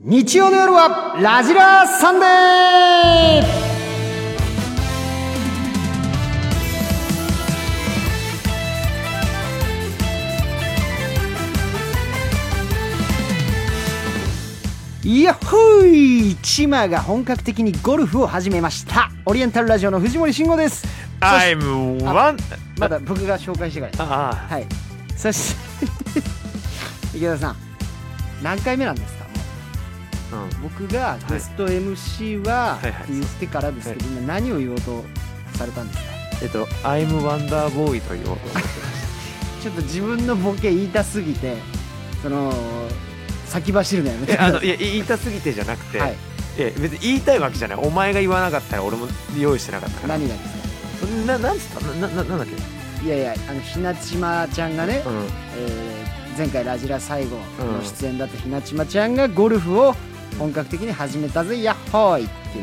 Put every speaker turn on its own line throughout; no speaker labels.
日曜の夜はラジラーサンデーやっほーいチマが本格的にゴルフを始めましたオリエンタルラジオの藤森慎吾ですそし
I'm one
まだ僕が紹介してからです
あ
はいそして池田さん何回目なんですかもう
あ、うん、
僕がゲスト MC は、
はいはい
って言ってからですけど、今何を言おうとされたんですか
えっと I'm Wonder Boy と言おうと思って
ちょっと自分のボケ言いたすぎてその先走るのやめ
え
て
あのいや言いたすぎてじゃなく て、
はいい、
や別に言いたいわけじゃないお前が言わなかったら俺も用意してなかったから
何がですか
ななんつったななななんだっけ
いやいやあのひなちまちゃんがね、
うん
えー前回ラジラ最後の出演だったひなちまちゃんがゴルフを本格的に始めたぜやっほーいってい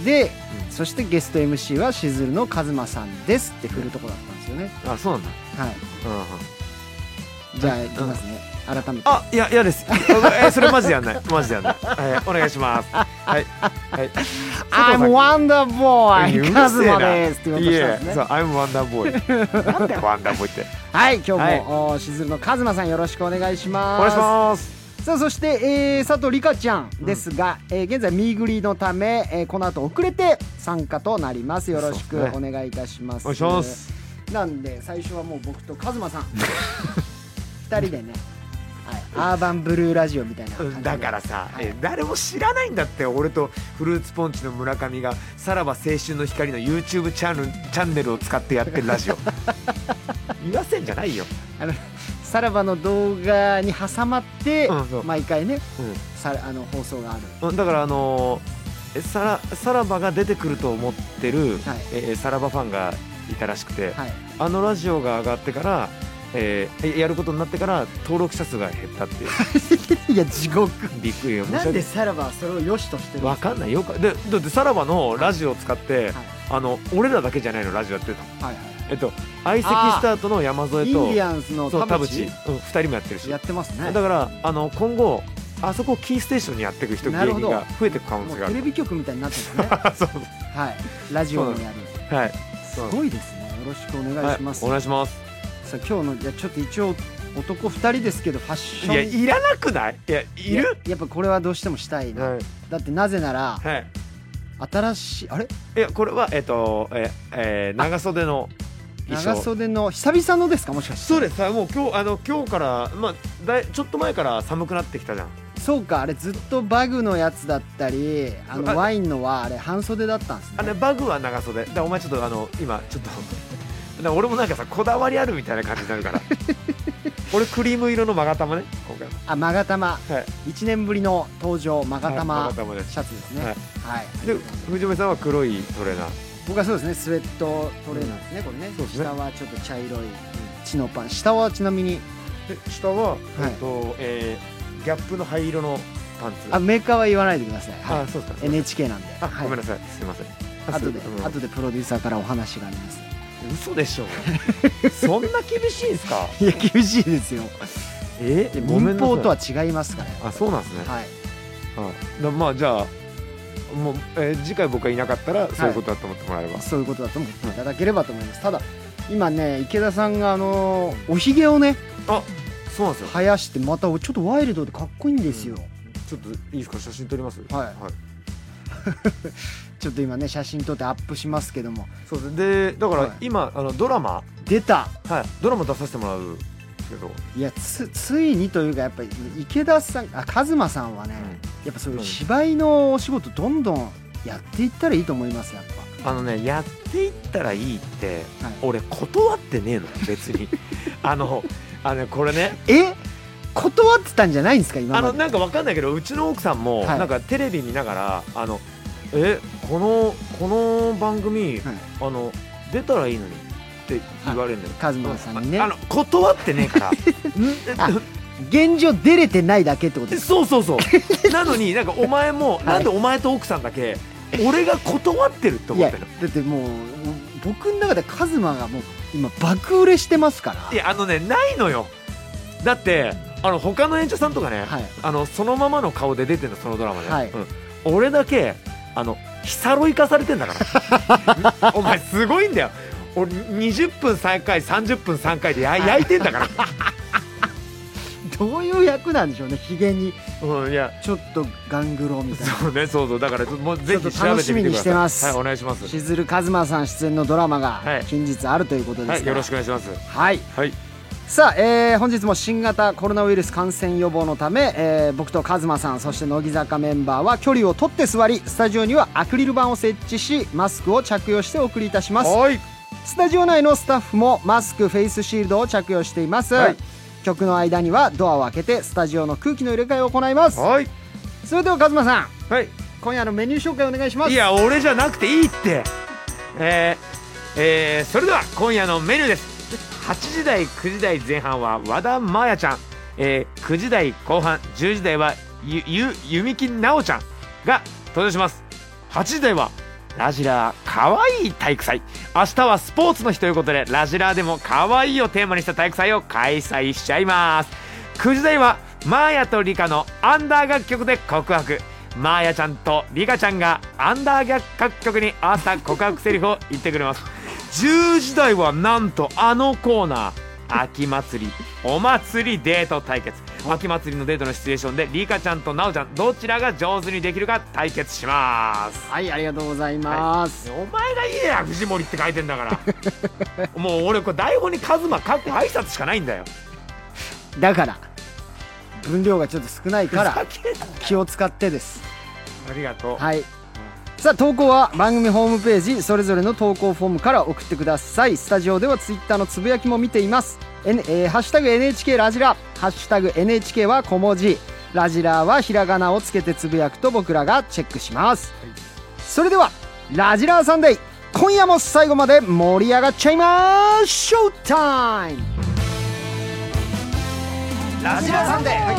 うで、
うん
そしてゲスト MC はしずるのカズマさんですって振るとこだったんですよね、
あそうなんだ
はい
うんうん
じゃあいきますね改めて
あいや嫌です えそれマジでやんないマジでやんない、はい、お願いしますはいはい佐藤さ
I'm
ん
Wonder
うる
Boy!
せえ
カ
な
ズマですって言おうと
い
した
え
んです
そう
ね。
I'm Wonder Boy なんだよ Wonder Boy って
はい、今日も、
はい
おしずるのカズマさんよろしくお願いし
お
ま
願い
す。
します
す。さあ、そして、えー、佐藤里香ちゃんですが、えー現在、ミーグリのため、えーこの後遅れて参加となります。よろしく
そうです
お願いいたします。
お願いします
なんで、最初はもう僕とカズマ さん、二人でね、はい、アーバンブルーラジオみたいな感じで
だからさ、
はい
え誰も知らないんだって俺とフルーツポンチの村上がさらば青春の光の YouTube チャンネルチャンネルを使ってやってるラ ジオ言わせんじゃないよ、
あの、さらばの動画に挟まって、
うんそう
毎回ね、
うん
さあの放送がある。
うんだからあのーえさらさらばが出てくると思ってる、
はい
えーさらばファンがいたらしくて、
はい、
あのラジオが上がってから、えーえやることになってから登録者数が減った っていう
いや 地獄
びっくりよ
なんでさらばはそれを良しとしてるんで
わ
す
かんないよかでだってさらばのラジオを使って、
か、
あの俺らだけじゃないのラジオやってたの
はいはいはい
えっと相席スタートの山添と
インディアンスの
そう
田
田
淵
淵、うん、2人もやってるし
やってますね
だからあの今後あそこをキーステーションにやっていく人
な
芸
るほど
人が増えていく可能
もう
性があ
テ
る
レビ局みたいになってますね
そう
はいラジオもやる
はい
すごいですねよろしくお願いします、
はい、お願いします
さあ今日のじゃあちょっと一応男2人ですけどファッシ
い
ョン
やいらなくないいやいる
ややっぱこれはどうしてもしたいな、
はい、
だってなぜなら
はい、
新しいあれ
いやこれはえっとえ、えー長袖の衣
長
装
袖の久々のですかもしかして
そうですあもう今日あの今日からまあだいちょっと前から寒くなってきたじゃん
そうかあれずっとバグのやつだったりあの
あ
ワインのはあれ半袖だったんですね
あれバグは長袖だからお前ちょっとあの今ちょっとだから俺もなんかさこだわりあるみたいな感じになるから 俺クリーム色のまがたまね今回
あ、マガタマ、
はい
1年ぶりの登場、マガタ
はい
マ
勾玉です
シャツですね。は
はいい。で藤森さんは黒いトレーナー
僕はそうですね、スウェットトレーナーですね、これね。
そうですね
下はちょっと茶色いチノパン。下はちなみに、
で下は、
い
えっとえーギャップの灰色のパンツ
あ、メーカーは言わないでください。
あ
は
そうですか
い。NHK なんで。
あ、
は。
ごめんないさいすいませんあ
後で、
うん
後でプロデューサーからお話があります。
嘘で しょそんな厳しいんすか
いや、厳しいですよ。
え
で
ごめ
民
んなさい
放とは違いますから。
あそうなんですね、
はい。
はいだまあじゃあもう、えー次回僕がいなかったらそういうことだと思ってもらえば、
そういうことだと思っていただければと思います。ただ、今ね、池田さんが、あのーおひげをね、
あそうなんですよ
生やして、またちょっとワイルドでかっこいいんですよ。
ちょっといいですか写真撮ります
はいちょっと今ね写真撮ってアップしますけども
そうですでだか
はい
ら今、あのドラマ
出た
はいドラマ出させてもらうんですけど、
いやつついにというかやっぱり池田さんあ和馬さんはね、やっぱそういう芝居のお仕事どんどんやっていったらいいと思いますやっ
あのねやっていったらいいって
ぱ、はい、
俺断ってねえの別 にあのあのねこれね
え断ってたんじゃないんですか今
あ
ま
の
で
なんかわかんないけどうちの奥さんも、
はい
なんかテレビ見ながらあのえこのこの番組、
はい
あの出たらいいのにって言われるんだよ、
和馬さんにね
あの断ってねえ から
あ現状出れてないだけってことです
そうそうそ うなのになんかお前も、
い
なんでお前と奥さんだけ俺が断ってるって
い
思
や
って
だ
るの
ってもう僕の中で和馬がもう今爆売れしてますから
いやあのねないのよだってあの他の演者さんとかね、
はい
あのそのままの顔で出てんのそのドラマで、
はい
うん俺だけあのヒサロ行かされてんだから お前すごいんだよ俺20分3回30分3回でや焼いて んだから
どういう役なんでしょうねひげに
うんいや
ちょっとガングロみたいな
そうねそうそうだからもうぜひ
ちょ
調
っと
べ
楽
て
しみ
みてく
に
だ
し
さい
てます
はいお願いします
しずるかずまさん出演のドラマ
は
が
い
近日あるということです
はい
から
よろしくお願いします
はい
はい
さあ、えー本日も新型コロナウイルス感染予防のため、えー僕とカズマさんそして乃木坂メンバーは距離を取って座りスタジオにはアクリル板を設置しマスクを着用してお送りいたします
はい
スタジオ内のスタッフもマスクフェイスシールドを着用しています、
はい
曲の間にはドアを開けてスタジオの空気の入れ替えを行います
はい
それではカズマさん
はい
今夜のメニュー紹介お願いします
いや俺じゃなくていいってえーえーそれでは今夜のメニューです8時台9時台前半は和田真彩ちゃん、えー9時台後半10時台はゆゆ弓木奈緒ちゃんが登場します8時台はラジラーかわいい体育祭明日はスポーツの日ということでラジラーでもかわいいをテーマにした体育祭を開催しちゃいます9時台はマーヤとリカのアンダー楽曲で告白マーヤちゃんとリカちゃんがアンダー楽曲に合わせた告白セリフを言ってくれます10時台はなんとあのコーナー秋祭りお祭りデート対決秋祭りのデートのシチュエーションでリカちゃんとナオちゃんどちらが上手にできるか対決します
はいありがとうございます、
お前が言えや藤森って書いてんだからもう俺これ台本にカズマ書く挨拶しかないんだよ
だから分量がちょっと少ないか
ふざ
ら
けんな
気を使ってです
ありがとう
はいさあ投稿は番組ホームページそれぞれの投稿フォームから送ってくださいスタジオではツイッターのつぶやきも見ています「N えーハッシュタグ #NHK ラジラ」「ハッシュタグ #NHK は小文字」「ラジラ」はひらがなをつけてつぶやくと僕らがチェックします、
はい
それでは「ラジラーサンデー」今夜も最後まで盛り上がっちゃいまーすショータイムラジラーサンデー、はい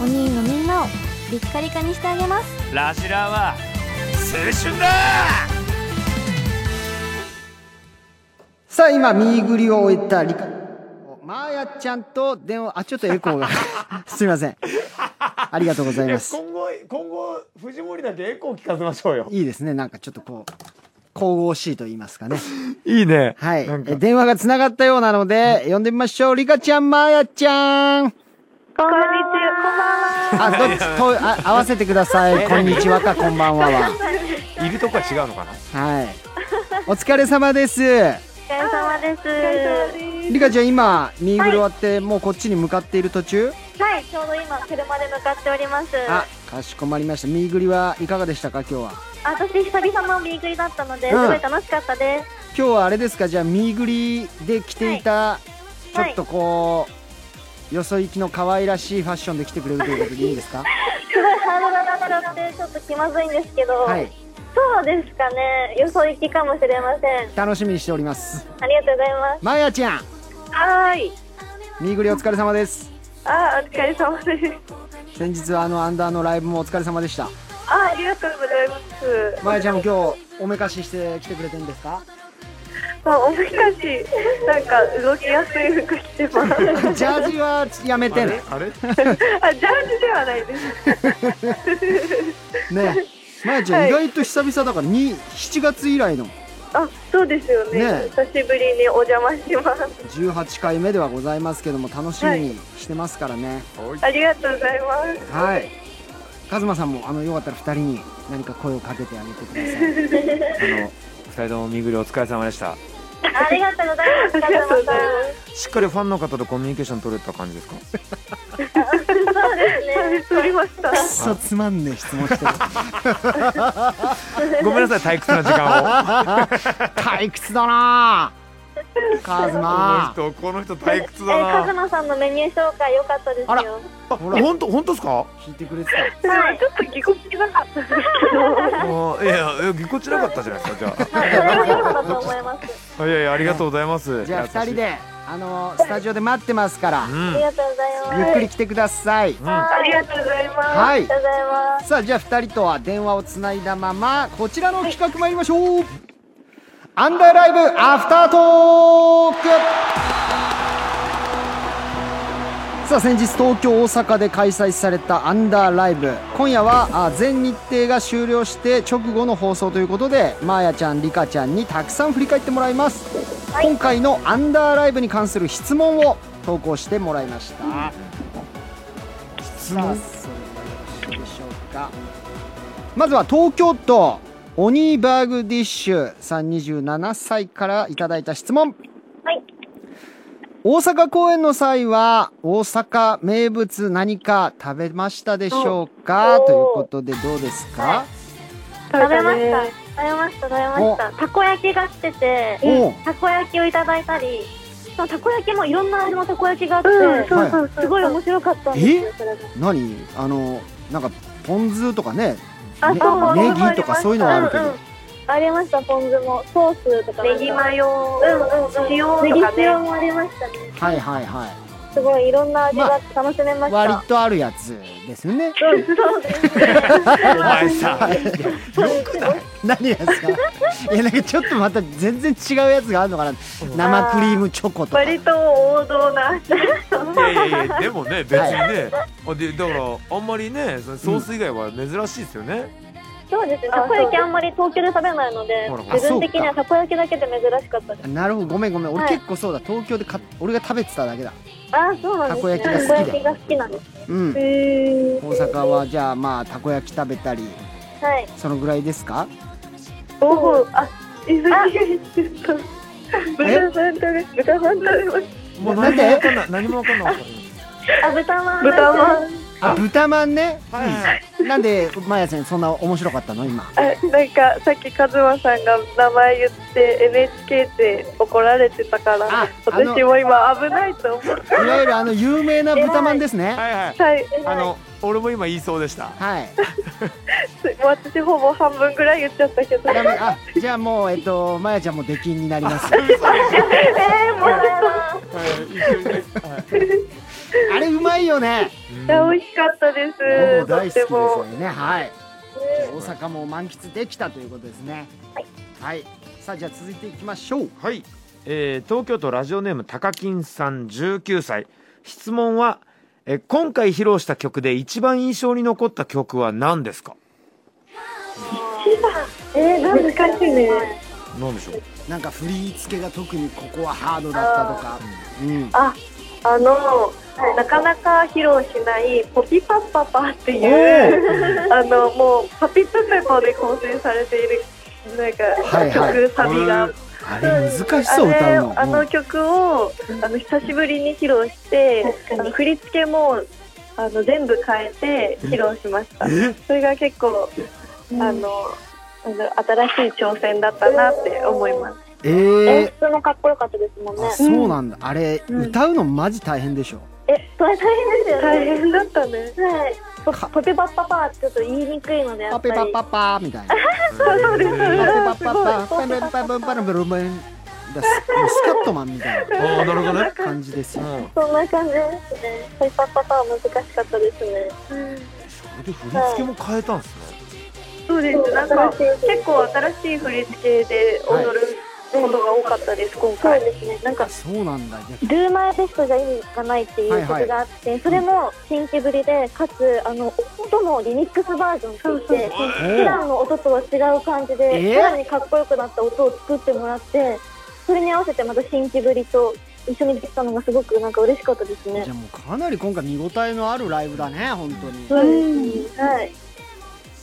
お兄のみんなをビッカリカにしてあげます
ラジラは青春だ
さあ今見ぐりを終えたリカまーやちゃんと電話あちょっとエコーが すいませんありがとうございます
今後今後藤森だけエコー聞かせましょうよ
いいですねなんかちょっとこう神々しいと言いますかね
いいね
はい
なんか
え電話がつながったようなので呼んでみましょうリカちゃんまーやちゃん
こんにちは。
あどっちとあ合わせてくださ いこんにちはかこんばんははい
るとこは違うのかな
はいお疲れ様です
こんばんは。お疲れ様です。
リカちゃん今見ぐり終わってもうこっちに向かっている途中
はい、ちょうど今車で向かっております。
あかしこまりました見ぐりはいかがでしたか今日は
私久々の見食いだったので、す
うん
ごい楽しかったです。
今日はあれですかじゃあミーグリで着ていた、
い
ちょっとこうよそ行きの可愛らしいファッションで来てくれるということでいいですか
すごいハードルが上がっちゃって、ちょっと気まずいんですけど、
はい
そうですかね。予想行きかもしれません。
楽しみにしております
ありがとうございま
まやちゃん
す。はい。
ミーグリお疲れ様です
あ、お疲れ様です。
先日はあのアンダーのライブもお疲れ様でした
あ、ありがとうございます。
まやちゃんも今日おめかしして来てくれてるんですか
まあ、おめかし、なんか動きやすい服着てます。
ジャージはやめてね
あれ
あ、ジャージではないです。
ねまやちゃん、
はい
意外と久々だからに7月以来の
あ、そうですよね。
ね
久しぶりにお邪魔します。
18回目ではございますけども楽しみにしてますからね、
ありがとうございます。
はい。カズマさんもあのよかったら二人に何か声をかけてあげてくだ
あの二人ともみぐりお疲れ様でした
ありがとうございます。ありがとうござい
しっかりファンの方とコミュニケーション取れた感じですか
ます。撮りました。
さい。くそつまんねえ質問してる。
ごめんなさい退屈な時間を
退屈だなあ。カズマ。
この人この人退屈
えー、カズ
だな
マさんのメニュー紹介良かったです
あら
よ。
あ
ほら
本当本当ですか
聞いてくれてた。
はい、ちょっと
もういやいやぎこちなかったじゃないですかじゃ
それは良かったと思います。
あいやいやありがとうございます
じゃあ二人
優しい
であのスタジオで待ってますから
う、
あ
ん
りがとうござい
ゆ
ます。
っくり来てください。
うん
ありがとうございます。
はい
ありがとうございます。
さあじゃあ二人とは電話をつないだままこちらの企画参りましょう。アンダーライブアフタートーク。さあ先日東京大阪で開催されたアンダーライブ今夜はあ全日程が終了して直後の放送ということでまーやちゃんりかちゃんにたくさん振り返ってもらいます、今回のアンダーライブに関する質問を投稿してもらいました、
質
さあ
問
それはよろしいでしょうかまずは東京都オニーバーグディッシュさん27歳からいただいた質問
はい
大阪公演の際は大阪名物何か食べましたでしょうか
お
ということでどうですか、
食べました
ね
食べました食べましたたこ焼きがしてて
おう
たこ焼きをいただいたりそのたこ焼きもいろんな味のたこ焼きがあって、
うん、そうそうそう。
すごい面白かったんですよそれが
何あのなんかポン酢とかね
あ
ね
そう
ネギとかそういうのはあるけど、
うんうん
ありましたポン酢もソースとかなん
ネ
か
ギマヨ、
うんうんうん
塩とか
ネギ
ね。
塩もありましたね
はいはいはい
すごいいろんな味が楽しめました、
割とあるやつですよね
お前さよくない
何やですかいやなんかちょっとまた全然違うやつがあるのかな生クリームチョコとか
割と王道な味。
いやいやいやでもね別にね、あでだからあんまりねそのソース以外は珍しいですよね、
そうですねたこ焼きあんまり東京で食べないので
ほらほら
自分的にはたこ焼きだけで珍しかったです
なるほどごめんごめん俺
はい
結構そうだ東京でか俺が食べてただけだ
あそうなん
た
です
こ
ね
焼きが好きだ
たこ焼きが好きなんです
うん
へ
大阪はじゃあまあたこ焼き食べたり
はい
そのぐらいですか
おお、あ、いずれちょっと。豚さん食べ、豚さん食べまし
もう
な
何も
んで
わかんない何もわかんない
あ豚まん
豚まん
あ豚まんね
はいはい
なんでまやさんそんな面白かったの今
た。あ、なんかさっきカズマさんが名前言って NHK で怒られてたから
あ、あの
私も今危ないと思って。
いわゆるあの有名な豚まんですね
はいはい
はい。
あの俺も今言いそうでした
はい
すもう私ほぼ半分ぐらい言っちゃったけど。
ダメあじゃあもうえっとまやちゃんも出禁になり ます
えー、もう
あれうまいよね
いや美味しかったです。
僕も大好き
と
で
って
す
も
よねはい大阪も満喫できたということですねはい、さあじゃあ続いていきましょう
はい、えー東京都ラジオネームたかきんさん19歳質問は、えー今回披露した曲で一番印象に残った曲は何ですか
えー、なんで
難しいね。
何でしょう
なんか振り付けが特にここはハードだったとかうん
あ、あの、なかなか披露しないポピパッパパっていう、 あの、もうパピプペポで構成されている、なんか、
はいはい
曲、サビが。
あれ難し
あ
そう
れ
歌うの
あの曲をあの久しぶりに披露してあの振り付けもあの全部変えて披露しましたそれが結構あの、なんだろう新しい挑戦だったなって思います
えー
演出もかっこよかったですもんね
あそうなんだ、あれ、
うん
歌うのマジ大変でしょ
えそれ大変ですよ
大
ね
変だっ たね
はいポ
か
ポテパッパパーってちょっと言いにくいのでや
パ
っ
ペ
ぱ
パ
り
パパーみたいな
そうです
パペパパ
す
パーペペパパパラブルブンだススカットマンみたい
あーなるほどね
な感じですよ、
うん
そんな感じですねポテパッパパーは難しかったですね
で振り付けも変えたんですね
ごいそうですなんか結構新しい振り付けで踊ることが多かったです今
そう
回
ですねなんか
そうなんだじゃ
「Do My Best」が意味がないっていう曲があって、それも新規ぶりでかつあの音もリミックスバージョンっていって
あ
普段の音とは違う感じで、
えー
さらにかっこよくなった音を作ってもらってそれに合わせてまた新規ぶりと一緒にできたのがすごくなんか嬉しかったです
お
ね
じゃあもうかなり今回見応えのあるライブだね本当に
そうですねはい、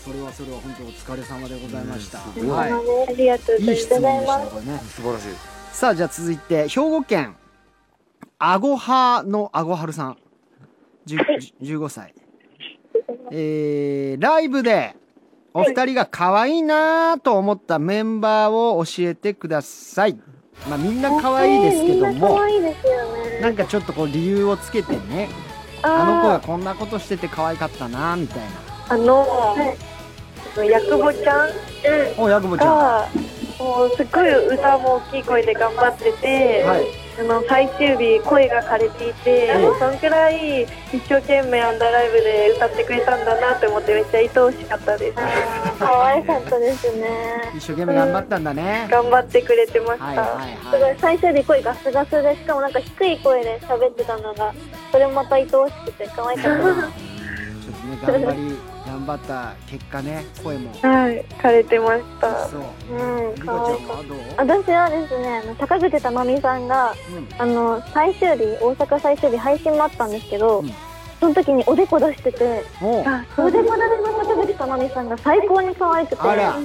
それはそれは本当お疲れ様でございました、
うん
は
なのでありがとう
いいい質
ござ
問
い
でした
ま
ね
す
これね
素晴らしいです
さあじゃあ続いて兵庫県アゴハのアゴハルさんじゅじゅ15歳えー、ライブでお二人が可愛いなぁと思ったメンバーを教えてくださいまあみんな可愛いですけど
みんな可
も
愛いですよね
なんかちょっとこう理由をつけてねあの子がこんなことしてて可愛かったなぁみたいな
あのヤクボちゃん
おやぐぼちゃんは
がもうすっごい歌も大きい声で頑張ってて、
い
あの最終日声が枯れていて、
はい
そのくらい一生懸命アンダーライブで歌ってくれたんだなって思ってめっちゃ愛おしかったです
可愛かったですね
一生懸命頑張ったんだね
頑張ってくれてました、
はいはい
すご
はい
い最初で声ガスガスでしかもなんか低い声で喋ってたのがそれもまた愛おしくて可愛かったです。
ちょっとね頑張り頑張った結果ね声も
はい、枯れてました。
そう
うん、
リコちゃん
可愛かった。
はどう
私はですね、あの坂口珠美さんが、
うん
あの、最終日、大阪最終日配信もあったんですけど、
うん
その時におでこ出してて、
おう
あ、そ
お
うで
でこ出しの坂口珠美さんが最高に可愛くて、
あら
も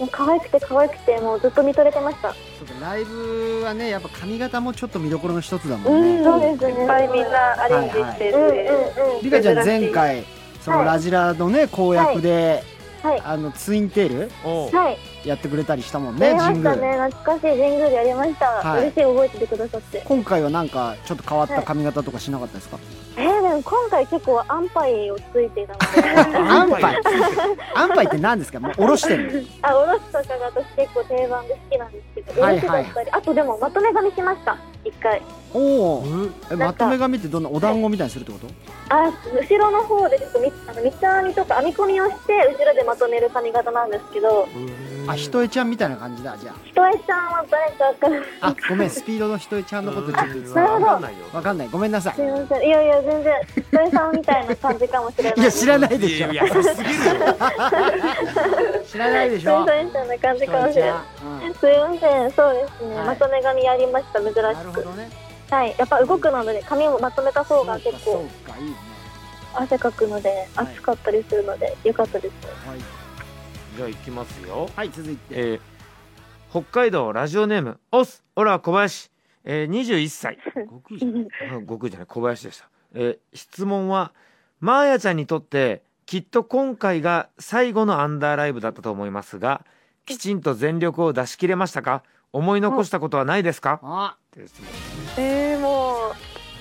う可愛くて可愛くて、もうずっと見とれてました。
そうかライブはねやっぱ髪型もちょっと見どころの一つだも
うんん、
ね
そうです
す。い
ね。
っぱいみんなアレンジしてて、
うんうんうん。
リカちゃん前回そのラジラのね公約で、
はい
あのツインテール
おう
はい、
やってくれたりしたもんね
やりま
神
した
宮、
ね。懐かしい神宮でやりました。
はい
嬉しい覚えててくださって。
今回はなんかちょっと変わった髪型とかしなかったですか、
えー、でも今回結構安牌をついてたので。
アンパイアンパイって何ですかもうおろして る
あ、おろしとかが私結構定番で好きなんですけど、
は
お
い
ろしだったり、あとでもまとめ髪しました、一回。
のおお
うん
え
な
ま
ん
と
か
め髪ってどんなお団子みたいにするってこと
あ、後ろの方でちょっとみあの三つ編みとか編み込みをして、後ろでまとめる髪型なんですけど、
あひとえちゃんみたいな感じだじゃ
ひとえちゃんは誰かわかんない。
ああごめんスピードのひとえちゃんのことちょっと言ってた
なるほど
わかんないよ
わかんないごめんなさ
すい
い
ません。いやいや、全然、ひとえさんみたいな感じかもしれない。
いや知らないで
い
しょ
や優しすぎるよ
知らないで
ひ
しょ
とえさんみたいな感じ
ひ
か
と
も
え
し
ち
れ
ゃ
なんい。
うん
すいません、そうですね。
はい
まとめ髪やりました、珍し
なるほ
く。
どね
はい。やっぱ動くので、髪もまとめた
そ
方
うか
が
そう
結構
かいいね
汗かくので、
はい
暑かったりするので、よかったですね。
はい
じゃあ行きますよ
はい続いて
えー北海道ラジオネームオスオラ小林、えー、21歳
悟空じゃない
うん悟空じゃない小林でした、えー質問はマーヤちゃんにとってきっと今回が最後のアンダーライブだったと思いますがきちんと全力を出し切れましたか思い残したことはないですか
あ
っていう質問
えー、もう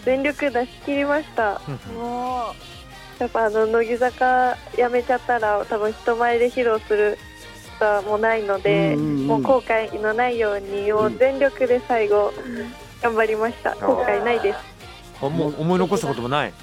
全力出し切りました。もうやっぱあの乃木坂やめちゃったら多分人前で披露することもないので、
うんうんうん
もう後悔のないようにもう全力で最後頑張りました。後悔ないです。
あもう思い残したこともない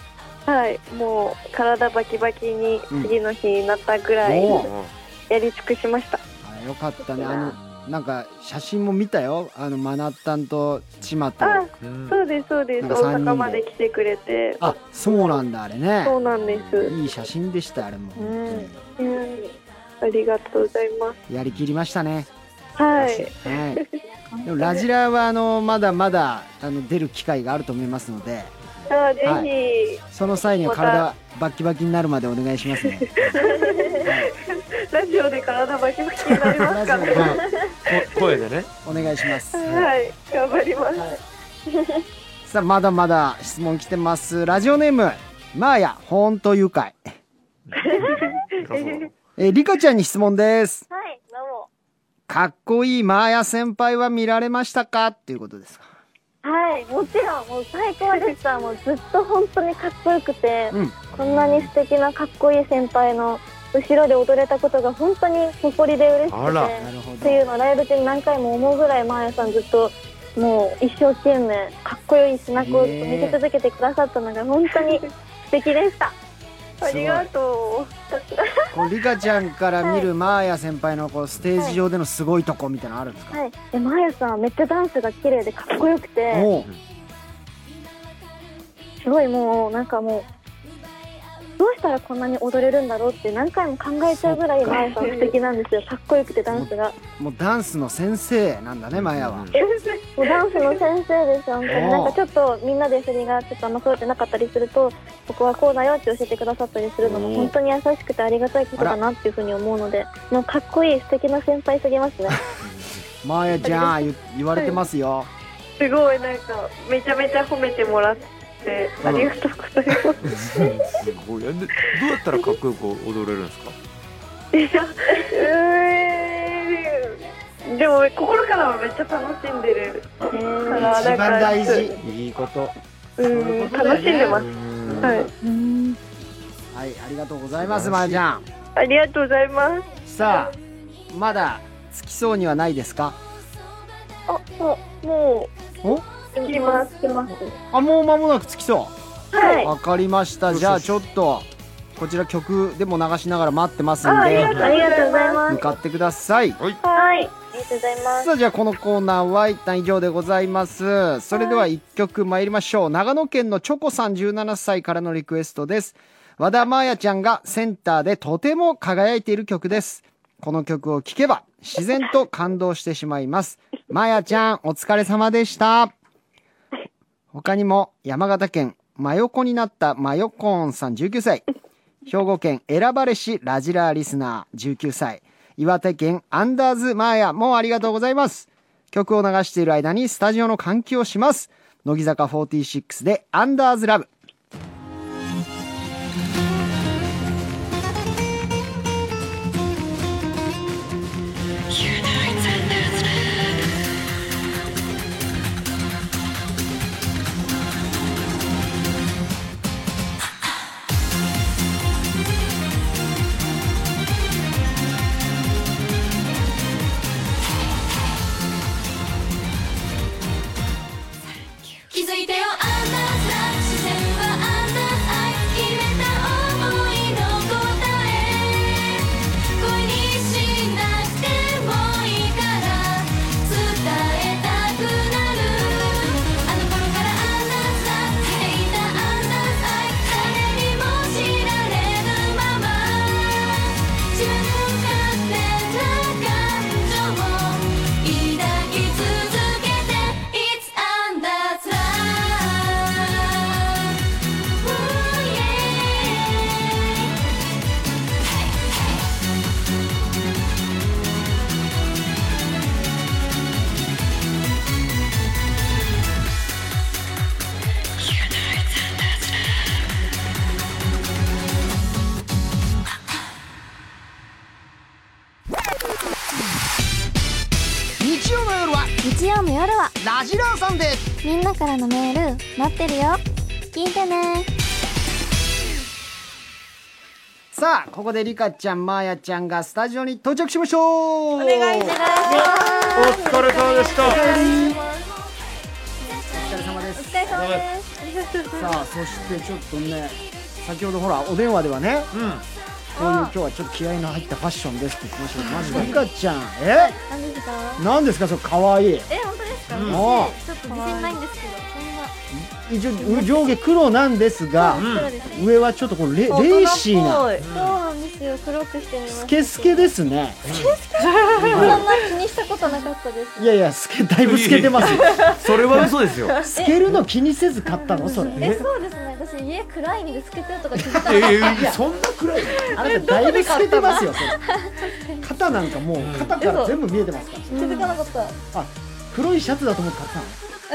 はい、もう体バキバキに次の日になったぐらい
うんお
うん
やり尽くしました。
あよかったねあのなんか写真も見たよあのマナッタンとチマと
あ、
うん
そうですそうです。
なんか
大
三人で
阪まで来てくれて、
あそうなんだあれね
そうなんです。
いい写真でしたあれも本当に
うんありがとうございます。
やりきりましたね
は
は
い。
いでもラジラはあのまだまだあの出る機会があると思いますので
あぜひ、
はその際には体
ま
バッキバキになるまでお願いします ね
ラジオで体バキバキになりますかね。
ラ
うんこ 声でね
お願いします
はい、頑張ります。
さあまだまだ質問来てますラジオネームマーヤほんと愉快
そうそう
えーリカちゃんに質問です
はい、どうも。
かっこいいマーヤ先輩は見られましたかっていうことですか
はい、もちろん、もう最高でした。もうずっと本当にかっこよくて、
うん
こんなに素敵なかっこいい先輩の後ろで踊れたことが本当に誇りで嬉し
あら
なる
くて、
ほ
っ
ど
ていうのをライブ中に何回も思うぐらい、まーやさんずっと、もう一生懸命、かっこよい背中を見せ続けてくださったのが本当に素敵 でした。
ありがと
こうリカちゃんから見るマーヤ先輩のこうステージ上でのすごいとこみたいなのあるんですか、
はい。で、まーやさんはめっちゃダンスが綺麗でかっこよくて、
おう
すごいもうなんかもうどうしたらこんなに踊れるんだろうって何回も考えちゃうぐらいマヤさん素敵なんですよかっこよくてダンスが
もうダンスの先生なんだねマーヤ
う
は、
ん
もうダンスの先生です本当に
おー
なんかちょっとみんなで振りがちょっとあんま揃ってなかったりするとここはこうだよって教えてくださったりするのも本当に優しくてありがたいことだなっていうふうに思うのでもうかっこいい素敵な先輩すぎます ね
マーヤちゃん言言われてますよ、
う。すごい、なんか、めちゃめちゃ褒めてもらって、ありがとうございます。
すごいえでどうやったらかっこよく踊れるんですか
いや、うーんでも、心からはめっちゃ楽しんでるから、
一番大事
いいこと
うん、楽しんでます。はい。
はいありがとうございますマーヤちゃん
ありがとうございます。
さあまだつきそうにはないですか
あ、もう、も
お
う、行きます。行きます。
あもう間もなくつきそ
は
う
い。
わかりましたじゃあちょっとこちら曲でも流しながら待ってますん
ああり
で
がとう
ありがとうございます
向かってください
はい
はい。
りがとうございます
さあじゃあこのコーナーは一旦以上でございますそれでは1曲参りましょう長野県のチョコさん17歳からのリクエストです和田真彩ちゃんがセンターでとても輝いている曲ですこの曲を聴けば自然と感動してしまいます真彩ちゃんお疲れ様でした他にも山形県真横になった真横音さん19歳兵庫県選ばれしラジラーリスナー19歳岩手県アンダーズマーヤもありがとうございます曲を流している間にスタジオの換気をします乃木坂46でアンダーズラブ
気づいてよアンダーズラブ視線はアンダーズ愛決めた想いの答え恋にしなくてもいいから伝えたくなるあの頃からアンダーズラブっていたアンダーズ愛誰にも知られぬまま自分勝手な感情を抱き続けて It's under the yeah
日曜の夜は
日曜の夜は
ラジラーさんで
みんなからのメール待ってるよ聞いてね
さあここでリカちゃんマーヤちゃんがスタジオに到着しましょうお願いします
お疲れ様でした
お疲れ様です
お疲れ様です
さあそしてちょっとね先ほどほらお電話ではね
うん
こういう今日はちょっと気合いの入ったファッションですって言ってましたけどマジかリカちゃんえ
何ですか
何ですかそれかわいい
え本当ですか、
うん
も
ちょっと自信ないんですけどそ
うん一応上下黒なんですが、
うん
んな黒ですね、
上はちょっとこのレレーシーな
そうなんですよ黒くしてみました
スケスケですね
そんな気にしたことなかったです
いやいやスケだいぶ透けてますよ
それは嘘ですよ
透けるの気にせず買ったのそれ
えそうですね私家暗いんで透けてるとか気づかなかっ
えー、そんな暗い
あなただいぶ透けてますよそ れ肩なんかもう肩から全部見えてますから
た気づかなかった、
あ黒いシャツだと思って買ったの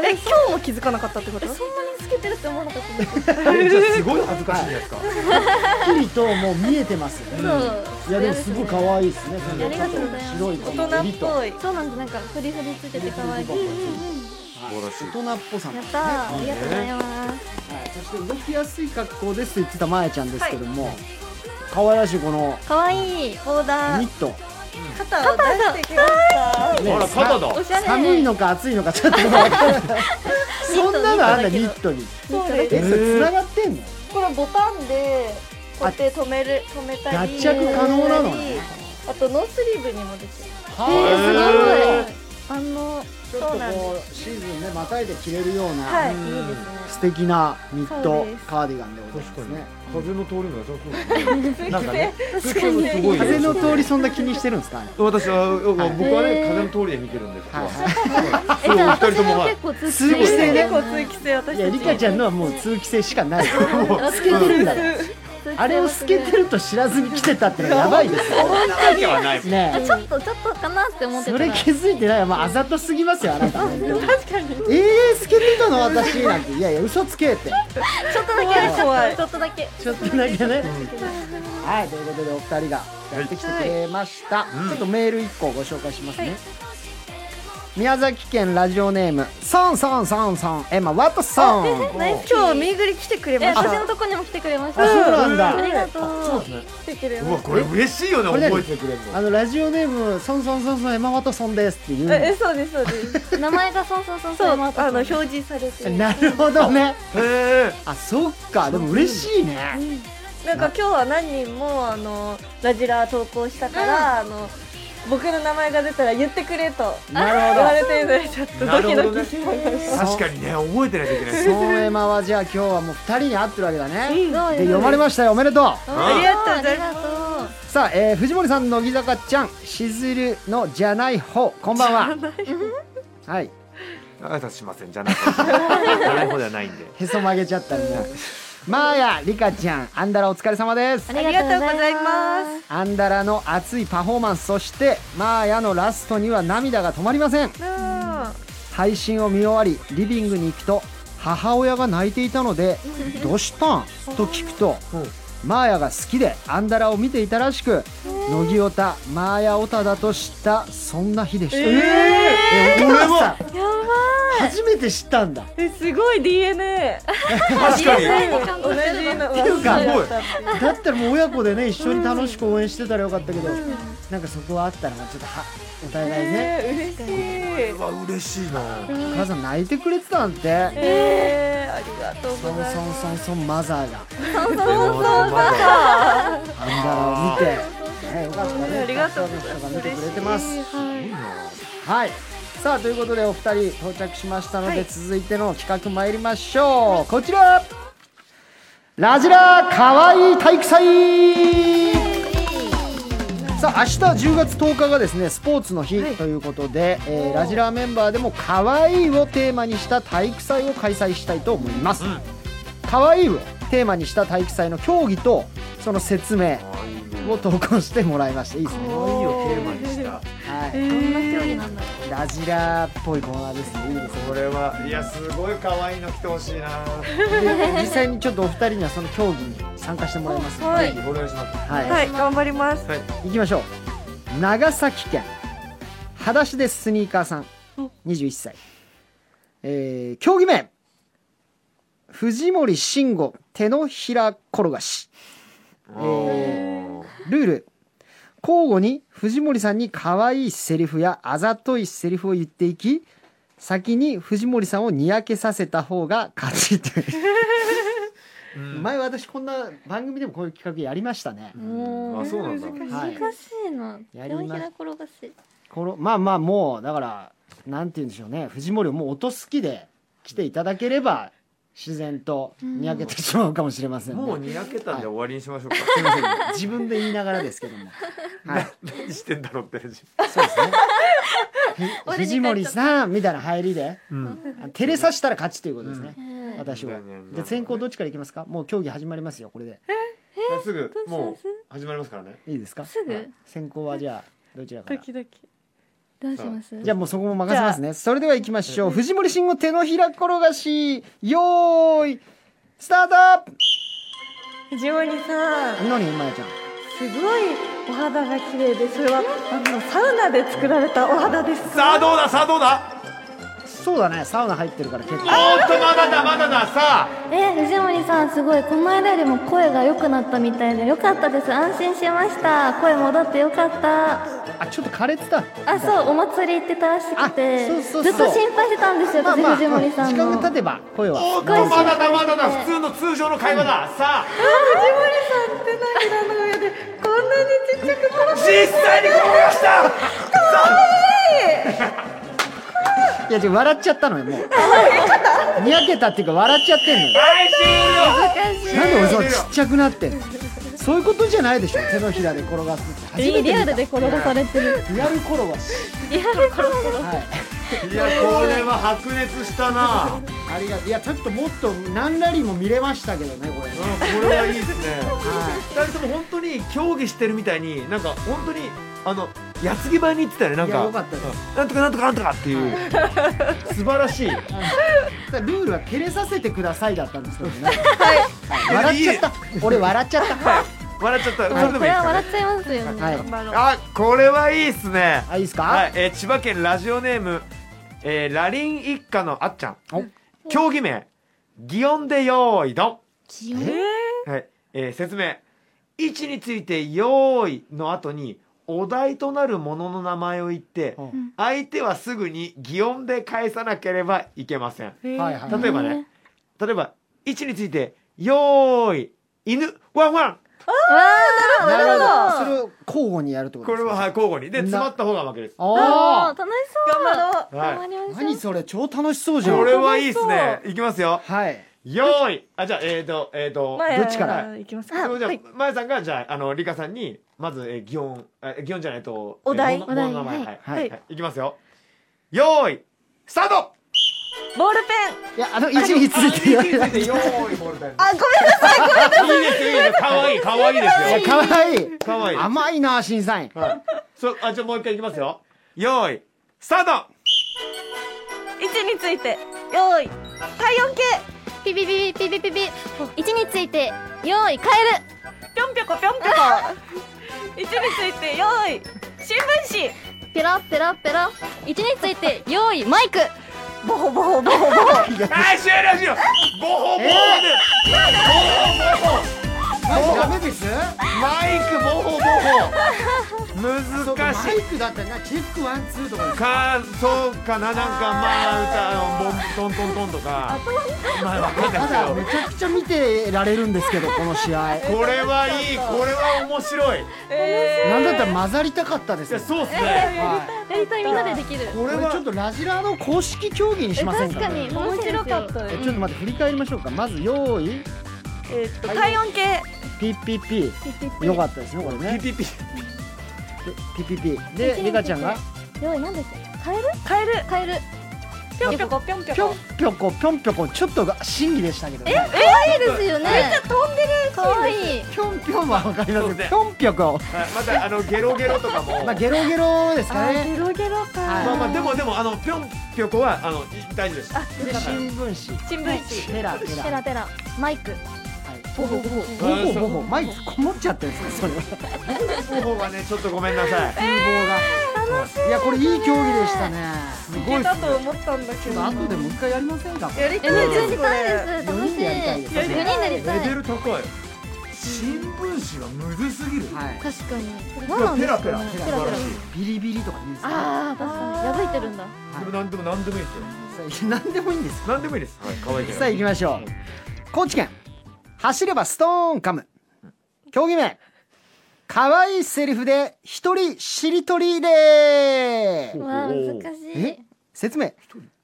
え今日も気づかなかったってこと
えそんなに透けてるって思わなかったです
えじゃあすごい恥ずかしいじゃないですか
はっきりともう見えてますよね
そう
いやでもすごい可愛いですね。
ありがとうございます
白いこの
大人
襟
っ
と
ぽい
そうなんですなんかフリフリついてて可愛い
はい大人っぽさも
や
ね
っ。たーありがとうございま
は
す
いそして動きやすい格好ですと言ってたまやちゃんですけども、可愛らしいこの
可愛いボーダー
ニット。
肩を出してきました
ね
ほら肩だ
おしゃれ
寒いのか暑いのかちょっと分からない。そんなのあんだニットに。
そうです
え、それ繋がってんの？
これボタンでこうやって止める止めたり
脱着可能なのね
あとノースリーブにもできる
は
あの
い。ちょっとこうシーズンねまたいで着れるよう
は
ない
いいいですね
素敵なニッ
そ
ト
うです
カーディガンでございますね。
風の通りも良さそうですねなんかね風すごい
風の通りそんな気にしてるんですかね？
私は僕は
へ
ね
ー
風の通りで見てるんで僕は
えじゃあ
お二
私
人とも
も
は
結構通気
通気
性
性ね
結構通気性私
いやリカ
たち
ちゃんのはもう通気性しかない透けてるんだからあれを透けてると知らずに来てたってのはやばいですよ
そんなわけはない
ね
あちょっとちょっとかなって思っ
え
て
そ
た
れ
ら
気づいてないもうあざとすぎますよあなた確かにええー、透けてたの私なんていやいや嘘つけって
ちょっとだけ
怖い
ちょっとだけ
ちょっとだけねはいということでお二人がやってきてくれました、ちょっとメール一個ご紹介しますね、宮崎県ラジオネームソンソンソンソンエマ・ワトソン
今日ミーグリ来てくれ
え
ました
私のとこにも来てくれまし
あ
た
そうなんだ
ありがとう
来てくれま
う
し
わこれ嬉しいよね
これ何
覚えてくれるの
あのラジオネームソンソンソンソンエマ・ワトソンですっていう
た
の
えそうですそうです
名前がそうそうそう
そう
そ
あ
う
の表示されてなん
なるほどね
へえ
あそっかでも嬉しいね
か今日は何人もあのラジラ投稿したからあの僕の名前が出たら言ってくれと
な
言
るほ
わ
ど
れているのでちょっとドキドキしました
確かにね覚えてないといけない
ソーエマはじゃあ今日はもう2人に会ってるわけだね、
ごい
で読まれましたよおめでとう
ありがとうござい
ありがとう
ま
さあ、えー藤森さん乃木坂ちゃんしずるのじゃない方こんばんははい
挨拶しませんじゃなくて そういう方ではないんで
へそ曲げちゃったんだマーヤリカちゃんアンダラお疲れ様です
すありがとうございます
アンダラの熱いパフォーマンスそしてマーヤのラストには涙が止まりません配信を見終わりリビングに行くと母親が泣いていたので「どうしたん?」と聞くと、マーヤが好きでアンダラを見ていたらしく乃木オタマーヤオタだと知ったそんな日でした、えお母さん
うんやば
初めて知ったんだ
いえすごい DNA
確かに
同じの
ていうか
忘れてた
だったらもう親子でね一緒に楽しく応援してたらよかったけど、なんかそこはあったらちょっとはお互いね、
えー嬉しい
わ嬉しいな
お母さん泣いてくれてたんて、
えーありがとうご
ソン
ざい
ソン
ます
ソンソンマザーが
ま
アンダラを見て、ね、よかったね
ありがとうございます
家族の人が見てくれてますはいさあということでお二人到着しましたので、続いての企画参りましょうこちらラジラかわいい体育祭さあ明日10月10日がですねスポーツの日ということで、えーラジラーメンバーでも「かわいい」をテーマにした体育祭を開催したいと思います、かわいいをテーマにした体育祭の競技とその説明を投稿してもらいましたいいですね
いいよテーマにした
はい、ラジラーっぽいコーナーですねいいですね
これはいやすごい可愛いの来てほしいな
で実際にちょっとお二人にはその競技に参加してもらいますので、
は
はい
お願いします
はい頑張ります
はい
行きましょう長崎県裸足でスニーカーさん21歳、えー競技名藤森慎吾手のひら転がし
おー
ルール交互に藤森さんに可愛いセリフやあざといセリフを言っていき先に藤森さんをにやけさせた方が勝ちという
うん
前私こんな番組でもこういう企画やりましたね、
あそうなんだ
はい
難しいな
やり
手
ま
のひら転がし
このまあまあもうだからなんて言うんでしょうね藤森をもう音好きで来ていただければ自然とにやけてしまうかもしれませんね、
もうにやけたんで終わりにしましょうか
すいません自分で言いながらですけども、はい、
何してんだろうって
そうですねふ藤森さんみたいな入りで
うん
照れさしたら勝ちということですね、私は
うん
じゃあ先行どっちからいきますかもう競技始まりますよこれです
ぐもう始まりますからね
いいですか
すぐ
先行はじゃあどちらか
ド
ら
キドキ
どうします
じゃあもうそこも任せますね。それでは行きましょう。藤森慎吾手のひら転がし、よーい、スタート
藤森さん
何まやちゃん。
すごいお肌が綺麗でそれはあのサウナで作られたお肌です
さあどうださあどうだ
そうだね、サウナ入ってるから結
お
構。
ーっとまだだまだださあ
え藤森さんすごいこの間よりも声が良くなったみたいで良かったです安心しました声戻って良かった
あ、ちょっと枯れてた。
あそうお祭り行ってたらしくて
あそうそうそう
ずっと心配してたんですよ私、藤森さ
時
ん
間
の
が経てば声は。
おっとまだだまだだ普通の通常の会話ださあ
手のひらの上でこんなにちっちゃくなる
実際に転がした
いや、違う笑っちゃったのよ、もう。にやけたっていうか笑っちゃってんのよ。
はい終
なんで俺そんなちっちゃくなってんのそういうことじゃないでしょ、手のひらで転がすって。初めて見た。
転がされてる
リアル転がし。
リアル転が
はい。
了いやこれは白熱したなうんこ
ありがとう。いや、ちょっともっと何ラリーも見れましたけどね、これね。
れはいいですね
はい。
二人とも本当に競技してるみたいになんか本当にあの矢継ぎ早に行ってたねなん
いや
か
よかったです
うんなんとかなんとかなんとかっていう素晴らしい
だからルールは照れさせてくださいだったんですけどね。はい笑っちゃった。俺笑っちゃった。 は
笑っちゃったそれ
さ
で
れ
も
こ
いい
れ
です
は
か
笑
ね
っちゃいますよね
い。
あこれはいいですね
あ、いいですか。
はい、えー千葉県ラジオネーム、えーラリン一家のあっちゃん
お
競技名擬音で用意ど
気温
ん、はいえー説明位置について用意の後にお題となるものの名前を言って
うん
相手はすぐに擬音で返さなければいけません
はいはい。
例えばね例えば位置について用意犬ワンワン
なるほど。それを交交互にやるってこと
こ
です
れ
か
ははい
い
交互にで
な
詰まった方が負けです
あ
あー楽しそう
頑張ろう
頑張
は
り
あ
ましょう
何それ超楽しそう
い
じゃん
これはいいですねいきますよ
はい
よーいあじゃあえーとえーと
前
どっちから
行きます
そ
か
れじゃ
はい
あまやさんがじゃああのリカさんにまずえー擬音あ擬音じゃないと
お題
えーものものの名前
お題
はい
は
はいいいきますよよーいスタート
ボールペン
いやあの一について
あいいですねよーいボールペンあごめんなさいごめんなさいいいですいいです可愛い可愛いですよ
かわいい
可愛い
甘いな審査員
はいそうあじゃあもう一回いきますよよーいスタート
位置について用意体温計
ピピピピピピピ位置について用意変
ぴょんぴょこぴょんぴょこ位置について用意新聞
えるペロペロペロ位置について用意マイク
紙ボホボホボホボホ
はい終了終了ボホボホで、ボホボホ
ダメです
マイクボホボホ難し
マ
い
イクだったらなチェックワンツーとか
かそうかななんかまあ歌のボントントントンとかまあわかんない
まだ
で
めちゃくちゃ見てられるんですけどこの試合
すけどこれはいいこれは面白いい
え
なんだったら混ざりたかったです
や
よ
そうっすね
はい
大体みんなでできる
これはちょっとラジラの公式競技にしません
確
か
かに
ね
面白かった
えちょっと待って振り返りましょうかまず用意
ーえーっと体温計
PPP よかったですねこれね
PPP
PPP でリカちゃんが
用意何です変える
カエル
変える
ぴょんぴょこぴょんぴょ
ぴょ
こ
んぴょこぴょんぴょこちょっとが審議でしたけどね
いいですよね
飛んでる
可愛いい
ぴょんぴょんはわかりま
そう
す
ですね
ぴょんぴょこ
はいまたあのゲロゲロとかも
まあゲロゲロですか
あ
ね
ゲロゲロ
はい
まあま
か
あでもでもあのぴょんぴょこはあの大事です
で新聞
新聞紙
紙ペラペラ
ペラペラマイク
はいほぼほぼほぼほぼマイクこもっちゃってるんですかそれは
方法がねちょっとごめんなさい
風貌が、いやこれいい競技でしたねす
い
ごい
け
っす
たと思ったんだけ
ちょっ
ど
と後でもう一回やりませんか
やり
え
た
め
い
っちゃや
で
り
すこ
た
れ
いです楽し
四人でやりたい
い
です
4人でやりた
レベ
い
ル高い新聞紙はむずすぎる
はい
確かに何なんですかね
ペラペラ
ペラペラ
ビリビリとか言うんですか
ああ確かに破いてるんだ
でもなんでもなんでもいいですよ
さあ何でもいいんです
なんでもいいですはい可愛いけど
さあ行きましょう高知県走ればストーン噛む競技名可愛いセリフで一人しりとりで
ほう
わあ
お
難
ー
し
え
い
説明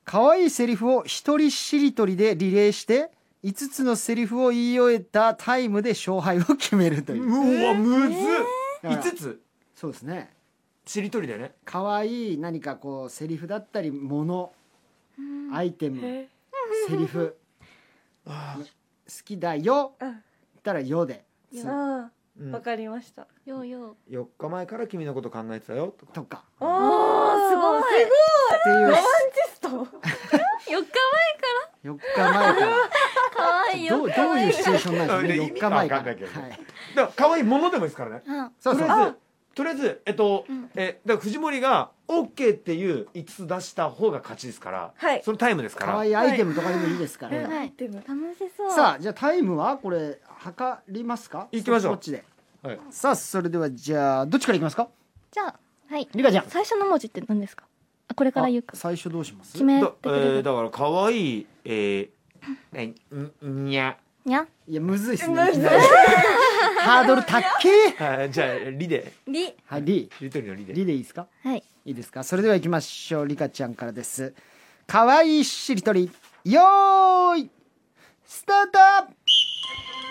可愛いセリフを一人しりとりでリレーして5つのセリフを言い終えたタイムで勝敗を決めるという、
うわむずっ
えー
五つ
そうですね
しりとりだよね
可愛い何かこうセリフだったりものアイテムセリフ好きだよ
うん
言ったら「よ」で
あ
うん
ーわかりました
ようよう
4日前から君のこと考えてたよとか
とか
お
ー
ー
すごい
っていう
すごいテス
4日前か
4日前から
ら可愛いよ
どうどういうシチュエーションなんです
い
か
や
ね4日前か
意味わかんないけ
ら
ど
はい
だから可愛いものでもいいですからね
うん
そうそう
とりあえずとりあえずえっと、えだから藤森が OK っていう5つ出した方が勝ちですから、
はい
そのタイムですから
可愛いアイテムとかでもいいですか
ト
ら
はい
アイテム
楽しそう
さあじゃあタイムはこれ測りますか
行きましょう
こっちで
はい
さあそれではじゃあどっちからいきますか
じゃあはい
リカちゃん
最初の文字って何ですかあこれから言うか
あ最初どうします
決めて
だ,、え
くれ
ー
る
だから可愛いえーえんにゃ
にゃ
いやむずいっすねいきなりハードル高っけー
はいじゃあリで
り
はいリ
しりとりのリで
リでいいですか
はい
いいですかそれでは行きましょうリカちゃんからです可愛いしりとりよーいスタート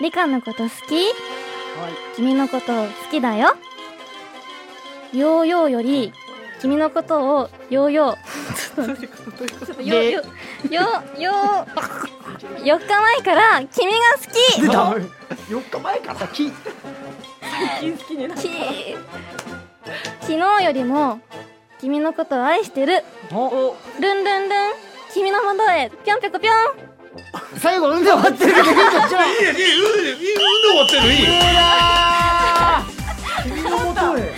りかのこと好き
はい
君のこと好きだよヨーヨーより君のことをヨーヨーヨーヨーヨーヨー4日前から君が好
出た
4日前から
き
好きにな
きき昨日よりも君のことを愛してる
お
ルンルンルン君の元へぴょんぴょこぴょん
最後うんで終わってるけどリカちゃん
いいねいいうんいいうんで終わってるいい
君のもとへ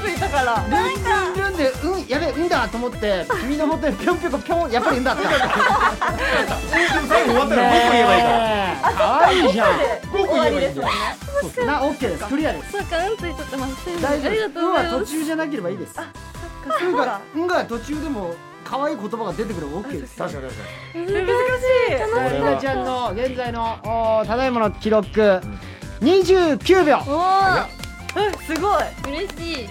ついたから
ルンルンでうんやべえうんだと思って君のもとへぴょんぴょこぴょんやっぱりうんだった
最後終わったら5個言えばいいから
可愛いじゃん
5個言えばいいんだよ
そうですなオッケーですクリアです
そうかうんついとってますすいま
大
せ
丈
んあり
夫「
がと
う
うご」
は途
ざいます
中じゃなければいいですうんが「うん」が途中でも可愛い言葉が出てくれば OK です
確かに確か
難しい
さあ
こ
り
れ
な
は
ちゃんの現在のおーただいまの記録29秒
おー
すごい
嬉しい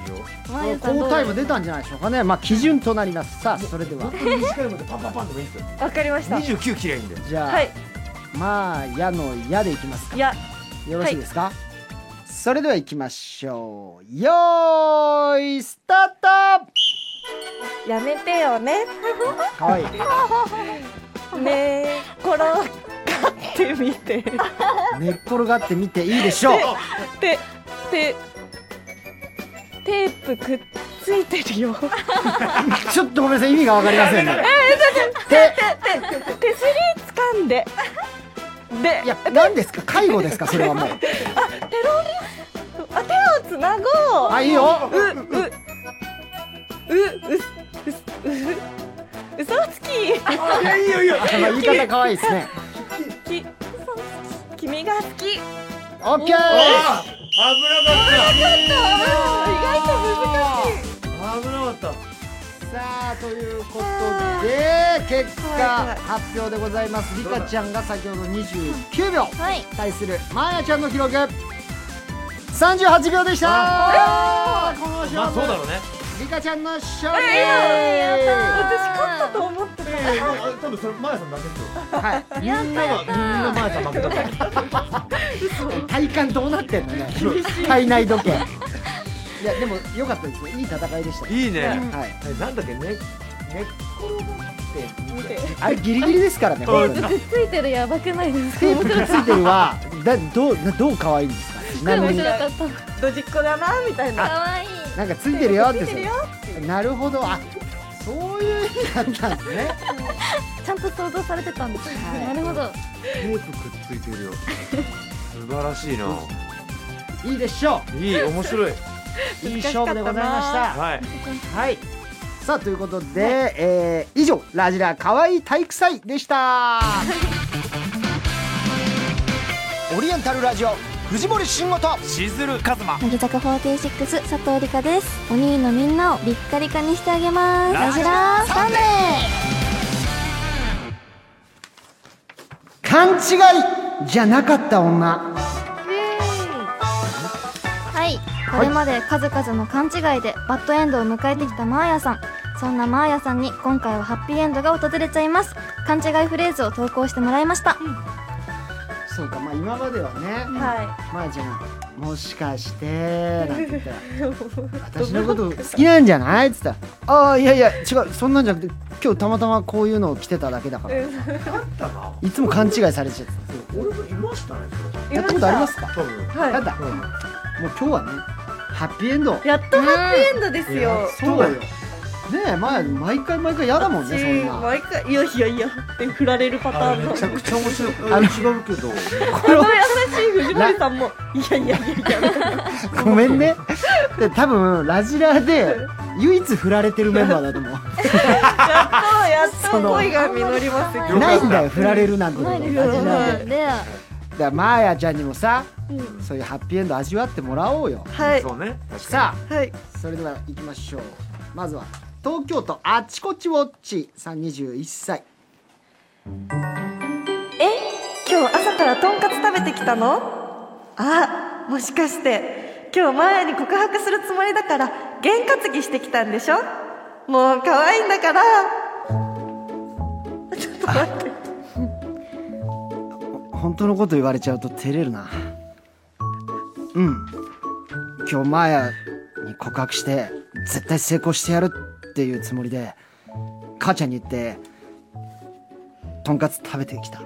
マーヤさんど
好
う
タイム出たんじゃないでしょうかねまあ基準となりますさあそれでは
本当に短いのでパンパンパンでもいいですよ
わかりました
二十九切りゃいいんだよ
じゃあ、
はい
まあ矢の矢でいきますか
いや
よろしいですか、それでは行きましょうよーいスタート
やめてよね
かわいい
ねこ転がってみて
寝っ転がってみていいでしょう
ててテープくっついてるよ
ちょっとごめんなさい意味がわかりませんね
手すり掴んでで
いや何ですか介護ですかそれはもう
あ手をつなごう
あいいよ
うううううううそつき
いやいいよいいよ
あ言い方かわいいですね
き君が好き意
オッケー
あ危なかった
外と難しい
危なかった
さあということで結
は
果
い
発表でございますリカちゃんが先ほど29秒
はい
対するマーヤちゃんの記録38秒でしたこの勝
まあそうだ
負
ろうね
リカちゃんの勝利
や
私勝ったと思ってた
ええもう多分それマヤさんだけですよ
はい
やったやった
みんなマヤさん負けたから
体感どうなってんのね体内時 計いやでも良かったですねいい戦いでしたね
いいね
はい
えなんだっけねね
見て
あれギリギリですからね本当に
くっついてるやばくない ですか
テープくっついてるはだどうなどう可愛いんですかち
すごい
なみ
面
に
白かった
ドジっ子だなみたいな
かわいい
なんかついてるよって
ついてるよっていう
なるほどあそういう意味だったんですね
ちゃんと想像されてたんです
はい
なるほど
テープくっついてるよ素晴らしいない
いでしょ
いい面白いう
いい勝負でございました
はい
はい。さあということで、えー以上ラジラ可愛い体育祭でした。 オリエンタルラジオ藤森慎吾と
しずるかずま
乃木坂46佐藤理香ですお兄のみんなをリッカリカにしてあげます
ラ
ラ
ジ
ジラーサンデ
勘違いじゃなかった女。
はいこれまで数々の勘違いでバッドエンドを迎えてきたマーヤさんそんなマーヤさんに今回はハッピーエンドが訪れちゃいます勘違いフレーズを投稿してもらいました
そうかまあ今まではね、
は
まあじゃんもしかして なんて言ったら私のこと好きなんじゃないっつったらああいやいや違うそんなんじゃなくて今日たまたまこういうのを着てただけだから
だない
つも勘違いされちゃう
俺もいましたねそ
い
やったことあります
れ
か
多分
はい
やだ、もう今日はねハッピーエンド
やっとハッピーエンドです
いや
よ
そうだよねえ前毎回毎回嫌だもんねそんな
毎回いやいやいやって振られるパターンの
めちゃくちゃ面白
あ
い違うけど
この優しい藤森さんもいやいやいやいや
ごめんねで多分ラジラで唯一振られてるメンバーだと 思
やっとやっ
そ
と
の
恋が実りますよ
うないんだよ振られるなんてことラジラで
で
だからマーヤちゃんにもさ、そういうハッピーエンド味わってもらおうよ
はい
そうね
さ
はい
あそれでは行きましょうまずは東京都あちこちウォッチさん21歳
え今日朝からとんかつ食べてきたのあもしかして今日マーヤに告白するつもりだから験担ぎしてきたんでしょもう可愛いんだからちょっと待って
本当のこと言われちゃうと照れるなうん今日マーヤに告白して絶対成功してやるっていうつもりで母ちゃんに言ってとんかつ食べてきた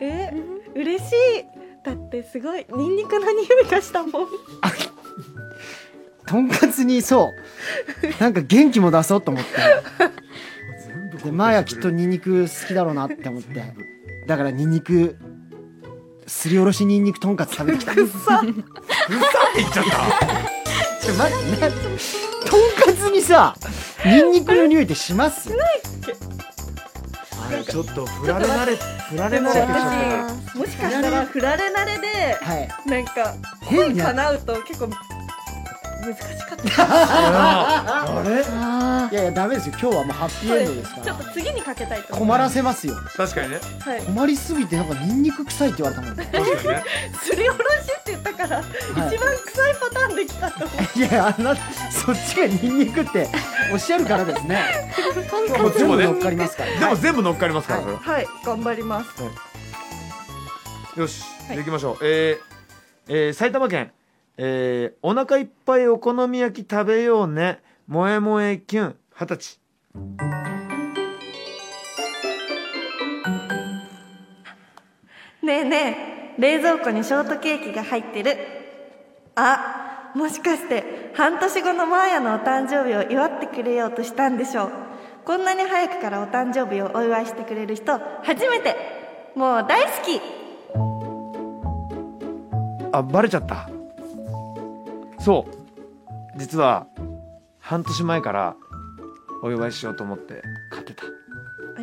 え嬉しいだってすごいニンニクの匂いがしたもん
とんかつにそうなんか元気も出そうと思ってでマーヤきっとニンニク好きだろうなって思ってだからニンニクすりおろしニンニクとんかつ食べてきた
くっさ
ちょ待ってなとんかつにさニンニクの匂いってします
あれちょっと振られ慣れ振られ慣れてきちゃっ
私もしかしたら振られ慣れで
はい
なんか
変
か
な
なうと結構難しかった。
あれい
あ
やいやダメですよ今日はもうハッピーエンドですか
ちょっと
ら
次にかけたいと思い
困らせますよ
確かにね
ます。はい。
困りすぎてなんかニンニク臭いって言われたも んね
確かにね
すりおろしって言ったから、
い
一番臭いパターンできたと思う。
いやあなたそっちがニンニクっておっしゃるからですね今日
こ
も
っち
全
も
部
ね
乗っかりますから、
で
は
も
い
全部乗っかりますから、
は
はい、頑張ります。
よし、
は
で
い
行きましょう。えーえー埼玉県、えーお腹いっぱいお好み焼き食べようね。萌え萌えキュン、二十歳。
ねえねえ、冷蔵庫にショートケーキが入ってる。あ、もしかして、半年後のマーヤのお誕生日を祝ってくれようとしたんでしょう。こんなに早くからお誕生日をお祝いしてくれる人、初めて。もう大好き。
あ、バレちゃった。そう。実は、半年前からお祝いしようと思って買ってた。
あ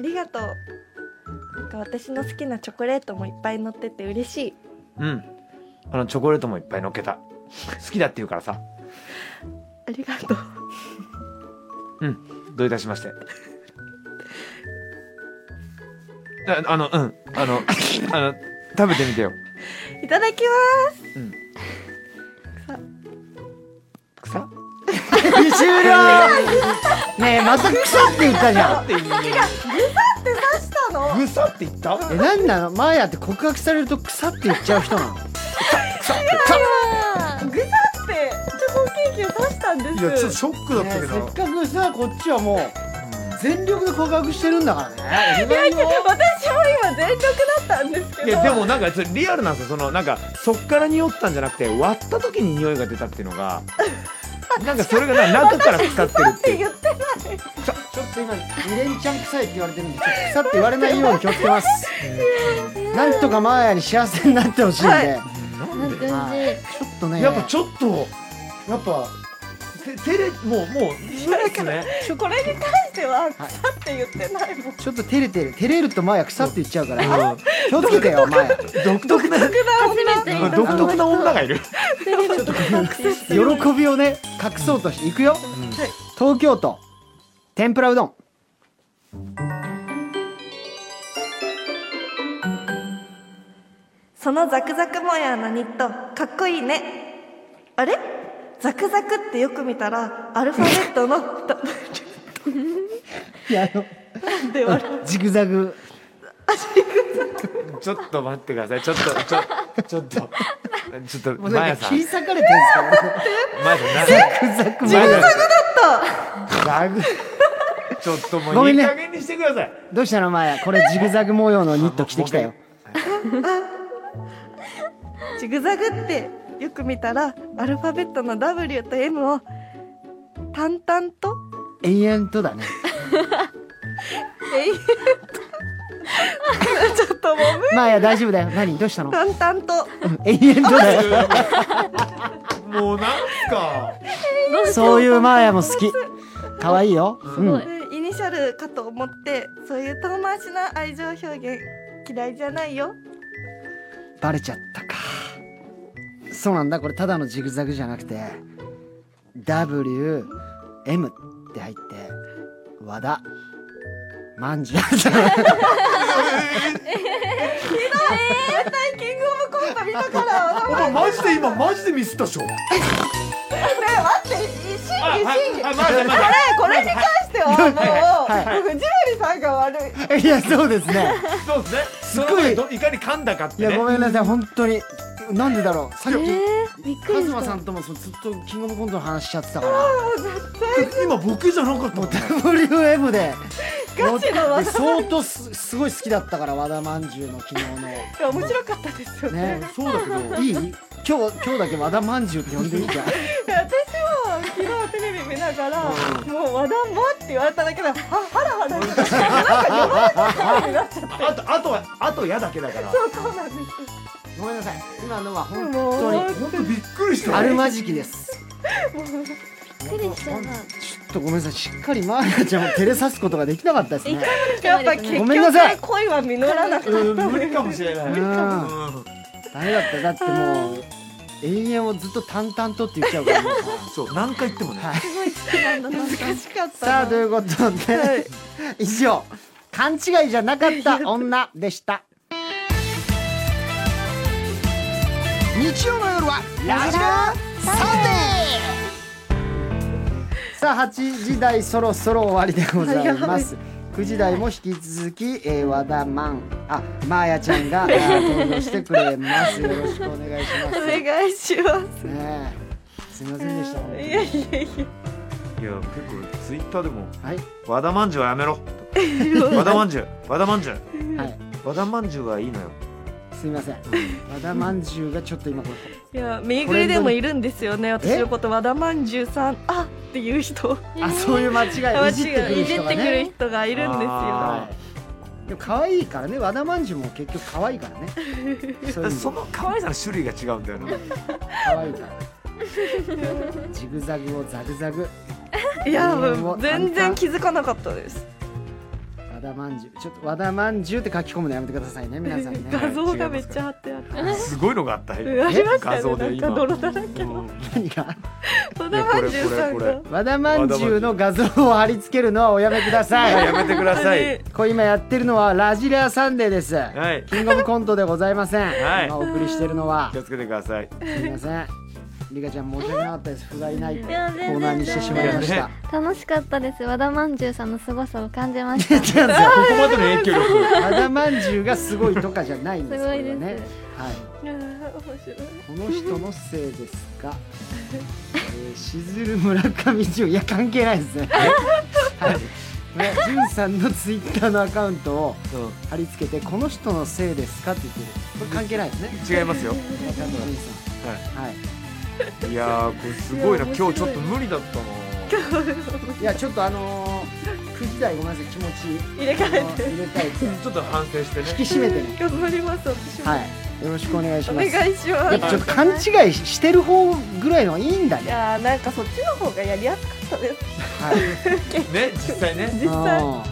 りがとう。なんか私の好きなチョコレートもいっぱい乗ってて嬉しい。
うん。あの、チョコレートもいっぱい乗っけた。好きだって言うからさ。
ありが とう。
どういたしまして。 ああの、うん。あの、あの、食べてみてよ。
いただきます。
草
終了ねえまた草って言ったじゃん
したの。
ぐさって言った
えなんなのマーヤって告白されると草って言っちゃう人なの
グサってチョコケーキを刺したんです。
いやちょっとショックだっ
ね
た
え
けど、
せっかくさこっちはもう全力で告白してるんだからねお
だ
願
っ
い
て
よ
私も今全力だったんですけど
いやでもなんかちょっとリアルなんですよそのなんかそっから匂ったんじゃなくて割った時に匂いが出たっていうの がなんかそれがな中から使ってる
っ
って
て
いう
言ってない
ちょっと今ミレンちゃん臭いって言われてるんでちょっと草って言われないように気をつけますなんとかマーヤに幸せになってほしいんで、
はい
なんではいちょっとね
やっぱちょっと
やっぱ
て照れもうもう無理ですね
これに関しては「草」って言ってないもん
ちょっと照れてる照れるとマーヤ草って言っちゃうから、気をつけてよマーヤ
独特な
初めて
独特な女がいる
喜びをね隠そうとしていくよ、東京都天ぷらうどん
そのザクザク模様のニットかっこいいねあれザクザクってよく見たらアルファベットの「と
いやあの
で笑
ジグザグ
ちょっと待ってくださいちょっとちょちょっとちょっと
もう
マ
なん
ヤ
か
さ
切
ん
り裂かれてるんですから ジグザグ
マヤさんマヤさ
ザグ
んちょっと
ご
もう
めん
いい
ね
加減にしてください
どうしたのマヤこれジグザグ模様のニット着てきたよ
うジグザグ」ってよく見たらアルファベットの「W」と「M」を淡々と
延々とだね
永遠とちょっともう無
マヤ大丈夫だよ何どうしたの
理淡々と
うん延々とだよ
もうなんか
そういうマヤも好き可愛いようん
イニシャルかと思ってそういう遠回しな愛情表現嫌いじゃないよ
バレちゃったかそうなんだこれただのジグザグじゃなくて WM って入って和田まんじゅう
絶対キングオブコント見たから
お前マジで今マジでミスったでしょ
待って一心
あはい
一心
はいマジでマジで
これに関しては
は
もう藤森さんが悪 い
いやそうですね
そうですね。す
ごい
どいかに噛んだかっ
い
て
や
ね
ご。めんなさい本当になんでだろうさっき、
びっく
カ
り
ズ
し
マさ
た
んともそうずっとキングオブコントの話しちゃってたから
今僕じゃなかったもんね。
WM で
ガチの
で相当すすごい好きだったから和田まんじゅうの昨日の
面白かったですよね
ね
そうだけど。
いい今日今日だけ和田まんじゅうって呼んでいいじゃん
私も昨日テレビ見ながらもう和田もって言われただけであハラハラしてた
あとあとはあとやだけだから。
そうなんです
ごめんなさい今のは本
もう
当に
本当びっくりし
あ
た。
るまじきです。
びっくりしちゃうな
ちょっとごめんなさい、しっかりマーナちゃんを照れさすことができなかったですね。
やっぱ結
ごめんなさい
局恋は実らなかった
うん無理かもしれない。
うん
うん
ダメだった、だってもう。永遠をずっと淡々とって言っちゃうからね
そう何回言ってもね、
はい
難しかった
さあということで、以上勘違いじゃなか った女でした日曜の夜はラジオサンデーさあ8時台そろそろ終わりでございます9時台も引き続き、えー、和田マンあマーヤちゃんがあー登場してくれますよろしくお願いしま
お
すね
願いします
えすいませんでした本当
い
に
やいやいや
いや結構ツイッターでも
はい
和田まんじゅうはやめろ和田まんじゅう和田まんじゅう
はい
和田まんじゅうはいいのよ
すいません和田まんじゅうがちょっと今これ
いやめぐれでもいるんですよね私のこと和田まんじゅうさんあっていう人
あそういう間違いを
間
いじってく
違い
る
いじ
人
っ
が
てくる
ね。
人がいるんです
あ
よ
はい。でも可愛いからね和田まんじゅうも結局可愛いからね。そういう意味
その可愛さの種類が違うんだよな
可愛いから。ジグザグをザグザグ
いや
人間
も
を
う全然気づかなかったです
和田まんじゅうちょっと和田まんじゅうって書き込むのやめてくださいね皆さんね。
画像がめっちゃあってあった
すごいのがあった よ
うんありました
画像
よ
で
ね
今
なんか泥だらけの
何が
和田まんじゅうさん
これこれ
が
こ
和田まんじゅうの画像を貼り付けるのはおやめくだ
は
さ
い
い。
やめてください
これ今やってるのはラジレアサンデーです。
はい
キングオブコントでございません。
はい
今お送りしてるのは
気をつけてください
すみません。リカちゃん申し訳なかったです。不甲斐ないコ
や全然
ーナーにしてしまいまし
い
た
やね。
楽しかったです和田まんじゅうさんの凄さを感じまし
違う
た
んですよ。
ここまでの影響力
和田まんじゅうがすごいとかじゃないんです
すごい
これはね
です。
はい。
面白い
この人のせいですか。えー、しずる村上淳いや関係ないですね。はい。ね、淳さんのツイッターのアカウントを
う
貼り付けてこの人のせいですかって言ってる。これ関係ないですね。
ん違いますよ
村上淳さん。はい。
いやーこれすごいな今日ちょっと無理だったない
やちょっとあのー、9時台ごめんなさい気持ち
入れ替
あの
えて
入れ替えて
ちょっと反省してね
引き締めてね。
頑張ります私も
はい。よろしくお願いし
お
ま
願
す。
いしま
やっ
す
ぱちょっと勘違いしてる方ぐらいのがいいんだ
い
ね。
やーなんかそっちの方がやりやすかったです
はい。
ね実際ね
実際
うん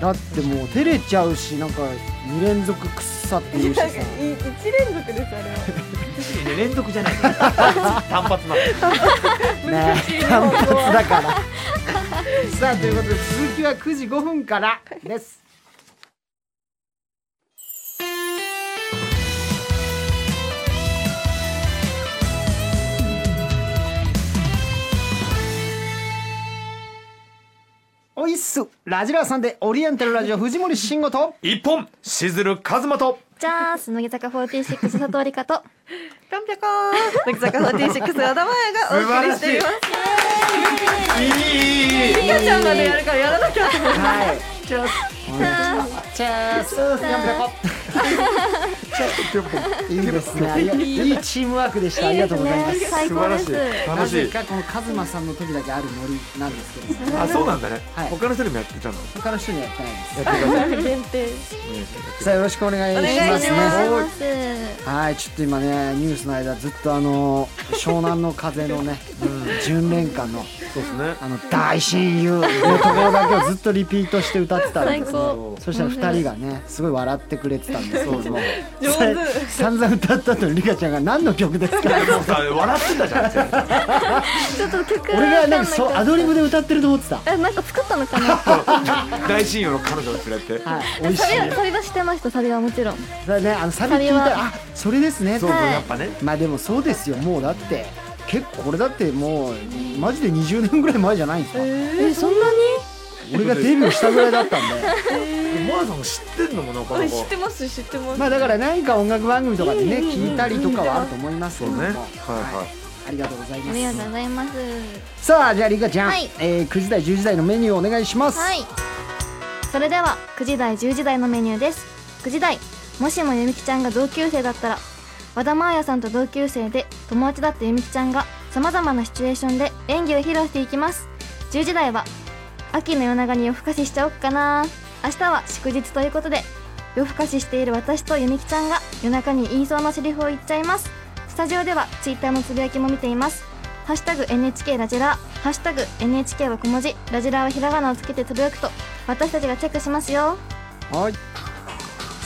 だってもう照れちゃうしなんか2連続くっさって言うしさ
なんかい一連続ですあれは
ね連続じゃない単発なの
ね 単発だから さあということで続きは9時5分からですおいっすラジラーさんでオリエンタルラジオ藤森慎吾と
一本しずる和馬と
じゃあ乃木坂46佐藤理香と
ぴょんぴょこーん乃木坂46和田まやがお送りしています
いい
リカちゃんまでやるからやらなきゃ
はい。チェス。チェス。や いいですね。ありがいいチームワークでした。ありがとうございます。
最高です
素晴らしい
な
楽し
ぜ
い
かこのカズマさんの時だけあるノリなんですけど、
あそうなんだね
はい
他の人にもやってたのや
他の人にはやってないで
ってください
限定
す。さあよろしくお願い
お
し
願
ま
い
す
し
ね。
ま
はい、ちょっと今ねニュースの間ずっとあの湘南の風のね、純連歌の
そうですね
あの大親友のところだけをずっとリピートして歌ってたんです
最高
よ。そしたら二人がねすごい笑ってくれてたんですけども
上
さ
手
散々歌った後にリカちゃんが何の曲ですか
そうさ笑ってたじゃん
ちょっと曲
俺がなんかそうア
あ
ドリブで歌ってると思ってた、は
なんか作ったのかな
大親友の彼女を連れて
い、 美味しい
サビはサビ出してましたサビはもちろん
それねあのサビ聞いた
サビ
ら
は
あそれですね
そうそう
はい
やっぱね
まあでもそうですよもうだって結構これだってもうマジで20年ぐらい前じゃないんですか、
えそんなに
俺がデビューしたぐらいだったんで
マーさんも知ってんのもなかなか
知ってます知ってます
まあだからなんか音楽番組とかでね聞いたりとかはあると思いますけ
そう
ども、
ねはい
は
はい
ありがとうござい
あ
ま
りが
す
とうございます
さあじゃあリカちゃん、
はい
えー9時台10時台のメニューをお願いします、
はいそれでは9時台10時台のメニューです9時台もしもゆみきちゃんが同級生だったら和田真彩さんと同級生で友達だったゆみきちゃんがさまざまなシチュエーションで演技を披露していきます10時台は秋の夜長に夜更かししちゃおっかな明日は祝日ということで夜更かししている私とゆみきちゃんが夜中に言いそうなセリフを言っちゃいますスタジオではツイッターのつぶやきも見ていますハッシュタグ NHK ラジラーハッシュタグ NHK は小文字ラジラーはひらがなをつけてつぶやくと私たちがチェックしますよ
はい。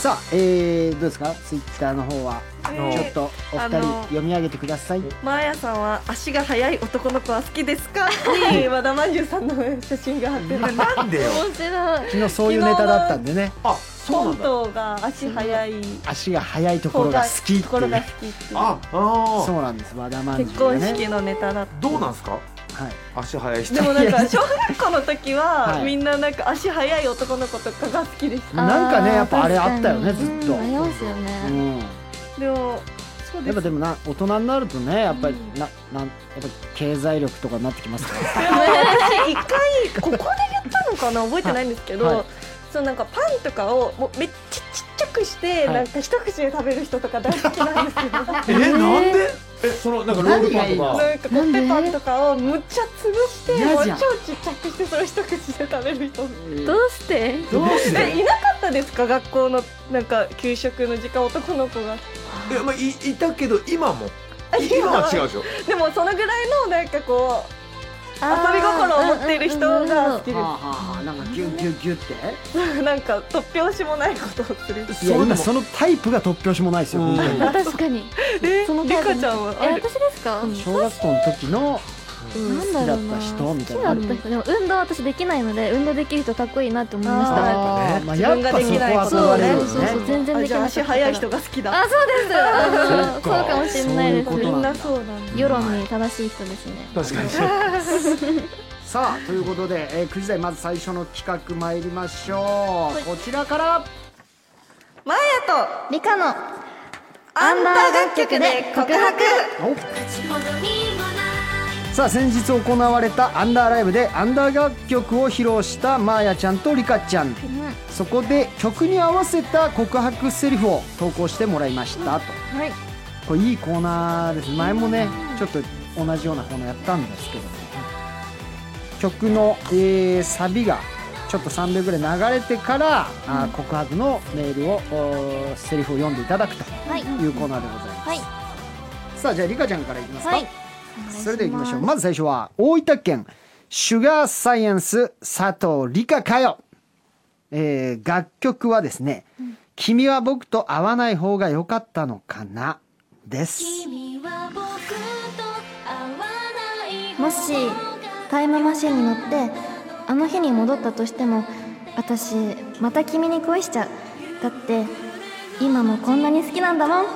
さあ、えー、どうですかツイッターの方は
の
ちょっとお
あ
二人
の
読み上げてください
マーヤさんは足が速い男の子は好きですかに和田まんじゅうさんの写真が貼ってる
なんでよ
面白い
昨日そういうネタだったんでね
あそうな
本
んだ
当が足速い
足が速いところが好きって
とこ
い
ろ
う
が
ね
好きっていう
ああ
そうなんです和田まんじ
結
ゅう
婚
がね
式のネタだった
どうなんすか
はい
足速い人
でもなんか小学校の時は、
はい
みんななんか足速い男の子とかが好きでし
なんかねやっぱあれあったよね
確
ず
かに
っと
うんありますよね、
うん
たでもそう
や
で
っぱ
す
でもな大人になるとねやっぱりななんやっぱ経済力とかになってきますから
私一回ここで言ったのかな覚えてないんですけど、
はい
そのなんかパンとかをもうめっちゃちっちゃくして、
はい
なんか一口で食べる人とか大好きなんですよなんか
えなんでえそのなんかロールパンとか
コッペパンとかをむっちゃ潰しても
嫌
う
じ
超
ゃん
ちっちゃくしてそれ一口で食べる人
どうして
どうし
え
て
いなかったですか学校のなんか給食の時間男の子が
え、まあ、いいたけど今もい今は違うでしょ
でもそのぐらいのなんかこう遊び心を持っている人が好きで
はあはあなんかギュッギュッギュッって
す なんか突拍子もないことをす
い
る
や
れで
今
も
そのタイプが突拍子もないですよ、
うん
本当に
確かに
え
そのタイ
リ
プ
カちゃんは
え
ある
私ですか、うん
小学校の時の
うん
好
な
き
ん
だ
だ
っ
ろう
た
な
人みたい
好き
なの
だ
あ
っ
る
た人でも運動は私できないので運動できる人かっこいいなって思いまし
あ
た
あーまあ
自分ができない
や
こ
っぱ
と
そこ
を
憧
ね
れるよ
そうそうそう
ね
全然
あ
でき
じ
な
ゃあ
かった
足速い人が好きだ
あそうですあの
そ
そうう
か
かもしれな
そうい
いです
う
み
こと
ん
なん
な
だ
そうなんだ
世論に正しい人ですね
確かに
さあということで、えー、9時台まず最初の企画参りましょう、こちらから
マヤと
理科の
アンダー楽曲で告白
お
立ち戻りもない
さあ先日行われたアンダーライブでアンダー楽曲を披露したまーやちゃんとりかちゃん、そこで曲に合わせた告白セリフを投稿してもらいましたと、
はい
これいいコーナーです前もねちょっと同じようなコーナーやったんですけども曲の、えーサビがちょっと3秒ぐらい流れてから、あー告白のメールをおーセリフを読んでいただくと
はい
いうコーナーでございます、
はい
さあじゃありかちゃんからいきますか、
はい
それでは行きましょうまず最初は大分県シュガーサイエンス佐藤理香かよ、えー楽曲はですね、君は僕と会わない方が良かったのかな」です
君は僕と会わない
もしタイムマシンに乗ってあの日に戻ったとしても私また君に恋しちゃうだって今もこんなに好きなんだもん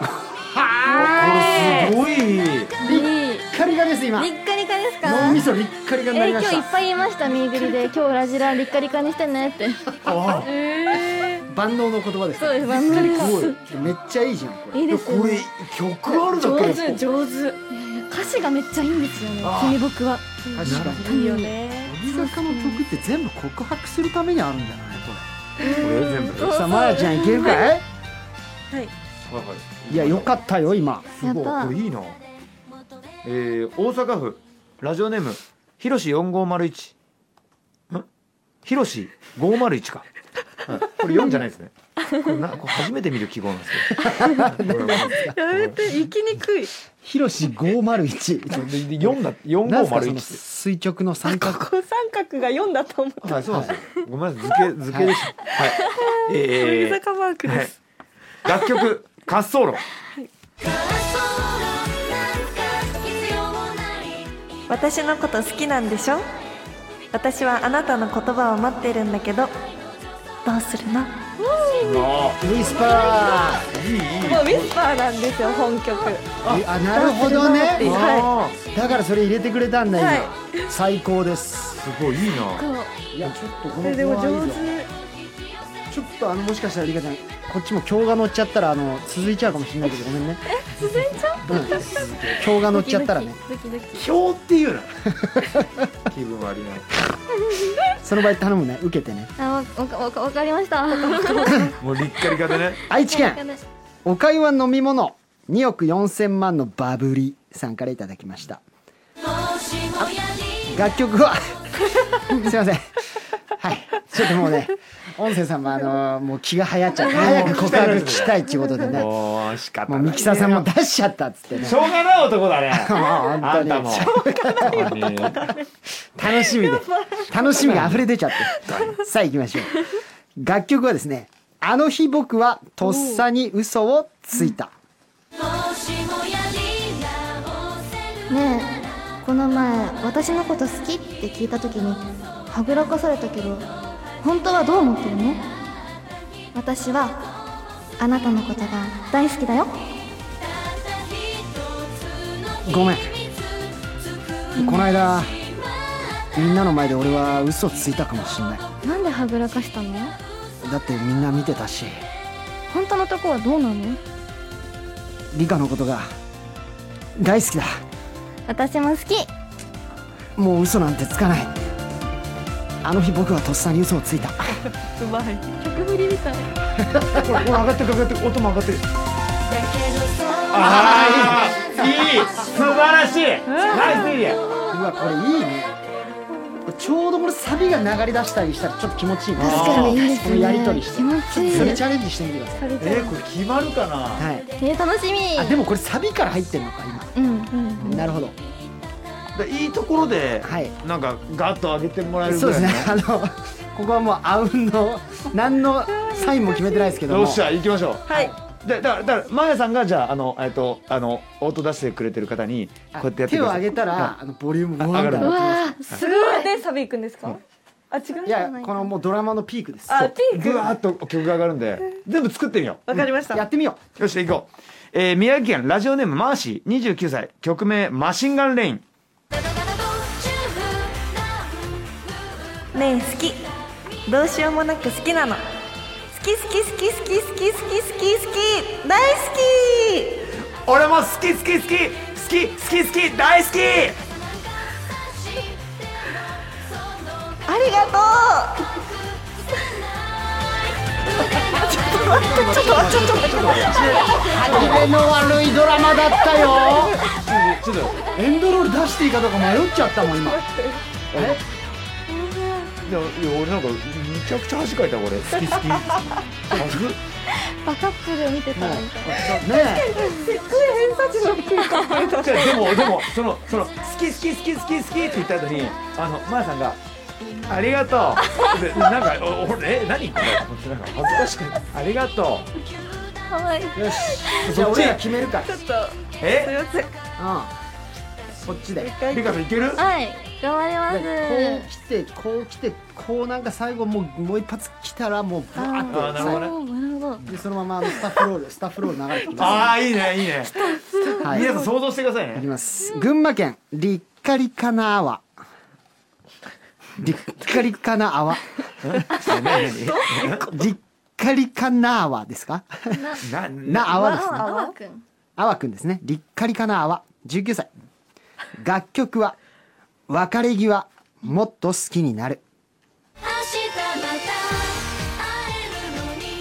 すごい
びっかりがです今
リッカリカです
脳
か
みそびっかりが
え
にな
ー
りま
今日
し
いったぱい言いましたミーグリで 今日ラジラリッカリカにしてねって
あー
万能の言葉です
そうです万能です
ごいめっちゃいいじゃんこれ
いいですよ
こ
ね
れ曲あるだけで
上手
歌詞がめっちゃいいんですよね
あー
君僕は
確かに
いいよね
乃木坂の曲って全部告白するためにあるんじゃないこ
これ全部
れさあまやちゃんいけるかい
はい
いやよかったよ今
すごいこれいいなえー、大阪府ラジオネームひろし4501んひろし501かこれ4じゃないですねこれなこれ初めて見る記号なんですけどこれ
やめて行きにくい
ひろし501
でで4だ
なんですかその
4501って
垂直の三角
こう三角が4だと思った
はい、そうなんですよ。ごめんなさい、図形、図形でした。はい。
乃木
え
坂マーク
ー、
で
はい
す。
楽曲、滑走路。
滑走路なんか必要ない
私のこと好きなんでしょ私はあなたの言葉を待ってるんだけどどうするのも
ウィスパ
いい、いい。
うウィスパーなんですよ本曲
ーあなるほど
ダンスの
ね
あ
だからそれ入れてくれたんだ
はい
今最高です
ーすごい、いいな。
いやちょっとこの
でも
子はいい
上
ぞ
手
ちょっとあのもしかしたらリカちゃんこっちも今日が乗っちゃったらあの続いちゃうかもしれないけどごめんね続いちゃう、うん、今日が乗っちゃったらね
ドキドキドキドキ
表っていうな。気分悪いな。
その場合頼むね受けてね
あわわかわかわかりました
もう立っかり方ね。
愛知県おかゆは飲み物2億4000万のバブリさんからいただきました
もしもやり
楽曲は すいませんはいちょっともうね音声さんもあのもう気が早っちゃって早く告白聞きたいっていうことでねも
もう、仕方
う
ない。
ミキサさんも出しちゃったっつってね
しょうがない 男だね。
もう本
あ
当
ん
に
たも。本当に
楽しみで楽しみが溢れ出ちゃってさあ行きましょう楽曲はですねあの日僕はとっさに嘘をついた。
もしもやり直せる
ねえこの前私のこと好きって聞いた時にはぐらかされたけど本当はどう思ってるの私はあなたのことが大好きだよ
ごめん。この間、みんなの前で俺は嘘ついたかもしんない。
なんではぐらかしたの
だってみんな見てたし、
本当のとこはどうなの
理科のことが大好きだ。
私も好き
もう嘘なんてつかない。あの日僕はとっさに嘘をついた。
うまい
ほらほら上がってる上がってる音も上がってる
ああいい素晴らしいナイスイデア
うわ、これいいね。ちょうどこれサビが流れ出したりしたらちょっと気持ちいいね。
確かにいいです
この
ね
やりとりして
気持ちい
それ
い
チャレンジしてみてください。
えー、これ決まるかな
はい。
えー楽し
あ、で
み
もこれサビから入ってるのか
うん
今。なるほど。
でいいところで
はい。
なんかガッと上げてもらえる
そう
ぐ
で
ら
す
い
ね
の、
あの、ここはもうあうんの、何のサインも決めてないですけども。
よっしゃ行きましょう
はい
でだからだからマーヤさんがじゃああのえっとあの音出してくれてる方にこ
あ
うやってやって
手
く
を
ださ
上
い
げたら、あのボリューム
あ
上が
上がる
る。
わあ
すごいでサビ行くんですかあ違う
いや、このもうドラマのピークです。
あピー
ぐ
ク
わーっと曲が上がるんで全部作ってみよ
わかりました
やってみよ
うよし行こう、えー、宮城県ラジオネームマーシー29歳曲名「マシンガンレイン
ねえ好きどうしようもなく好きなの好き好き好き好き好き好き好き好き大好」
俺も好き好き好き好き好き好き大好き
きありがとう
う。目の悪いドラマだったよ。
ちょっと
エンドロール出していいかどうか迷っちゃったもん、今。
いやいや俺なんかめちゃくちゃ恥かいたこれ好き好き恥 ず
バカップルを見てたらみたい
ね
じゃあでもでもそのその好き好き好き好き好きって言った後にあのマヤさんがありがとうでなんかお俺え何これなんか恥ずかしくないありがとう
かわいい
え。よし。じゃあ俺ら決めるから。
ちょっとすい
え
ません
うん。こっちで。
一回
リカさんいける
はい頑張りま
こう
す
来て、こう来て、こうなんか最後もう、もう一発来たら、もう、バー
あ
っ
ー
て
なるほどね
おーなるほど
でそのままあのスタッフロールスタッフロール流れてきま
ああいいねいいね
す。はい。
皆さん想像してください
いき
ね
ます。群馬県リッカリカナアワ。リッカリカナアワ。リッカリカナアワですか？
な
なアワですね。
あわくん
アワくんですね。リッカリカナアワ。19歳。楽曲は別れ際もっと好きになる。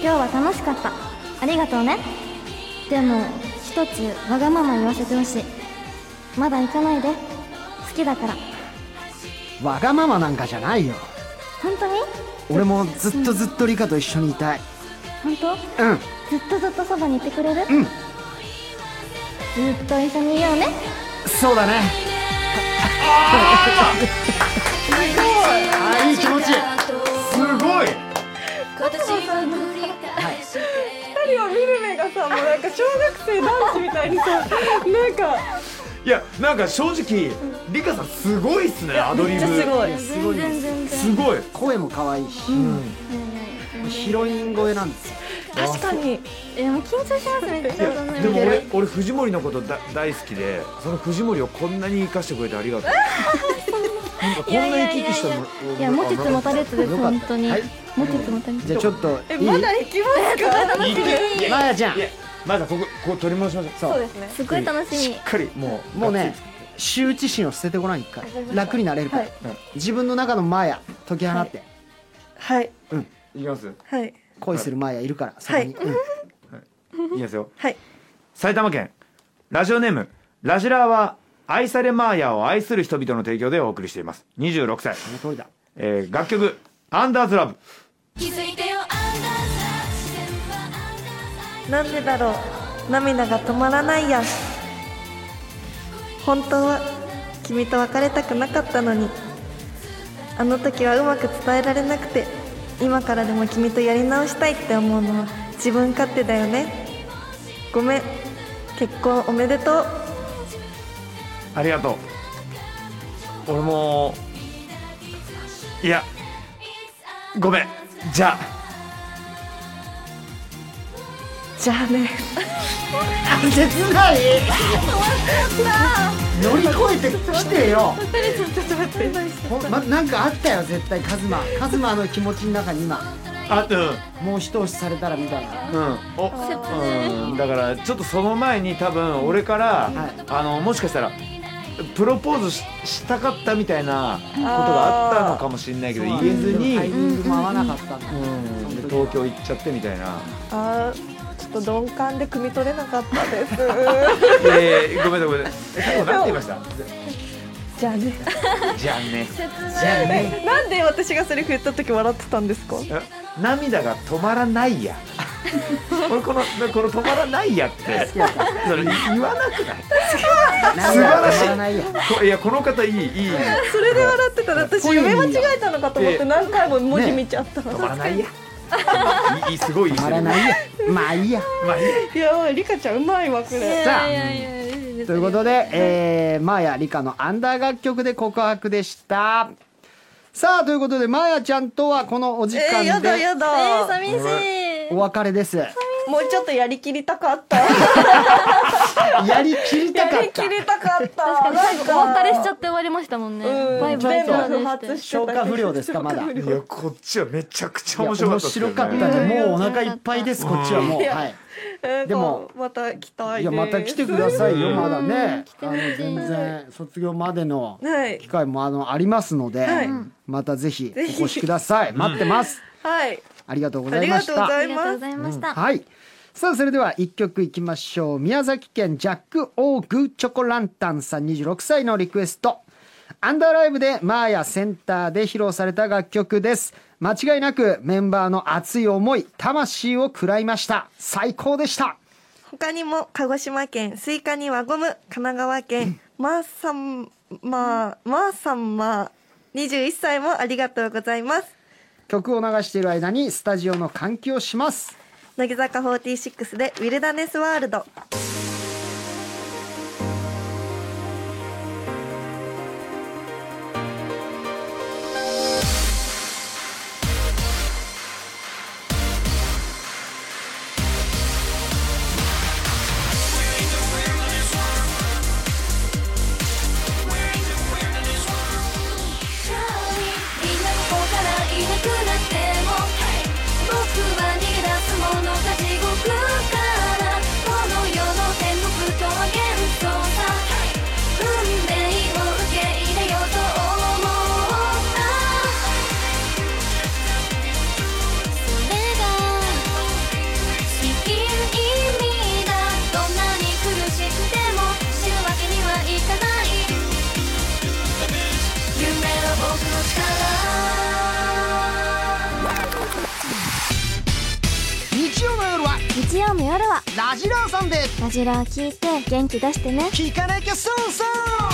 今日は楽しかったありがとうねでも一つわがまま言わせてほしいまだ行かないで好きだから
わがままなんかじゃないよ。
本当に
俺もずっとずっとリカと一緒にいたい。
本当
うん。
ずっとずっとそばにいてくれる
うん
ずっと一緒にいようね
そうだね。ああ、いい気持ちいい。
すごい
二人を見る目がさもうなんか小学生男子みたいにさなんか
いやなんか正直リカさんすごいっすねアドリ
めっ
ブ
ちゃすごい
全然全然
すごい
声も可愛いし、ヒロイン声なんですよ。
確かに
えもう緊張しますめっちゃ
いやでも俺俺藤森のことだ大好きでその藤森をこんなに生かしてくれてありがとうなんかこんなに生き生きしたの
いや持ちつ持たれつです
よかった
本当に
はい
持ちつ持たれつ
じゃあちょっとい
え
い？
まだ行きますか
いけいや
まやちゃん
い、やまだここここ取り戻しましょう
そうですね
すごい楽し
し
み
っかりもう
もうね、羞恥心を捨ててごらん一回。楽になれるから。
はい
自分の中のマヤ解き放って、
はい
いきます
はい
恋するマヤいるから、そこに。うん
いきますよ
はい
埼玉県ラジオネームラジラーは愛されマーヤを愛する人々の提供でお送りしています26歳、
その通りだ。
えー楽曲「アンダーズラブ
気づいてよアンダーサー視線はアンダーサイ
なんでだろう涙が止まらないや本当は君と別れたくなかったのにあの時はうまく伝えられなくて今からでも君とやり直したいって思うのは自分勝手だよねごめん結婚おめでとう
ありがとう俺もいやごめんじゃあ
じゃあね
切ない乗り越えてきてよほんま、なんかあったよ絶対カズマカズマの気持ちの中に今
あうん
もう一押しされたらみたいな
うん、お、うん、だからちょっとその前に多分俺から、
い
あのもしかしたらプロポーズししたかったみたいなことがあったのかもしれないけど言えずに、
タイミングも合わなかったんだ、
うん、で東京行っちゃってみたいな
あーちょっと鈍感で汲み取れなかったです
えー、ごめんなさいごめんなさい最後何て言いました
じゃあね
じゃあね
じゃあね
なんで私がそれ言った時笑ってたんですか
え涙が止まらないや俺このこの止まらないやってそれ言わなくない
素
晴らしい
ないよ
こいやこの方いいいい
それで笑ってたら私
声に
夢間違えたのかと思っ
ええ
て何回も文字見ちゃった、
止まらないやいいいいすごいいい
止まらないよまあいいや
まあいい
いやばいリカちゃんうまいわこれ
さあ
と
ということで、えー、マーヤリカのアンダー楽曲で告白でしたさあということでマーヤちゃんとはこのお時
えー、や
間
だ
で
やだ、
寂しい
お別れです、
もうちょっとやりきりたかったや
やりきりたかっ
り
た
きりたかった確か
最後お別れしちゃって終わりましたもんね
うん
バイバイ
全部
じゃ
不
あね
発
っ
してた
消化不良ですかまだい
いやこっちはめちゃくちゃ
や
面白か
面
った
白か
よ
っ
ね
たじゃんもうお腹いっぱいですこっちはもう
いや
はい
えー
でも
また来たい
い
で
や
す
また来てくださいよ
うん
まだねあ
うん
の全然卒業までの
はい
機会もあのありますので、
はい
またぜひお
ぜひ
越しください待ってます、
はい
ありがとうご
あ
ざい
り
ま
が
し
とうご
た
ざ
あ
い
りがとうご
ます
ざいました、
はい。さあ、それでは一曲いきましょう。宮崎県ジャック・オー・グーチョコランタンさん26歳のリクエスト。アンダーライブでマーヤセンターで披露された楽曲です。間違いなくメンバーの熱い思い、魂を食らいました。最高でした。
他にも鹿児島県スイカにはゴム神奈 川県マーサンマーマーサンマー21歳もありがとうございます
曲を流している間にスタジオの換気をします。
乃木坂46でウィルダネスワールド
みんなここからいなくなっても僕は逃げ出すものが地獄からこの世の天国とは幻想さ運命を受け入れようと思ったそれが至近意味だどんなに苦しくても死ぬわけにはいかない夢は僕の力
日曜の夜は
日曜の夜は
ラジラーさんで
ラジラを聞いて元気出してね
聞かなきゃそうそう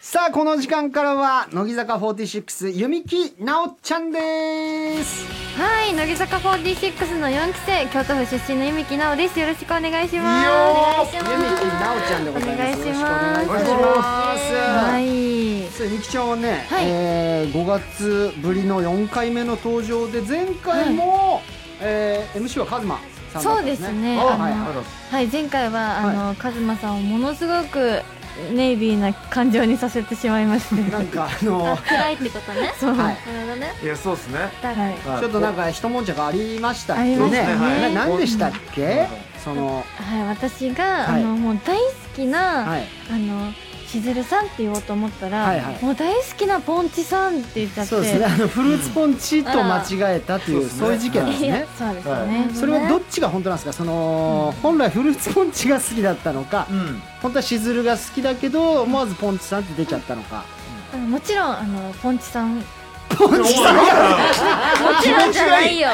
さあこの時間からは乃木坂46弓木直ちゃんです
はい乃木坂46の4期生京都府出身の弓木奈緒ですよろしくお願いします
弓木直ちゃんでござ
お
いますよ
願
ろ
い
し
し
く
ま
お
す
願いいたします
はい
さあゆきちゃんはね、
はい
えー5月ぶりの4回目の登場で前回も、えー MC はカズマさんだったんです
そ
ね
うですね
あ
あの
はいはい
はい前回はあの、カズマさんをものすごくネイビーな感情にさせてしまいまし
なんかあ
あ
の、
暗いってことね
そう
はい、
なるほどね
いやそうですね
たはい
ちょっとなん
か
か一文字がありましたっけ
ありました
ね
な
はい
何でしたっけ
い
その
はい、私が、
はい
あのもう大好きな、
はい
あのしずるさんって言おうと思ったら、
はいはい
もう大好きなポンチさんって言っちゃって
そうですねあのフルーツポンチと間違えたという
うん
そういう事件です
い
ね
やそうです
は
よ
い
ね、
それはどっちが本当なんですかその本来フルーツポンチが好きだったのか
うん
本当はしずるが好きだけど思わずポンチさんって出ちゃったのか
あのもちろんあのポンチさん
ポンチさんが
もちろんじゃ ないよ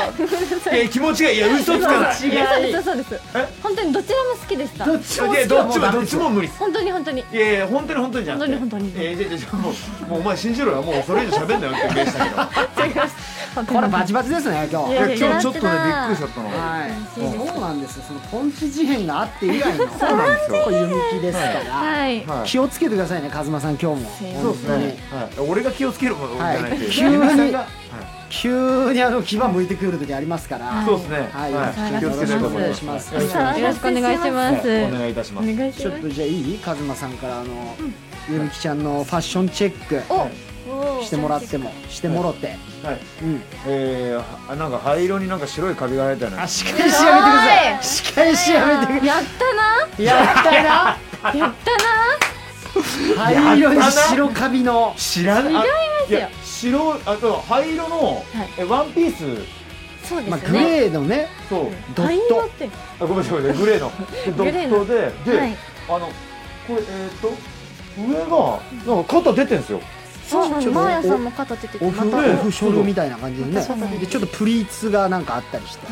えー気持ちがいいいや嘘つかない
違うそうそうです本当にどちらも好きでした
どっちも
でどっちもどっちも無理
本当に本当に
いやいや本当に本当にじゃん
本当に本当に
えーじゃあじゃあじゃあもうもうお前信じろよもうそれ以上喋んなよって言したけど
これバチバチですね今日
いや
いや今日ちょっとねびっ
狙
くりしちゃったのが
はいそうなんですよそのポンチ事変があって以外の
そうなんですよ
これ弓木ですから、
はい
はい
気をつけてくださいねカズマさん今日も
そうですねはい俺が気をつけるものじゃないっていう
急に急にあの牙向いてくる時ありますからは
そうですね
い、
はい気
よ
を
ろ
つ
し
けて
く
ると
お
思
願
い
い
ま
し
す
ます
はい
よろしくお願いしま
はいお
す
願いいたしま
お
す
願いし
ちょ
ま
っ
す
とじゃあいいカズマさんからあの、ゆみきちゃんのファッションチェックしてもらってもしてもろて、
はい
うん
えーあなんか灰色になんか白いカビが生えたよね
あ仕返しやめてください仕返しやめてくださ
やったない
やったな
やったな
灰色に白カビの
知らない
すよ
や白あと灰色の
はい
えワンピース
そうで
まあ、
す
グ
ね
レーのね
そう
ドッ
灰色
ト
って
あごめんなさいごめんなさいグレーのド
グレーの
ットでで、
はい
あのこれえーっと上がなんか肩出てんですよ
そうな
ち
の
ょっと
マーヤさんも肩出てて
オ
ま
フ
た
ね
オフショルみたいな感じで
そうそうそう
ねでちょっとプリーツがなんかあったりして、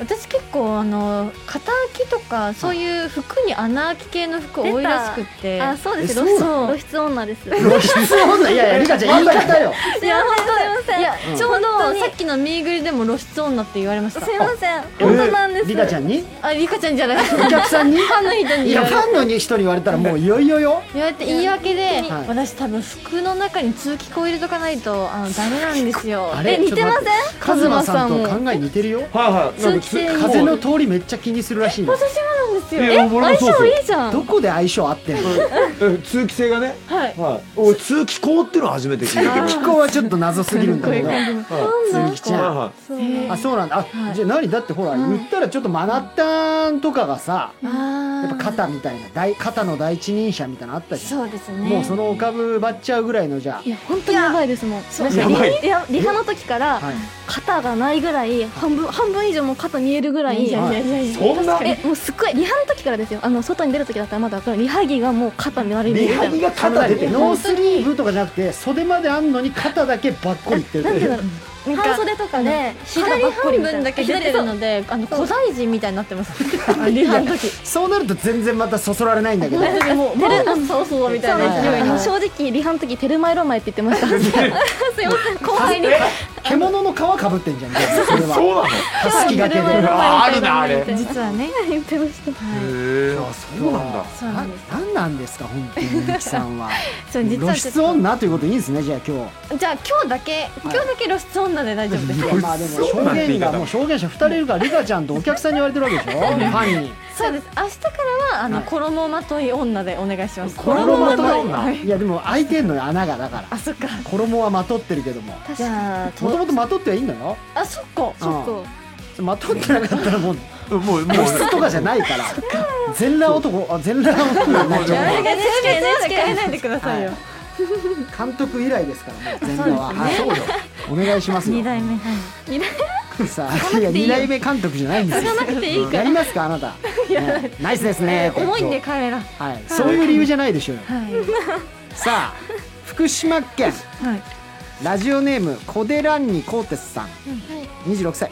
私結構あの肩空きとかそういう服に穴開き系の服多いらしくって
あそうです
え
よ
そうな
露出女ですい
露出 女いやいやリカちゃん言い方よ
や本当に
ませんいや
ちょうどさっきのミーグリでも露出女って言われました
すいません
え
本当なんです
リカちゃんに
あリカちゃんじゃない
お客さんに
ファンの人に
い
言
や
われ
フ
て
ァンの人に言われたらもういよいよよ
言われて言い訳で、
はい
私多分服の中に通気口入れとかないとあのダメなんですよ
あれ
え似てません
せカズマさんと考え似てるよ
はいはいな
通
んか
気性に
風の通りめっちゃ気にするらしいの
私もなんですよ
い
え
や俺も
相
そうですよ
性いいじゃん
どこで相性合ってんの
え通気性がね
はい
はい俺通気口っていうのは初めて聞いたけど
気候はちょっと謎すぎるんだけど鈴木ちゃん
は
あそうなんだあ、じゃあ何だってほら、言ったらちょっとマナッタンとかがさ、やっぱ肩みたいな大肩の第一人者みたいなのあったじゃん
そうですね
もうそのお株ばっちゃうぐらいのじゃ
いや本当にやばいですもん
いやばい
いやリハの時か
あ、
ら
はい、
肩がないぐらい半分半分以上もう肩見えるぐらい
やいや
そんな
えもうすっごいリハの時からですよあの外に出る時だったらまだ分かるリハ着がもう肩に丸見え
リ
みた
ハ
いな
ギが
あの
肩出てる
ノースリーブとかじゃなくて袖まであんのに肩だけばっこりいってる
なんていうんだろう半袖とかで
左半分だけ出てる
の
のであの古代人みたいになってますリハの時
そうなると全然またそそられないんだけど
もうもうそうそうみたいな勢いの
正直リハの時テルマエロマエって言ってましたすいません 後輩に
獣の皮かぶってんじゃんそれは
そうなの
たすきがけで
うわあるなあれへ
実はね
言ってました
えあそうなんだ
そうな
なん
で
なんなんですか本当にみゆきさんは
すそう 実
露
は
出女ということでいいんですねじゃあ今日
じゃあ今日だけ今日だけ露出女で大丈夫です
いやまあでも
そうな
証
んて言
言
い方
がもう証言者2人いるからリカちゃんとお客さんに言われてるわけ でしょファンに
そうです明日からはあの、衣まとい女でお願いします
衣まとい
はい
いやでも開いてんのよ穴がだから
あそっか
衣はまとってるけどもも
じゃあ
ともとまとってはいいんだよ
あそっか
うんまとってなかったらもう
もうもう
露出とかじゃないから全裸男あ全裸男になっちゃう
誰が NHK で変えないでくださいよ、
監督以来ですからもう全裸ははいそうよお願いしますよ
二代目はい
さあいや2代目監督じゃないんですよやりますかあなたねナイスですね
重いんで彼らは
はいそういう理由じゃないでしょうよ
い
さあ福島県
はい
ラジオネームコデランニコーテスさん、26歳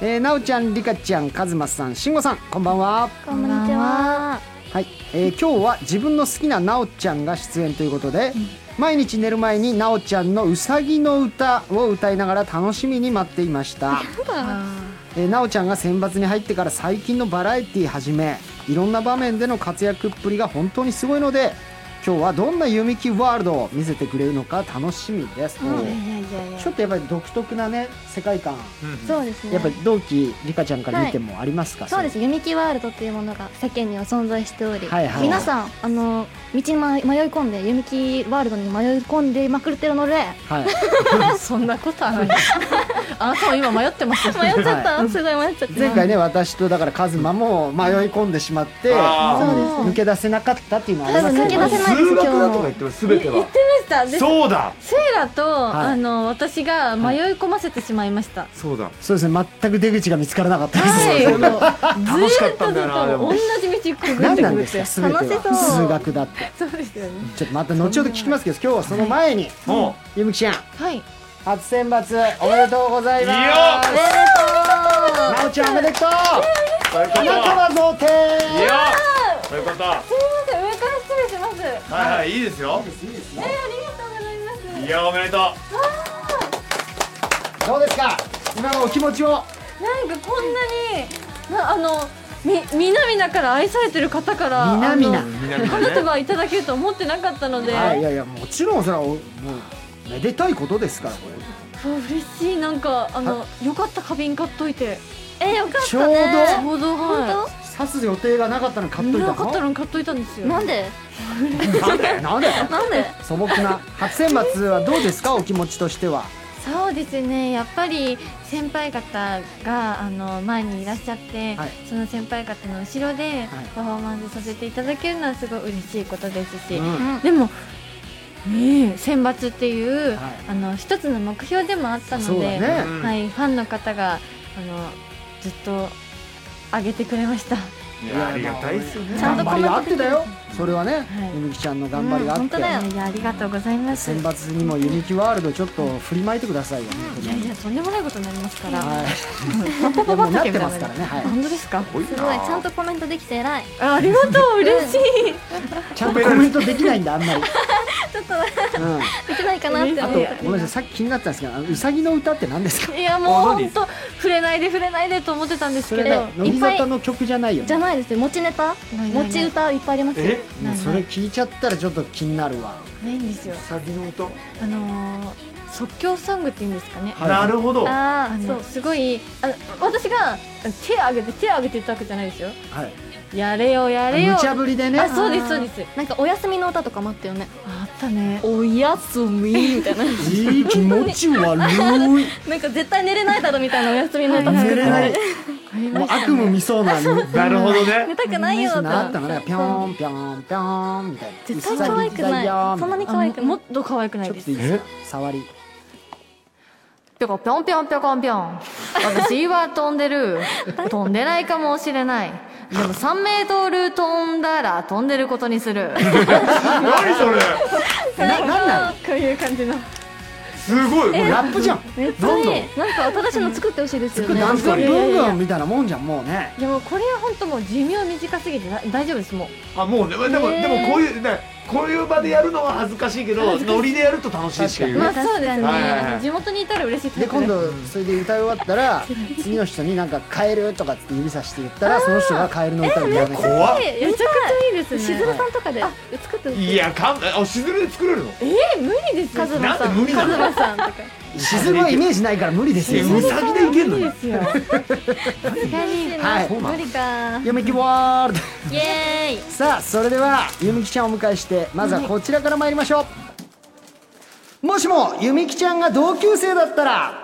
えー、なおちゃん、りかちゃん、かずまさん、しんごさん、こんばんは。
こんにちは
はい、えー今日は自分の好きななおちゃんが出演ということで、毎日寝る前になおちゃんのうさぎの歌を歌いながら楽しみに待っていま した。えー、なおちゃんが選抜に入ってから最近のバラエティーはじめいろんな場面での活躍っぷりが本当にすごいので今日はどんな弓木ワールドを見せてくれるのか楽しみです、
やいやい
ちょっとやっぱり独特なね世界観、
そうですね
やっぱり同期リカちゃんから見てもありますか、
そうです
ね
弓木ワールドというものが世間には存在しており、
はいはい
皆さんあの道に迷い込んで弓木ワールドに迷い込んでまくってるので
はい
そんなことはない あなたも今迷ってますよ
迷っちゃった、
は
すごい迷っちゃった
前回ね私とだからカズマも迷い込んでしまって
あ
ーそう
抜
です
け出せなかったっていうのはあります
抜け出せないです
数学
今
だとか
日
言
も
っても全ては
したでセ
そうだ
イラと、
い
あの私が迷い込ませてしまいました、
そうだ
そうですね全く出口が見つからなかったです、
はい、もうず
楽しか
ー
っ
っと
たんだよ
ずっ
なで
と
も
同じ道くぐっ
何
て
な
く
ん
ぐ
で
っ
す
て
か全て
楽し
は
そう
数学だって
そうですよね
ちょっとまた後ほど聞きますけど今日はその前に
も
ゆむきちゃん
はい
初選抜おめでとうございます
いいよ
なおちゃんおめでとう
うそういうこ
あ
といい
なたは贈
よ
呈
そういうことは
すみません上から失礼しますえ
いはいいいですよ
ー、ありがとうございます
いやおめでとう
どうですか今のお気持ちを
なんかこんなになあのみみなみなから愛されてる方から
みなみな
あの
みんなみんな
こ
ね
の言葉いただけると思ってなかったので、
はいいやいやもちろんそれはおもうめでたいことですからこれ
そう嬉しいなんかあのよかった花瓶買っといて
えよかっ
ちょう
たね
ちょうどは
本
ど刺す予定がなかったのに買
い
っといた
な
の
かったの買っといたんですよ
当なんで
なんで
なんで
素朴な初選抜はどうですかお気持ちとしては
そうですねやっぱり先輩方があの前にいらっしゃって、
はい
その先輩方の後ろでパフォーマンスさせていただけるのはすごい嬉しいことですし、
うん
でも、ねえ、選抜っていう、
はい
あの一つの目標でもあった
そ
の
うだ
で、
ね
うん
はい、ファンの方があのずっと上げてくれました。
いやありがたいっすよね
ちゃん
頑
と
張
コ
り
メン
があ
ト
っ
で
て
き
だ
る
よそれはね
い
ゆみきちゃんの頑張りがあ
うん
っ
本当だよ
て
いやありがとうございます。
選
い
抜にもゆみきワールドちょっと振りまいてくださいよ
やいやとんでもないことになりますから。
はいいやもうなってますからねはい
本当ですか。
すごい
す
な
ごいちゃんとコメントできて偉い
あありがとう嬉しい。
ちゃんとコメントできないんだあんまり
ちょっと
うん
できないかなって
あ
思
と
った
ごめんなさいさっき気になったんですけどあのうさぎの歌って何ですか
いやもう本当触れないで触れないでと思ってたんです
そ
け
れ
ど
ね乃木
いっ
坂
ぱい
の曲じゃないよ
じゃ
ね
ないですよ持ちネタ
ないない
持ち歌いっぱいありますよ
え
もうそれ聞いちゃったらちょっと気になるわ
ないんですよ
うさぎの音
あのー即興ソングっていうんですかね
はい
なるほど
あ
あ
あそう
のすごいあ私が手を挙げて手を挙げて言ったわけじゃないですよ
はい
やれよやれよ
無茶ぶりでね
あそうですそうです
なんかお休みの歌とかもあったよね
あったね
おやすみみたいな
いい気持ち悪い
なんか絶対寝れないだろみたいなお休みの歌
寝れない
あり
もう
まし
悪夢見そうな
なるほどね
寝たくないよと
な
か
ったのねぴょんぴょんぴょんみたいな
絶対可愛くないそんなに
ち
た
可愛くない
あももっと可愛くない
ょっ
で
と
す
いいですか触り
ぴょこぴょんぴょんぴょこんぴょん。私は飛んで る。飛んでないかもしれない。でも3メートル飛んだら飛んでることにする。
何それ
ななんなの
こういう感じの
すごい
もうラップじゃん
めっち
ど
ゃ
んどん
いいなんか新しいの作ってほしいですよ
作
ね
ダンスブン
いやいやい
ブ
や
ンみたいなもんじゃんもうね
でもこれは本当もう寿命短すぎてだ大丈夫ですもう
あもうねでも
ね
でもこういうねこういう場でやるのは恥ずかしいけどノリでやると楽しいっていう
まあそうですね、
はいはいはい
地元にいたら嬉しい
で
タイプ
今
です
度それで歌い終わったら次の人になんか「カエル」とかって指さして言ったらその人がカエルの歌をやらなきゃ
怖っ
めちゃくちゃいいですね
しずるさんとかで作ってほしい
いやかんあしずるで作れるの
え無理ですよ
カズ
な
マ
ん
さ
で
ん
無理なの
カズマさんとか
しずるはイメージないから無理ですよ
うさぎでいけんのに
無理ですよ
はい
無理か
ゆみきワールド
イエーイ
さあそれではゆみきちゃんをお迎えしてまずはこちらから参りましょう、もしもゆみきちゃんが同級生だったら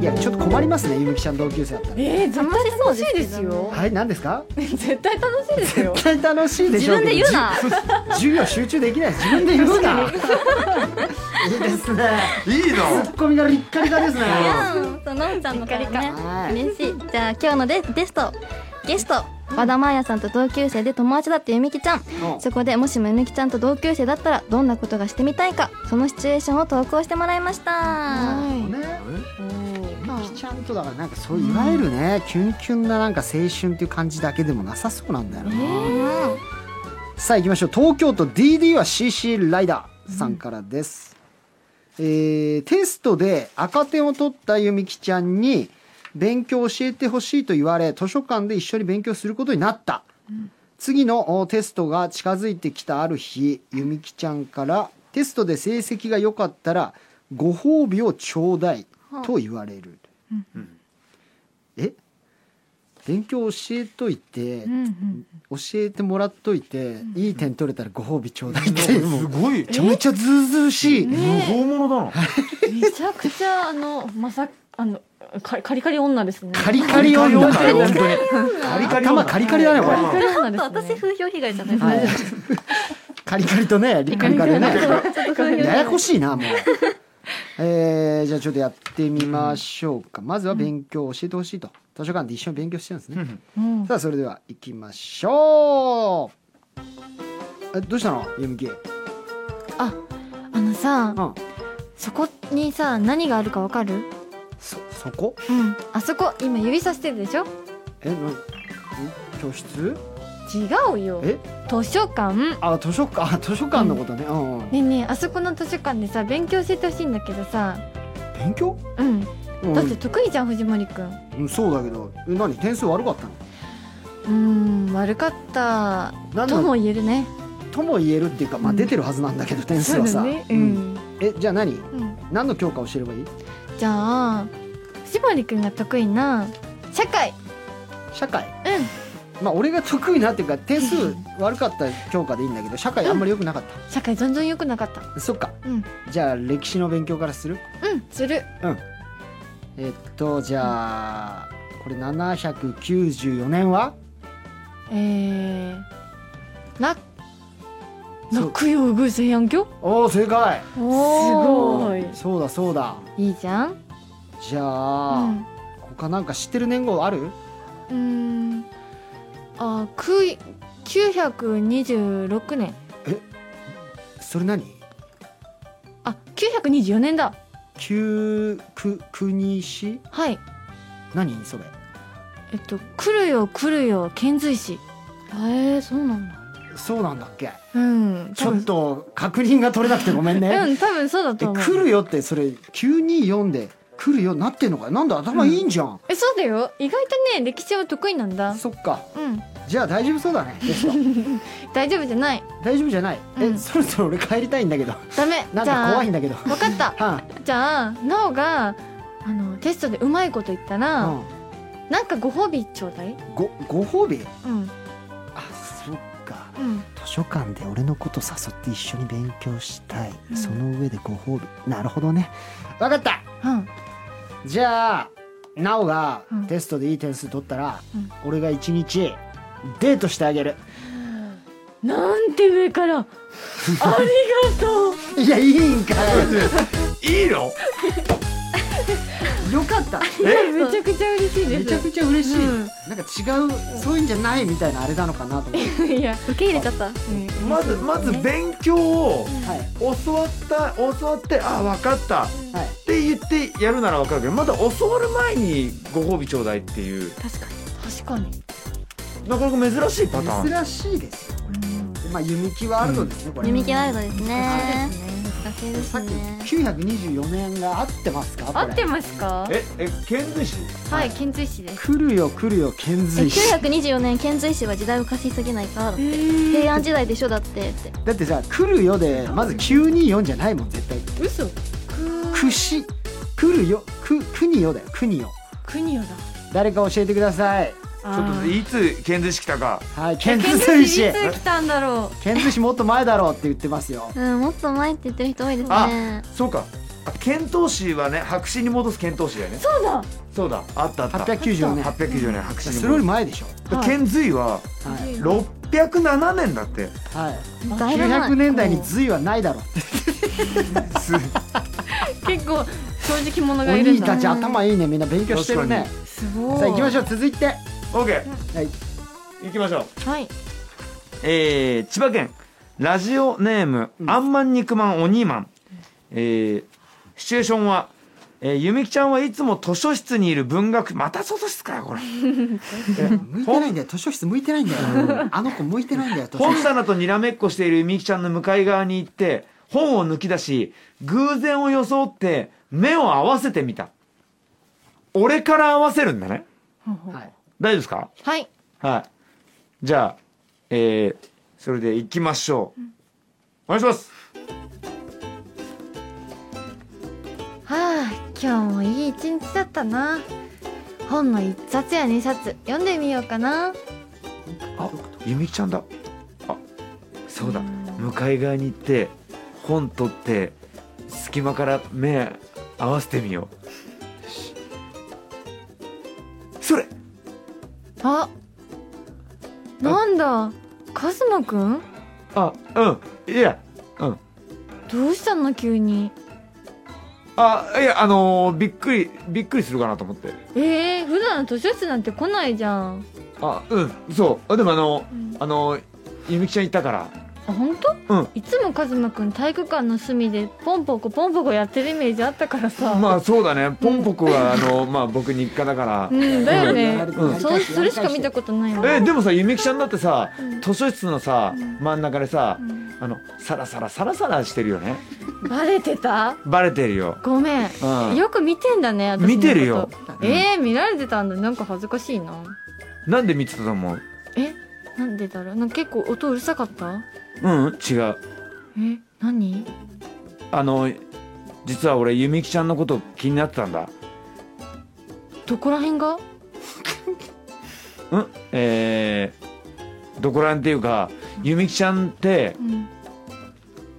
いやちょっと困りますねゆみきちゃん同級生だったら
えー、絶対楽しいですよ
はい何ですか
絶対楽しいですよ
絶対楽しいでし
自
ょう
分
けど
で言うな
じ授業集中できない自分で言う ないいですね
いいの
ツッコミが立ッカリカですね
うんそうのんちゃんのからね
はい
嬉しいじゃあ今日のデゲストゲスト和田真彩さんと同級生で友達だったゆみきちゃん
うん
そこでもしもゆみきちゃんと同級生だったらどんなことがしてみたいかそのシチュエーションを投稿してもらいました
ねゆみきちゃんとだからなんかそういわゆるね、キュンキュンななんか青春っていう感じだけでもなさそうなんだよな、さあ行きましょう東京都 DD は CC ライダーさんからです、えーテストで赤点を取ったゆみきちゃんに勉強を教えてほしいと言われ図書館で一緒に勉強することになった、次のおテストが近づいてきたある日ゆみきちゃんからテストで成績が良かったらご褒美をちょうだいと言われる、え勉強教えといて、教えてもらっといて、いい点取れたらご褒美ちょうだいって いうもう
すごい
めちゃめちゃずうずうしい、
大物だな
めちゃくちゃあのまさあのカリカリカリ女ですね
カリカリ女だよ本当に
カリカリ女
頭カリカリだねこれ
カリ女
ち
で
ょっと
すね
私風評被害じゃないです
はい
か
カリカリとね、リッカリカでね。
う
ややこしいな、もう。 えー、じゃあちょっとやってみましょうか。まずは勉強を教えてほしいと。図書館で一緒に勉強してるんですね。さあ、それでは行きましょう。え、どうしたの読み切
あのさ
うん。
そこにさ何があるかわかる
そ、そこ
うんあそこ今指さしてるでしょ
え、なん、ん教室
違うよ
え
図書館ね
あ、図書館、あ図書館のことね。うんうん。
えねえあそこの図書館でさ勉強しててほしいんだけどさ
勉強
うん
うん
だって得意じゃん藤森くん
うん、そうだけど、え何点数悪かったの
うーん悪かった
何
と
の
も言えるね
とも言えるっていうか、まあ、
うん
出てるはずなんだけど点数はさ、
そうだね
う
うんん、
えじゃあ何
うん、
何の教科を教えればいい
じゃあ藤森くんが得意な社会
社会まあ俺が得意なっていうか点数悪かった教科でいいんだけど社会あんまり良くなかっ
社会全然良くなかった
た、そっか、
うん
じゃあ歴史の勉強からする
うんする
えっとじゃあこれ794年は
えー、な
そう
泣くようぐせやんきょ
おお正解
すごい
そうだそうだ
いいじゃん
じゃあ、
うん
他なんか知ってる年号ある
うーんあくい926年
それ何
あ924年だ
旧く国史
はい
何それ
えっと「来るよ来るよ遣隋使」へえそうなんだ
そうなんだっけ
うん
ちょっと確認が取れなくてごめんね、
うん多分そうだ
え
と思う
来るよってそれ924で来るよなってんのかなんだ頭いいんじゃん、
えそうだよ意外とね歴史は得意なんだ
そっか
うん
じゃあ大丈夫そうだねテスト
大丈夫じゃない
大丈夫じゃない、え
うん
そろそろ俺帰りたいんだけど
ダメ
なん
じ
か
ゃあ
怖いんだけど
分かった
は
じゃあなおがあのテストでうまいこと言った
あ、
ら、
うん、
なんかご褒美ちょうだい
ごご褒美
うん
あそっか
うん
図書館で俺のこと誘って一緒に勉強したい、
うん
その上でご褒美なるほどねわかった
うん
じゃあなおが
うん
テストでいい点数取ったら、
うん
俺が一日デートしてあげる
なんて 上からありがとう
いやいいんか
いいの
いよかった
めちゃくちゃ嬉しい
め
で
ちゃ
す
くちゃ嬉しい、
うん
なんか違うそういうんじゃないみたいなあれなのかなと思って
いや
受け入れちゃった
まずまず勉強
は
を
いはい
教わった教わってあ分かったって言ってやるなら分かるけどまだ教わる前にご褒美ちょうだいっていう
確かに
なかなか珍しいパターン
珍しいですよこれまあ弓木はあるのですね、これ
読み切られたですね
難しいで
さっき924年が合ってますかこれ
合ってますか
ええ遣隋使
はい遣隋使です
来るよ来るよ遣隋使
924年遣隋使は時代を貸しすぎないかだって平安時代でしょだってって
だってさ来るよでまず924じゃないもん絶対
嘘
くし来るよく国よだよ国よ
国よだ
誰か教えてください
ちょっといつ遣隋使来たか
はい遣
遣
隋
隋使
使
いつ来たんだろ
遣隋使もっと前だろうって言ってますよ
うんもっと前って言ってる人多いですね
あそうかあ遣唐使はね白紙に戻す遣唐使だよね
うそうだ
そうだあったあった
894年
894年白紙に
それより
戻
前でしょ
す遣隋は
はい、
607年だって
はい、
だいぶ前
900年代に隋はないだろう
す
結構正直者
お
がいるん
兄
だ
たち頭いいねみんな勉強してるね
確
すごい
さあ行きましょう続いて
OK
はい
行きましょう
はい
えー、千葉県ラジオネーム、あんまん肉まんおにーまん、えー、シチュエーションは、えー、ゆみきちゃんはいつも図書室にいる文学また図書室かよこれ
向いてないんだよ図書室向いてないんだよあの子向いてないんだよ 図書
本
室
棚とにらめっこしているゆみきちゃんの向かい側に行って本を抜き出し偶然を装って目を合わせてみた俺から合わせるんだね
はい
大丈夫ですか
はい
はい。じゃあ、えー、それで行きましょう。お願いします。
はあ今日もいい一日だったな本の一冊や二冊読んでみようかな
あ、ゆみきちゃんだ。あ、そうだ。向かい側に行って、本取って、隙間から目合わせてみよう。それ
あなんだカズマくん
あ、うん。
いやうん
どうしたの急に
あいやあのーびっくりびっくりするかなと思って
えー、普段図書室なんて来ないじゃん
あうんそうあでもあのあのゆみきちゃんいたから
あ本当？
うん
いつもカズマくん体育館の隅でポンポコポンポコやってるイメージあったからさ、
まあそうだねポンポコはあのまあ僕日課だから
うんだよね、
うん
そうそれしか見たことないわ
えでもさゆみきちゃんだってさ図書室のさ真ん中でさあのサラサラサラサラしてるよね
バレてた
バレてるよ
ごめん、
うん
よく見てんだね私のこと
見てるようん
えー、見られてたんだなんか恥ずかしいな
なんで見てたと思う
えなんでだろうなんか結構音うるさかった
うん違う
え何
あの実は俺ゆみきちゃんのこと気になってたんだ
どこら辺が
うんえー、どこらんっていうかゆみきちゃんって
うん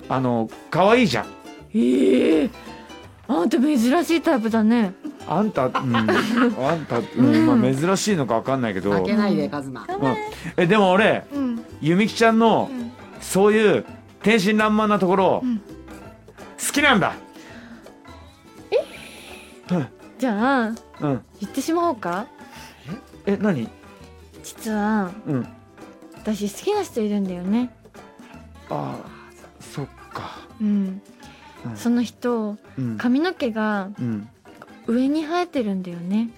あの可愛いじゃん
ええあんた珍しいタイプだね
あんた、 うん、あんた、うんまあ、珍しいのかわかんないけど、
負けないでカズマ
うんえでも俺
うん
ゆみきちゃんの、そういう天真爛漫なところ、
ん
好きなんだ
じゃあ
うん
言ってしまおうか
え何
実は
うん
私好きな人いるんだよね
あーそっか
うん、
うん
その人
うん、
髪の毛が
うん、
上に生えてるんだよね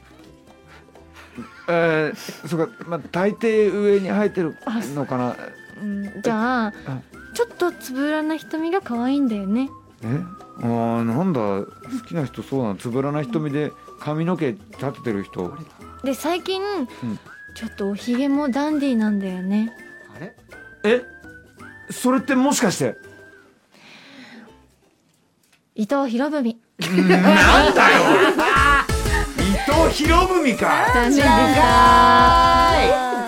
えー、そっかまあ大抵上に生えてるのかな
うんじゃあ
あ
ちょっとつぶらな瞳が可愛いんだよね
えあーなんだ好きな人そうなのつぶらな瞳で髪の毛立ててる人
で最近、ちょっとおひげもダンディーなんだよね
あれ
えそれってもしかして
伊藤博文
なんだよ伊藤博文か
残念でし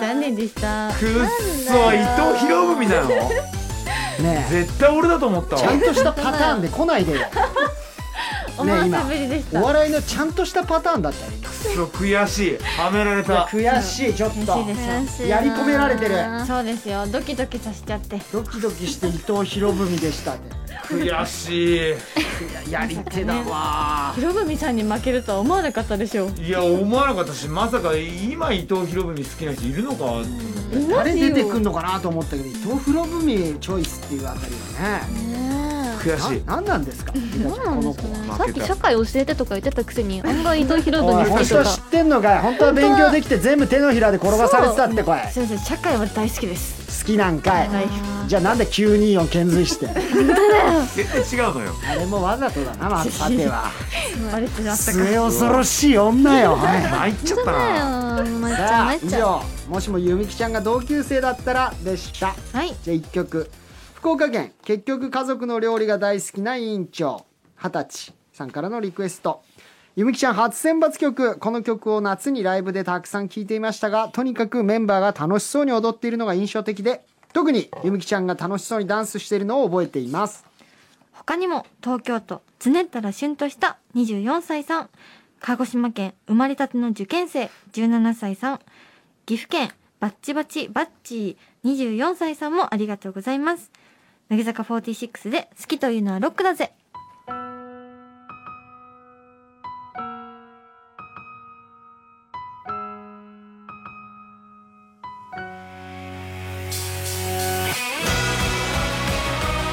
た残念でした
くっそ伊藤博文なの
ねえ
絶対俺だと思ったわ
ちゃんとしたパターンで来ない でよ
思
ね
わ
え
せ
今
ぶりでした
お笑いのちゃんとしたパターンだったよ
そう悔しいはめられた
悔しいちょっと
嬉しいです
やり込められてる
そうですよドキドキさせちゃって
ドキドキして伊藤博文でしたね
悔し
やり手だわ
博文さんに負けるとは思わなかったでしょう
いいや思わなかったしまさか今伊藤博文好きな人いるのか
誰出てくんのかなと思ったけど伊藤博文チョイスっていうあたりはね
悔しい
な何なんですか
そうなんですかね
負けた
さっき社会教えてとか言ってたくせに案外伊藤博
お
文
い
好
本
き
当
と
は
か
知ってんのかい本当は勉強できて全部手のひらで転がされてたってこい
すいません社会は大好きです
好きなんかいじゃあなんで924遣隋して
絶対違うのよ
あれもわざとだな まあさては
バレてましたか
末恐ろしい女よはい
参っちゃったな
あーまあ
さあ以上もしもゆみきちゃんが同級生だったらでした
はい
じゃあ1曲福岡県結局家族の料理が大好きな委員長二十歳さんからのリクエストゆみきちゃん初選抜曲この曲を夏にライブでたくさん聴いていましたがとにかくメンバーが楽しそうに踊っているのが印象的で特にゆみきちゃんが楽しそうにダンスしているのを覚えています
他にも東京都つねったらしゅんとした24歳さん鹿児島県生まれたての受験生17歳さん岐阜県バッチバチバッチー24歳さんもありがとうございます乃木坂46で好きというのはロックだぜ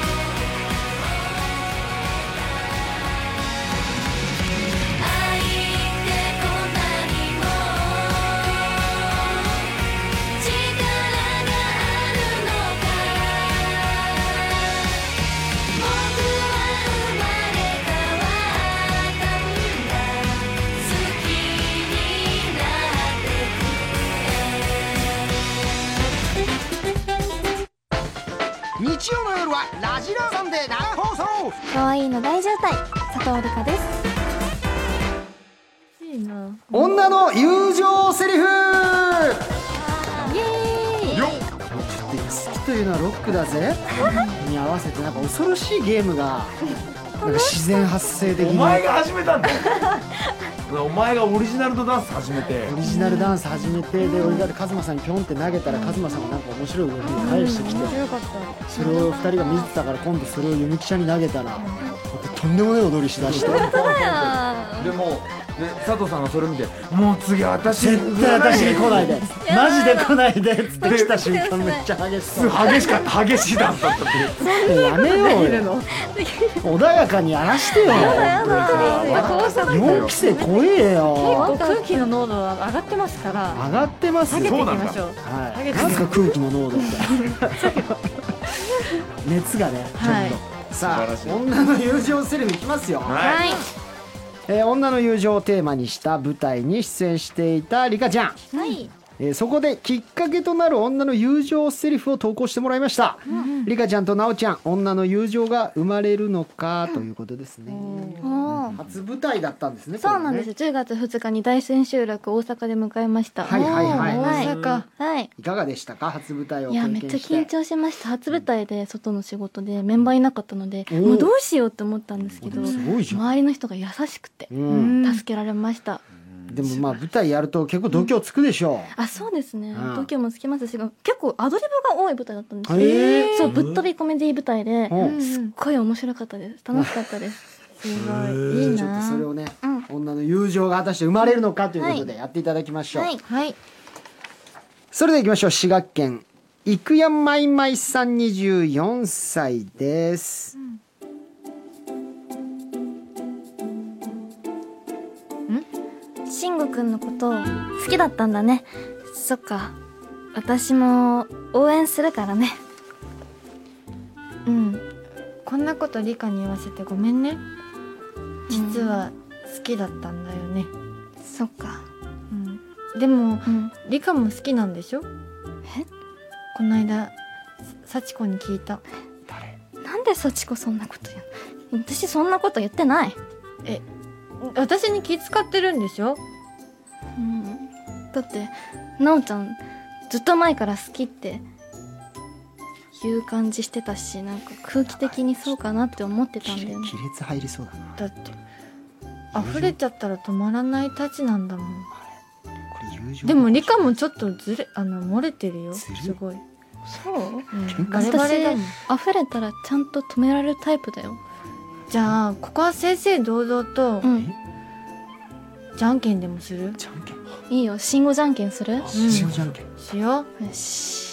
「あいてこんなにも」「力があるのか」「僕は生まれ変わったんだ」「好きにな
日曜の夜は「ラジラサンデー」生放送
可愛いの大渋滞佐藤理香です
女の友情セリフ
よ
好きというのはロックだ ぜに合わせてなんか恐ろしいゲームがなんか自然発生的
お
に
前が始めたんだよお前がオリジナルのダンス始めて
オリジナルダンス始めてで俺がカズマさんにピョンって投げたらカズマさんがなんか面白い動きで返してきてそれを2人が見てたから今度それをゆみきちゃんに投げたらとんでもない踊りしだして
でもで佐藤さんがそれ見てもう次私
絶対私に来ないでマジで来ないでっつって来た瞬間めっちゃ激しそう
激しかった激しいダンスだったっていう
やめようよ 穏やかにやらしてよ4期生怖えよ
空気の濃度は上がってますから
上がってますよ
そうなんだ
はい、なんか空気の濃度って熱がね、
はい
ちょっとさ
素晴らしい
あ女の友情セレブいきますよ、
はい
い
えー女の友情をテーマにした舞台に出演していたリカちゃん、
はい
えーそこできっかけとなる女の友情セリフを投稿してもらいました、リカちゃんとナオちゃん女の友情が生まれるのかということですね、
おー
初舞台だったんですね
そうなんですよ10月2日に大千秋楽大阪で迎えました
はいはいはい
はい
大阪
はい
いかがでしたか初舞台を
い
経
や
験
め
し
ってちゃ緊張しました初舞台で外の仕事でメンバーいなかったので
おー
もうどうしようって思ったんですけど
すごいじゃん、
周りの人が優しくて
うん
助けられました
でもまあ舞台やると結構度胸つくでしょ
あそうですね
うん
度胸もつきますし結構アドリブが多い舞台だったんですよ
へー
そうぶっ飛びコメディ舞台で
う。うん
すっごい面白かったです楽しかったです
ちょっとそれをね、女の友情が果たして生まれるのかということでやっていただきましょう、
はい
はい
それでは行きましょう滋賀県生山まいまいさん24歳です、
慎吾くんのこと好きだったんだねそっか私も応援するからね
うんこんなこと理科に言わせてごめんね実は好きだったんだよね、
そっか
うん、でも
うん
理科も好きなんでしょ
え
この間さ幸子に聞いた
なんで幸子そんなこと言うの私そんなこと言ってない
私に気使ってるんでしょ
うんだってなおちゃんずっと前から好きっていう感じしてたしなんか空気的にそうかなって思ってたんだよね
亀裂入りそうだなこ
だって溢れちゃったら止まらないたちなんだもん
れ友情
でも理科もちょっとずれあの漏れてるよ
ずるい
すごい、
そう
うん、バレ
私
バレだもん
溢れたらちゃんと止められるタイプだよ
じゃあここは正々堂々と
うん
じゃんけんでもする
じゃんけん
いいよ信号じゃんけんするよ
信号じゃんけん
しよう
し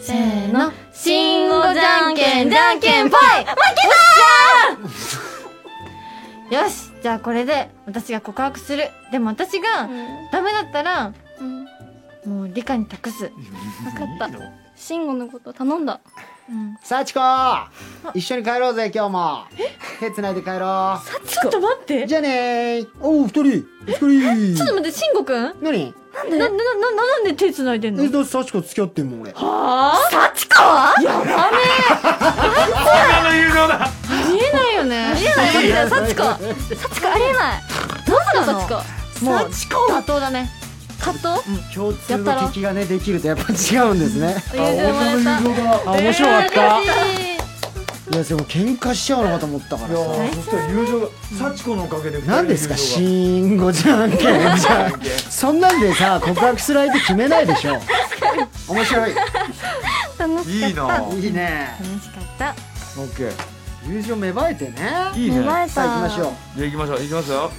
せーの
信号じゃんけんじゃんけんぽい
よしじゃあこれで私が告白するでも私がダメだったら
うん、分
もう理科に託す、
かった慎吾のこと頼んだ
うん、
幸子一緒に帰ろうぜ今日も手つないで帰ろ
ちょっと待って
うじゃあねーおう二人二
ちょっと
人
待って慎吾くん
何
なんでななななんで手繋いでんの
えだって幸子付き合ってんもん俺
はあ幸子
女の友情だ
見えないよ ね見えない
いや幸子幸子ありえないどうすの幸子もう
幸子妥当だね
葛藤
共通の敵がねできるとやっぱ違うんですね
友情生まれ
あ面白かったい
た
やでも喧嘩しちゃうのかと思ったから
いや
さ
ーそしたら友情が幸子のおかげで
何ですか
し
シンゴじゃんけんじゃんそんなんでさ告白する相手決めないでしょ面白い
いいなオッ
いいね
楽しかった
ケー
友情芽生えてね
いいね
芽生え
さあ行きましょう
じゃあ行きましょう行きますよ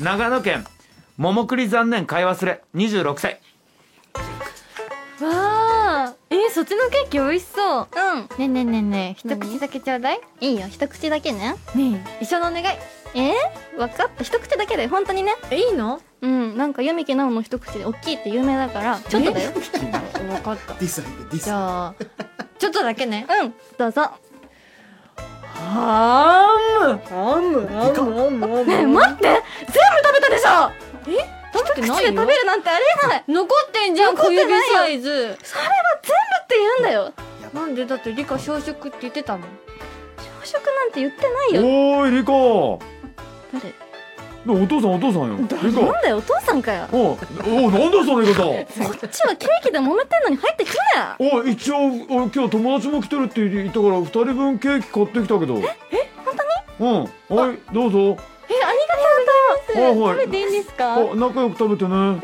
長野県桃栗残念買い忘れ26歳
わあえー、そっちのケーキ美味しそう
うん
ねえねえねえねえ一口だけちょうだい
いいよ一口だけね
ねえ一緒のお願い
えー、分かった一口だけで本当にね
えいいの
うんなんか弓木奈緒の一口で大きいって有名だからちょっとだよ
分かった
ディス入ってディ
じゃあちょっとだけね
うんどうぞ
ハームハムハムハムハム
ねえ待って全部食べたでしょ
食べ
口
てない
で
よ
食べるなんてありえない
残ってんじゃん
残っ
小
てない
指
よ
サイズ
それは全部 って言うんだよ
なんでだって理科小食って言ってたもん
朝食なんて言ってないよ
おーいリカお
誰
父さんお父さんよリカ
なんだよお父さんかよ
おうおうなんだその言い方
こっちはケーキで揉めてんのに入ってくなよ
おい一応お今日友達も来てるって言ったから二人分ケーキ買ってきたけどええ本当にうんはいどうぞ
えありがとうございます
はいはい
食べていいんですかえ
お仲良く食べてね
ありが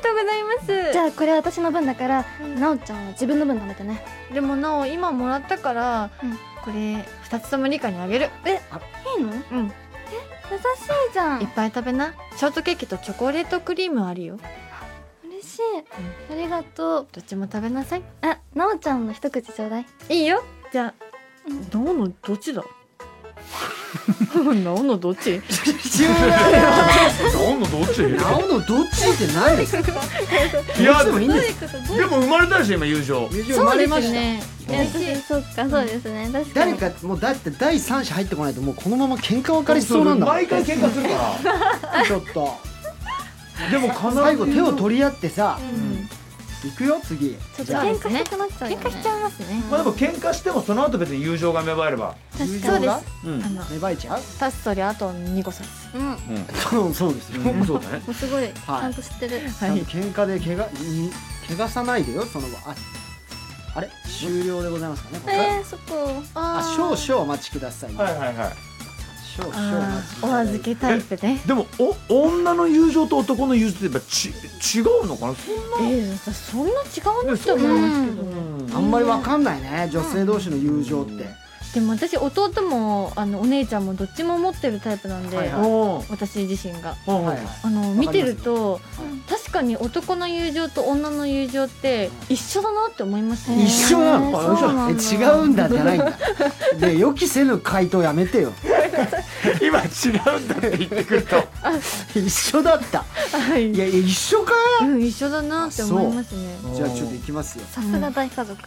とうございます
じゃあこれは私の分だからなおちゃんは自分の分食べてね
でもなお今もらったから、
うん
これ二つともリカにあげるえ
いいの優し
うん
いじゃ
いっ
ん
ぱい食べなショートケーキとチョコレートクリームあるよ
嬉しいありがとう
どっちも食べなさい
あなおちゃんの一口ちょうだい
いいよじゃあどうのどっちだなおのどっち
なんだどっち
なおのどっちってないですか
いや
どっちでもいいんです
でも生まれたでしょ今優勝
友情生まれました、
嬉しいそうかそうですね確か
誰
に
かもうだって第三者入ってこないともうこのまま喧嘩分かりそうなんだもん
毎回喧嘩するから
ちょっと
でも必ず
最後手を取り合ってさ
うん
行くよ次じゃあ
喧嘩したくなっちゃうよ
喧
ね
嘩しちゃいますね
まあでも喧嘩してもその後別に友情が芽生えれば
友
そ
情
うです
が
あ
うん
の
芽生えちゃう
タスとりあと2個さす
うん
そうそうですよ、
うんそうだね
もうすごいち
はい
ゃんと知ってる
ちゃんと喧嘩で怪我に怪我さないでよその後ああれ終了でございますかねこれ
えーそこ
あ少々お待ちください、
はいはいはい
少々お待ちくだ
あーお
さい
預けタイプね
でもお女の友情と男の友情ってやっぱち違うのかなそん
えー、そんな違うのって思いますけど、
あんまりわかんないね女性同士の友情って、
でも私弟もあのお姉ちゃんもどっちも持ってるタイプなんで、
はい
なお
私自身が
お
はいはい
あの
わ
見
かります
てると、確かに男の友情と女の友情って一緒だなって思いますね
一緒なの
えーそうなん
え
だ
違うんだじゃないんだで予期せぬ回答やめてよ
今違うんだって言ってくると
一緒だった
はい
いや一緒か
うん、一緒だなって思いますね
じゃあちょっと行きますよ
さすが大家族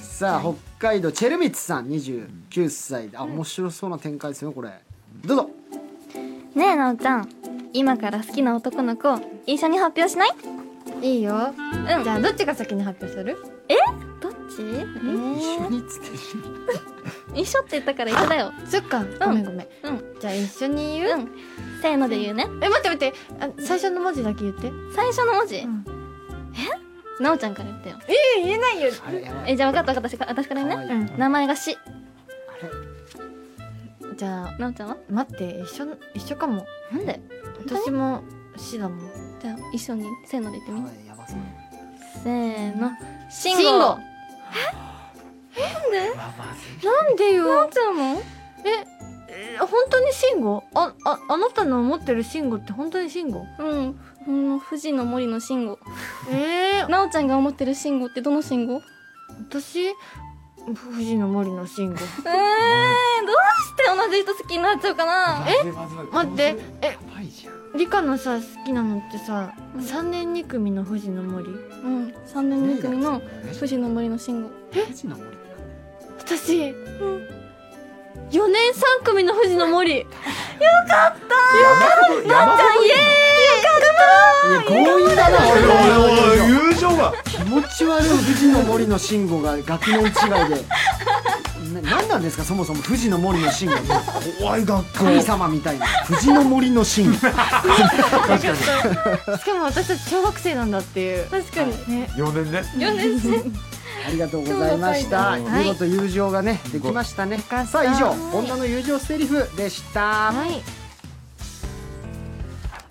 さあ北海道チェルミツさん29歳あ面白そうな展開ですよこれどうぞ
ねえなおちゃん今から好きな男の子一緒に発表しない
いいよ、
うん
じゃあどっちが先に発表する
どっち、
一緒
え
につって
ー、一緒って言ったから一緒だよ
そっかごめんごめん、
うん
じゃあ一緒に言う、
うんせーので言うね
え待って待ってあ最初の文字だけ言って
最初の文字、
ん
えなおちゃんから言ってよ
え言えないよ
あれやばい
えじゃあ分かった分かった私から私から言うね
可愛い
うん
名前がし
じゃあ
なおちゃんは
待って一緒一緒かも
なんで
私も死だもん
じゃあ一緒にせーので言って
や
み
ばいやばそう
せーのしん
しん
ご
ごなんで
なお
よ
ちゃんも
え本当に慎吾あああなたの思ってる慎吾って本当に慎吾
うんうん富士の森のしんご
えー、
なおちゃんが思ってるしんごってどのしんご
私富士の森の慎
え
吾
ー、どうして同じ人好きになっちゃうかな
え
待ってえ
やばいじゃん
理科のさ好きなのってさ、
うん
三年二組の富士の森
うん3年2組の富士の森のしんご
マジな森
私、四年三組の富士の森
山本山本
いや強引だな俺
おいおいおい
は
友情が
気持ち悪い富士の森の慎吾が学年違いでな何なんですかそもそも富士の森の慎吾って
怖い学校
神様みたいな富士の森の慎吾
しかも私たち小学生なんだっていう
確かに
ね
四年 ね
4年生
ありがとうございました、
今日の回
見事友情がねできましたね
かった
さあ以上女の友情セリフでした、
はい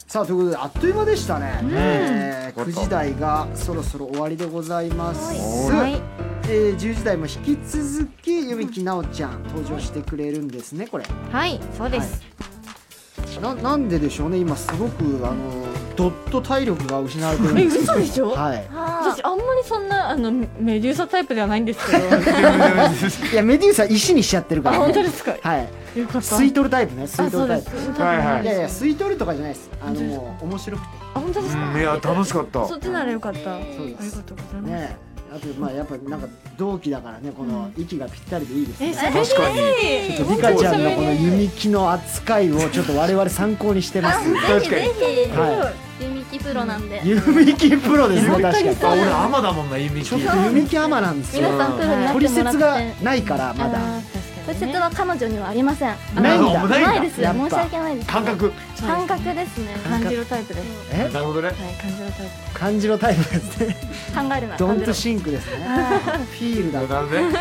さあということであっという間でしたね、えー
よかっ
9
た
時台がそろそろ終わりでございます、
はい
えー10時台も引き続き弓木奈緒ちゃん登場してくれるんですねこれ
はいそうです、
ななんででしょうね今すごくあのどっと体力が失われてるんですけど
え嘘でしょ
はい
私あんまりそんなあのメデューサタイプではないんですけど
いやメデューサ石にしちゃってるか
あ
ら、ね、
本当ですか
はい
よかった
吸い取るタイプね吸い取
あそ
る
う
タ
で
イ
す
プ
はいはい
いやいや吸い取るとかじゃないですあの
本当です
もう面白くて
あ本当ですか、
うんいや楽しかった
そっちならよかったあ
そうで
りが
す
とうございます、
ねあとまあやっぱなんか同期だからねこの息がぴったりでいいです
え
ね、
喋
確かに
ちょっとリカちゃんのこの弓木の扱いをちょっと我々参考にしてます
確かに
ぜ
は
ひ弓木プロなんで
い弓木プロですね確かに
あ俺アマだもんな意味
ちょっと弓木アマなんですよ
皆さんプロになって
取
もら
説
っ
が
て
ないからまだ
あー確か
取
にね
説は彼女にはありませんあの
ないんだ
あないんだ
ないですよ
やっぱ
申し訳ないです
感覚
感覚ですね
感じるタイプです
え
なるほどね
はい感じるタイ
漢字のタイプですね
考えるな
ド
感
ン
じ
と
る
シンクですねフィールだ
なる
わ
ほどね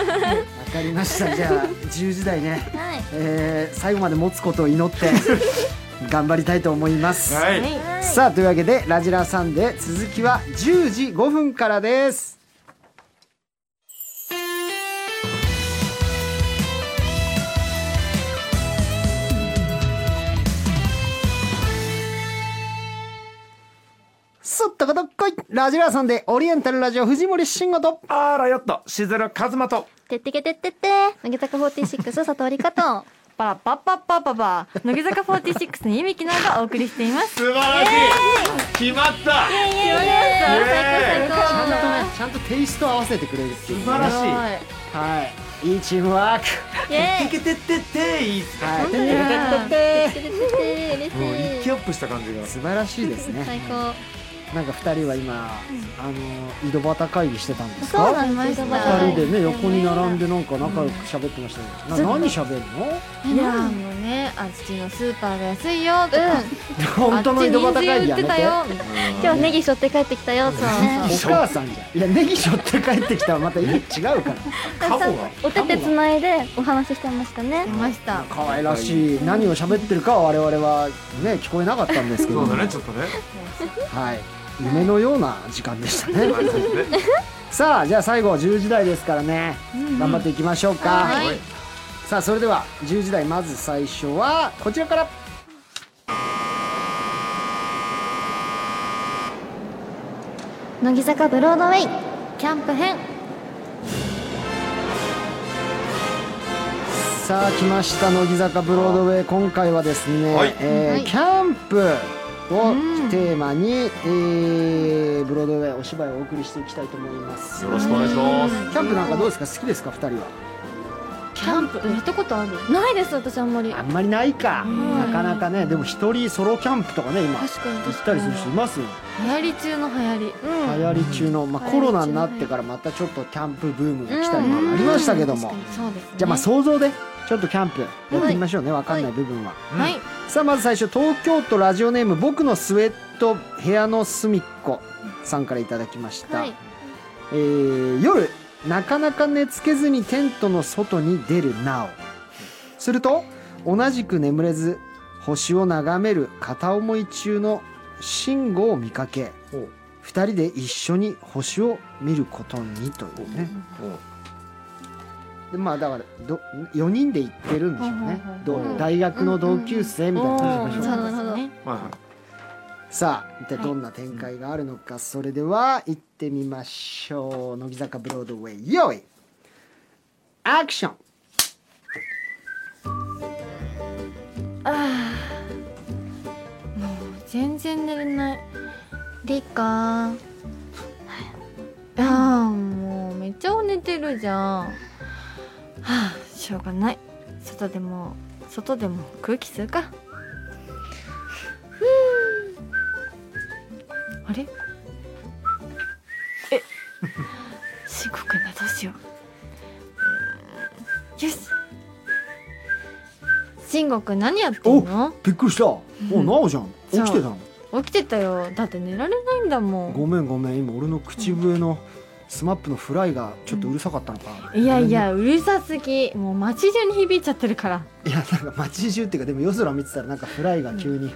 かりましたじゃあ10時台ね
はい
えー最後まで持つことを祈って頑張りたいと思います、
はい
さあというわけで「ラジラサンデー」続きは10時5分からですすっとことっこいラジラサンデーオリエンタルラジオ藤森慎吾と
あらよっとしずるかずまと
てってけてってって乃木坂46佐藤理香と
パラパッパッパッパッパー乃木坂46のゆみきながお送りしています
素晴らしい決まった
ちゃんとねちゃんとテイスト合わせてくれるっていう
素晴らしい
はいいいチームワーク
てけてってっていいっす
はいてってってってって
もう一気アップした感じが
素晴らしいですね
最高
なんか二人は今、あの井戸端会議してたんです
そうな
か。
んですよ
二人でね横に並んでなんか仲良く喋ってましたけど、な何喋る
いやーもうねあっちのスーパーが安いよとか、
の？本当の井戸端会議や
あっち
め
人参売って
て。
たよ
お
みたいな
今日ネギ背負って帰ってきたよと
母さんじゃん。いやネギしょって帰ってきたらまた意味違うから。
カモが
お手手つないでお話ししてましたね
出ました
可愛らしい。何を喋ってるかは我々はね聞こえなかったんですけ
そ
ど、
うだねちょっとね
はい。夢のような時間でしたね。
はいそうですね
さあじゃあ最後10時台ですからね、頑張っていきましょうか、
はい
さあそれでは10時台まず最初はこちらから
乃木坂ブロードウェイ
キャンプ編
さあ来ました乃木坂ブロードウェイ今回はですね、
はい
えー
はい
キャンプをテーマに、えーブロードウェイお芝居をお送りしていきたいと思います
よろしくお願いします
キャンプなんかどうですか好きですか2人は
キャンプ行ったことある
ないです私あんまり
あんまりないかなかなかねでも一人ソロキャンプとかね今
確かに
行ったりする人いますよね
流行り中の流行り
流行り中の、まあ、
流行り中
コロナになってからまたちょっとキャンプブームが来たりとかありましたけども、
確かにそうですね
じゃあまあ想像でちょっとキャンプやってみましょうね、わかんない部分は、
はい
さあまず最初東京都ラジオネーム僕のスウェット部屋の隅っこさんからいただきました、
はい
えー夜なかなか寝つけずにテントの外に出るなおすると同じく眠れず星を眺める片思い中の慎吾を見かけ
ほ
二人で一緒に星を見ることにというね
ほう
でまあだからど4人で行ってるんでしょうねどう大学の同級生みたいな感じでしょう
なるほど
はいはい
さあ一体どんな展開があるのか、それでは行ってみましょう乃木坂ブロードウェイよいアクション
全然寝れないリカああもうめっちゃ寝てるじゃんはあしょうがない外でも外でも空気吸うかふうあれえ深刻くんだどうしようよし慎吾くん何やってんの
びっくりしたおなおじゃん起
そう
きてたの
起きてたよだって寝られないんだもん
ごめんごめん今俺の口笛のスマップのフライがちょっとうるさかったのかな、
いやいやうるさすぎもう街中に響いちゃってるから
いやなんか街中っていうかでも夜空見てたらなんかフライが急に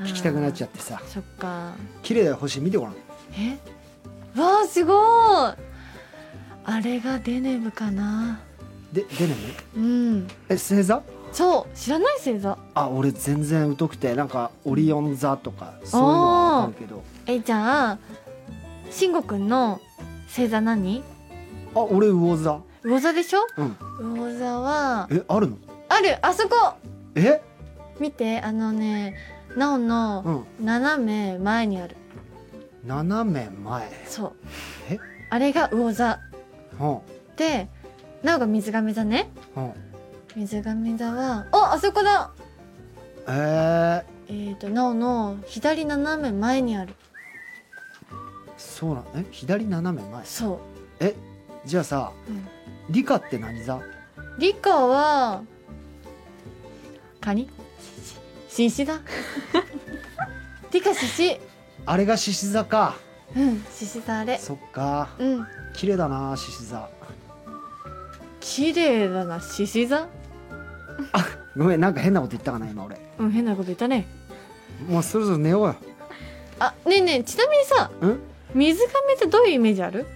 聞きたくなっちゃ
っ
ってさ
たそっか
綺麗だよ星見てごらん
えわあすごいあれがデネブかな
ででね
うん
え星座
そう知らない星座
あ俺全然疎くてなんかオリオン座とかそういうのは分かるけど
えじゃあ慎吾くんの星座何
あ俺魚座
魚座でしょ
うん
魚座は
えあるの
あるあそこ
え
見てあのねなお
う
の
ん
斜め前にある
斜め前
そう
え
あれが魚座
うんうん
でなおが水亀座ね水亀座はああそこだ
えー、
えっ、となおの左斜め前にある
そうなのえ左斜め前
そ
えじゃあさ、
うん
理科って何座
う理科はカニ獅子 だ理科獅子
あれが獅子座か
うん獅子座あれ
そっか
うん
綺麗だな獅子座
綺麗だな獅子座
ごめんなんか変なこと言ったかな今俺
うん変なこと言ったね
もうそろそろ寝ようよ
あねえねえちなみにさ
ん
水亀ってどういうイメージある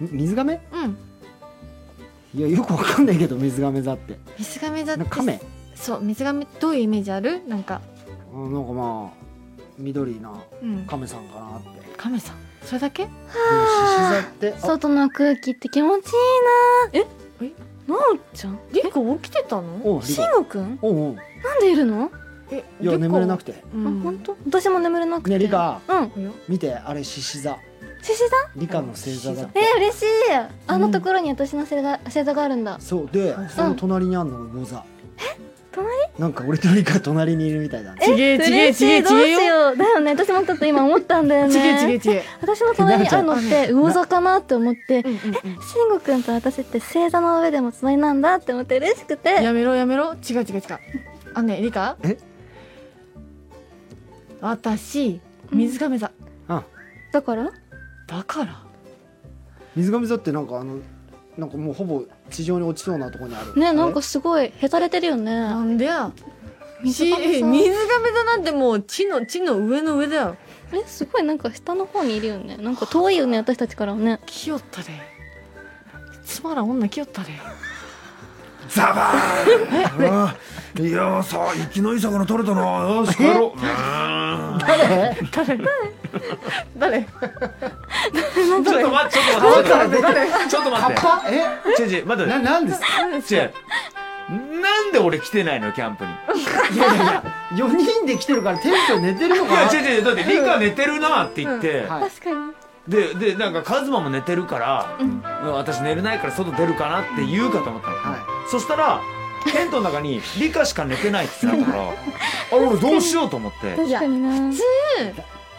み水亀
うん
いやよくわかんないけど水亀座って
水亀だっ
なん
て
か亀
そう水亀ってどういうイメージあるなんか
うんなんかまあ緑な
うん
亀さんかなってでも
亀さんそれだけ
獅子座ってあ
外の空気って気持ちいい
なおちゃんりっこ起きてたの
おうリ
なし
コ
んごくん
おうおう
なんでいるの
え
いや眠れなくて
うん
あ本当私も眠れなくて
ねリカ
うん
見てあれ獅子座
獅子座
理科の星座だっ
え
て
ー、嬉しいあのところに私の星座星座があるんだ
そうでその隣にあるのが魚座
隣
なんか俺と理科隣にいるみたいだね
ちげえちげえ
嬉し
ちげえ
い
ちげえよ
どうしようだよね私もちょっと今思ったんだよね
ちげえちげえちげえ
私の隣にあるのって魚座かなって思って
うんうん
慎吾くんと私って星座の上でも隣なんだって思って嬉しく
うん
て
やめろやめろ違う違う違うあねえりか
え
私水亀座
だから
だから
水上座ってなんかあのなんかもうほぼ地上に落ちそうなとこにある
ねなん
あ
かすごいへたれてるよ
な
ね
んでや
水亀
し
座
水亀座なんてもう地の地の上の上だよ
えすごいなんか下の方にいるよねなんか遠いよね私たちからはね
来よったでつまらん女来よったで
ザバーンいやーさあ生きのいい魚取れたなよし帰ろううーん
誰
ちょっと待って、ちょっと待って、ちょっと待って、ちょっと待
れえ
って、ちょちょ、待って
な、なんです
ちょなんで俺来てないのキャンプに。
いやいやいや4人で来てるからテント寝てるの
い
か
や、
な
ちょちょ、だってリカ寝てるなって言って、
はい
で、で、なんかカズマも寝てるから、私寝れないから外出るかなって言うかと思ったの。
は
そしたら、テントの中にリカしか寝てないってなったから、あ、俺どうしようと思って。
確かにな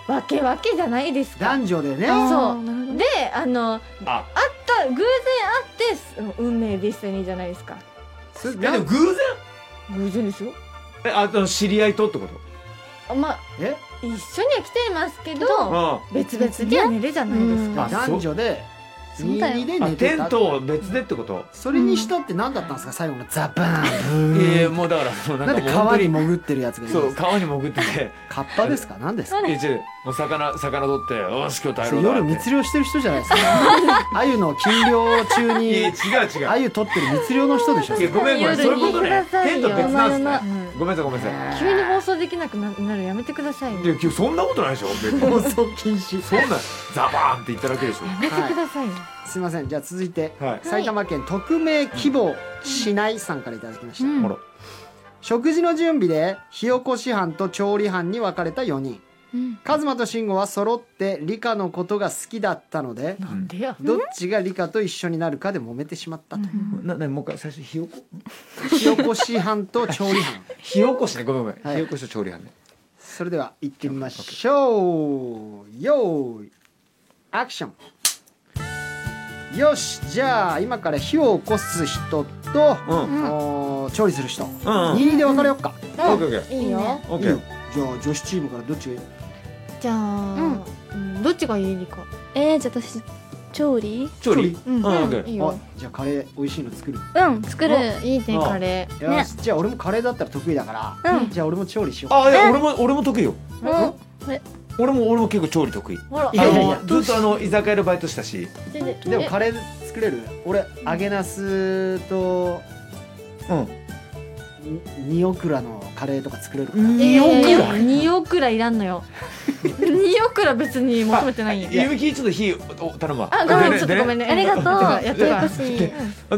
わけわけじゃないです
い
か
男女でね
そう
なるほど
であの
あ、
会った偶然会ってうん運命ディスティニーじゃないですか
それ
いやでも偶然
偶然ですよ
え、あの、知り合いとってこと
まあ
え
一緒には来てますけど
うん。
別々には寝るじゃないです
あ
か
男女で
そうそうだよ
22で
あ
寝
テ
て
ン
た
トを別でってこと、
それにしたって何だったんですか最後のザバーン
え
ブーン
えもうだからもうな
なん
んか
で
もう本当
川に
に
潜ってるやつがいる
そ
んで
う
すか
川に潜ってて
カッパですか何ですか
いや違うもう魚魚取ってよし今日大
それ
量
夜
だ
密漁してる人じゃないです か鮎の禁漁中
いや違
に
う違う
鮎取ってる密漁の人でしょ
いやごめんごめんそういうことねテント別なんですね
うん
ごめんなさいごめんなさい
急に放送できなくななるやめてください
い
よ
や今日そんなことないでしょ別に
放送禁止
そんなザバーンって言っただけでし
やめてくださいよ
すいませんじゃあ続いて
ょはい
埼玉県匿名希望しないさんからいただきました、
ほら
食事の準備で火起こし班と調理班に分かれた4人、カズマと慎吾は揃って理科のことが好きだったので
なんでや
どっちが理科と一緒になるかで揉めてしまったと、
ななもう一回最初火起こ
火起こし班と調理 班
火起こしねごめんごめん、
はい
火起こしと調理班ね
それでは行ってみましょうよーいアクションよしじゃあ今から火を起こす人と、
うん
おー調理する人、
うん
二位で分かれよっか、
オッケーオッケー
いいよ
オッ
い
ケ
い
ー
よじゃあ女子チームからどっちがいい
じゃあうんどっちがいいにか
えー、じゃあ私調理
調理
うん
うんオッケー
いい
あ
よ
じゃあカレー美味しいの作る
うん作る
おいいね
あ
カレ
よし、じゃあ俺もカレーだったら得意だから、じゃあ俺も調理しよう
あいや俺も俺も得意よ
うん
俺も俺も結構調理得意
ーほら
いやいやいや
あのずっとあの居酒屋でバイトしたし
でもカレー作れる俺揚げなすと
うん
にニオクラのカレーとか作れるから、
い
2
やい
億ぐ
やい
ら
や
い
二億らいらん のよ二億ら別に求めてないんや
ゆみきちょっと火を頼むわ
あごめんちょっとごめん
ね
ね
ありがとう
やってた
やってほしい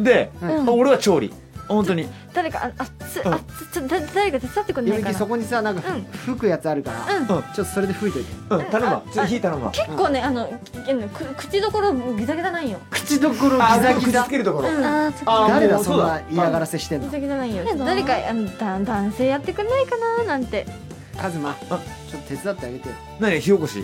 で、
うん
俺は調理本当に
誰かああつ
うん
あつちょだ誰か手伝ってくん
ゆ
ない
み
か
き
な
そ
結
こにさなんか
うん
吹くやつあるから、
うん
ちょっとそれで吹いといて
うん頼むわ
あ
ちょっと火頼むわ
構ねあのきく口どころギザギザないよ
口どころギ
あ
ザ
ー
ギ
口
ザ
つけるところ
あーそっか
あー
誰
も
だ
う
そんな嫌がら
せ
せしてん
ギ
の
ザギザないよ
誰だ
誰かあのだ男性やってくんないかななんて
カズマちょっと手伝ってあげてよ
何火起こし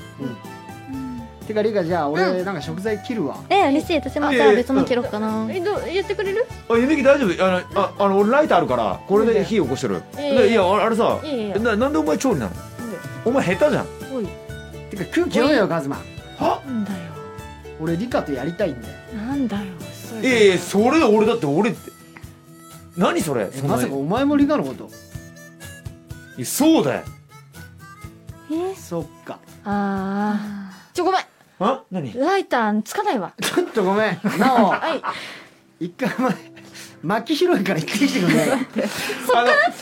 てかリカじゃあ俺なんか食材切るわ、
えー、嬉しい私また別の切ろうかな
えどうやってくれる
あゆみき大丈夫あのああの俺ライターあるからこれで火起こしてる
いやいや
でいやあれさ
いやいや
ななんでお前調理なのお前下手じゃん
おい
てか空気読めよカズマ
は
なんだよ
俺リカとやりたいんだよ
なんだよそ
いやいやそれ俺だって俺って何それ
え
その
まさかお前も理科のこと
いやそうだよ
そっか
あーちょごめん
あ何
ライターつかないわ
ちょっとごめんなお
はい
一回前薪拾いから行ってきてくんない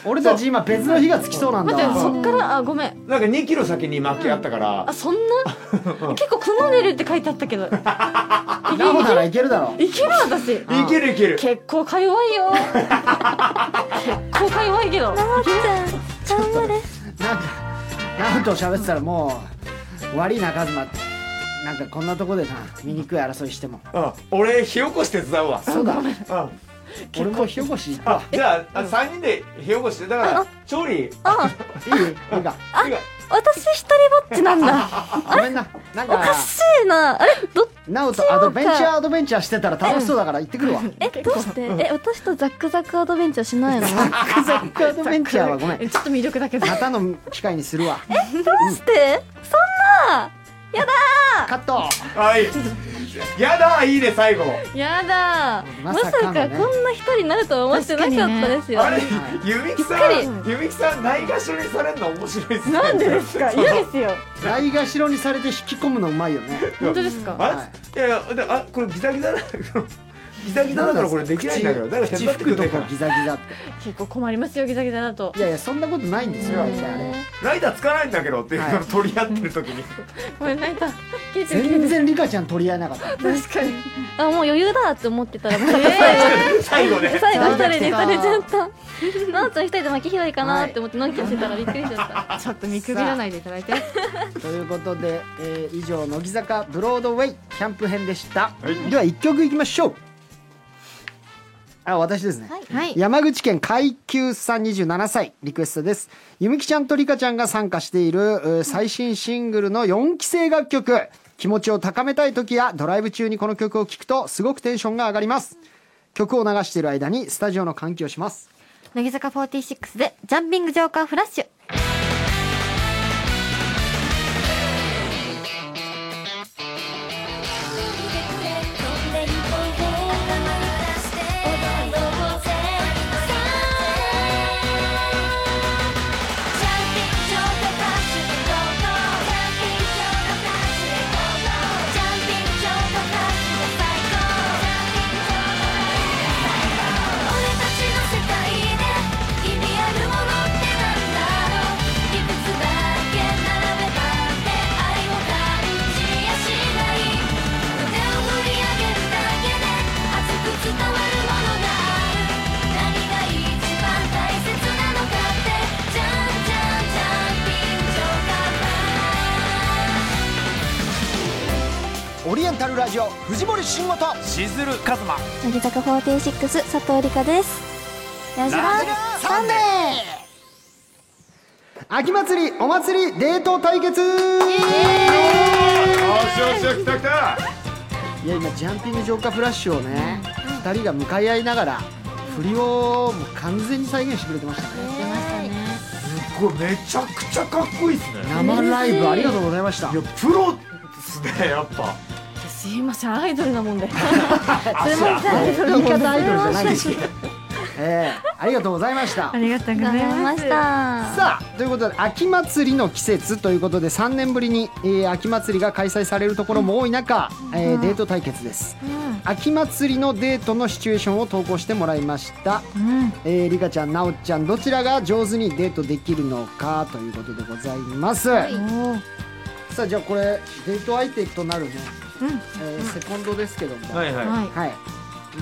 俺たち今別の火がつきそうなんだ
待って
わ
そっからあごめん
なんか2キロ先に巻きあったから、
あそんな結構組んでるって書いてあったけどい
なおならいけるだろ
けいける私
いけるいける
結構か弱いよ結構か弱いけど
なんかなおと喋ってたらもう悪いなカズマなんかこんなとこでな醜い争いしても
うん、俺火起こし手伝うわ
そうだ
うん
俺も火起こし行くわ
あじゃああ3人で火起こしてだから調理
い いいいか
てか
私一人ぼっちなんだ
ごめんななんか
せーなあれど
なおとアドベンチャーアドベンチャーしてたら楽しそうだから行ってくるわ
えどうしてえ私とザックザックアドベンチャーしないのどう
ザ ックアドベンチャーはごめん
えちょっと魅力だけど
またの機会にするわ
してそんな
カット
はいやだいいね最後
やだ
ま
ま
さ
さ
かの
か
ね
こんな人になるとは思ってなかったですよ
あれゆみきさんゆみきさんないがしろにされるの面白いっすね
なんでです か嫌ですよ
ないがしろにされて引き込むのうまいよね
本当ですか
は
あれいやいやだあこれギザギザだ ギザギザだからこれできないんだけどだから
口
手伝ってく
服と
れない
か
か
らギザギザって
結構困りますよギザギザだと
いやいやそんなことないんですよあれ
ライダーつかないんだけどっていうのを取り合ってる時に
ごめんライター聞いてる
全然リカちゃん取り合えなかった
確かに
あもう余裕だって思ってたらまさか
最後 ね
最後一人でされちゃ ったなおちゃん一人で巻き拾いかなって思ってのんきにしてたらびっくりしちゃった
ちょっと見くびらないでいただ いて
ということで、えー以上乃木坂ブロードウェイキャンプ編でした、では1曲いきましょうあ私ですね、
はい
山口県階級さん27歳リクエストですゆみきちゃんとりかちゃんが参加しているうー最新シングルの4期生楽曲気持ちを高めたい時やドライブ中にこの曲を聴くとすごくテンションが上がります曲を流している間にスタジオの換気をします
乃木坂46でジャンピングジョーカーフラッシュ
「飛んで行こうぜ」「踊ろうぜ」さあジャンピングジョーカーダッシュで GO!GO! ジャンピングジョーカーダッシュで GO!GO! ジャンピングジョーカーダッシュで最高俺たちの世界で意味あるものってなんだろう」「いくつだけ並べたって愛を感じやしない」「腕を振り上げるだけで熱く伝わるものがある」「何が一番大切なのかって」「ジャンジャンジャンピングジョーカ
オリエンタルラジオ藤森慎吾と
しずるかずま
乃木坂46佐藤理香ですラジラサンデ
秋祭りお祭りデート対決
よしよしよし来た来た
いや今ジャンピングジョーカーフラッシュをね、二人が向かい合いながら振りをもう完全に再現してくれてましたね、
これめちゃくちゃかっこいいっすね
生ライブありがとうございました
いやプロっすねやっぱ
すいませんアイドルなもんで
言い方アイドルじゃないですけ どええありがとうございました
ありがとうご
ー
ざい
頑張り
ま
ますした
さあということで秋祭りの季節ということで3年ぶりに、えー秋祭りが開催されるところも多い中、えーデート対決です、秋祭りのデートのシチュエーションを投稿してもらいました、えー、リカちゃんなおちゃんどちらが上手にデートできるのかということでございます、さあじゃあこれデート相手となるね、えーセコンドですけども、はい
いはい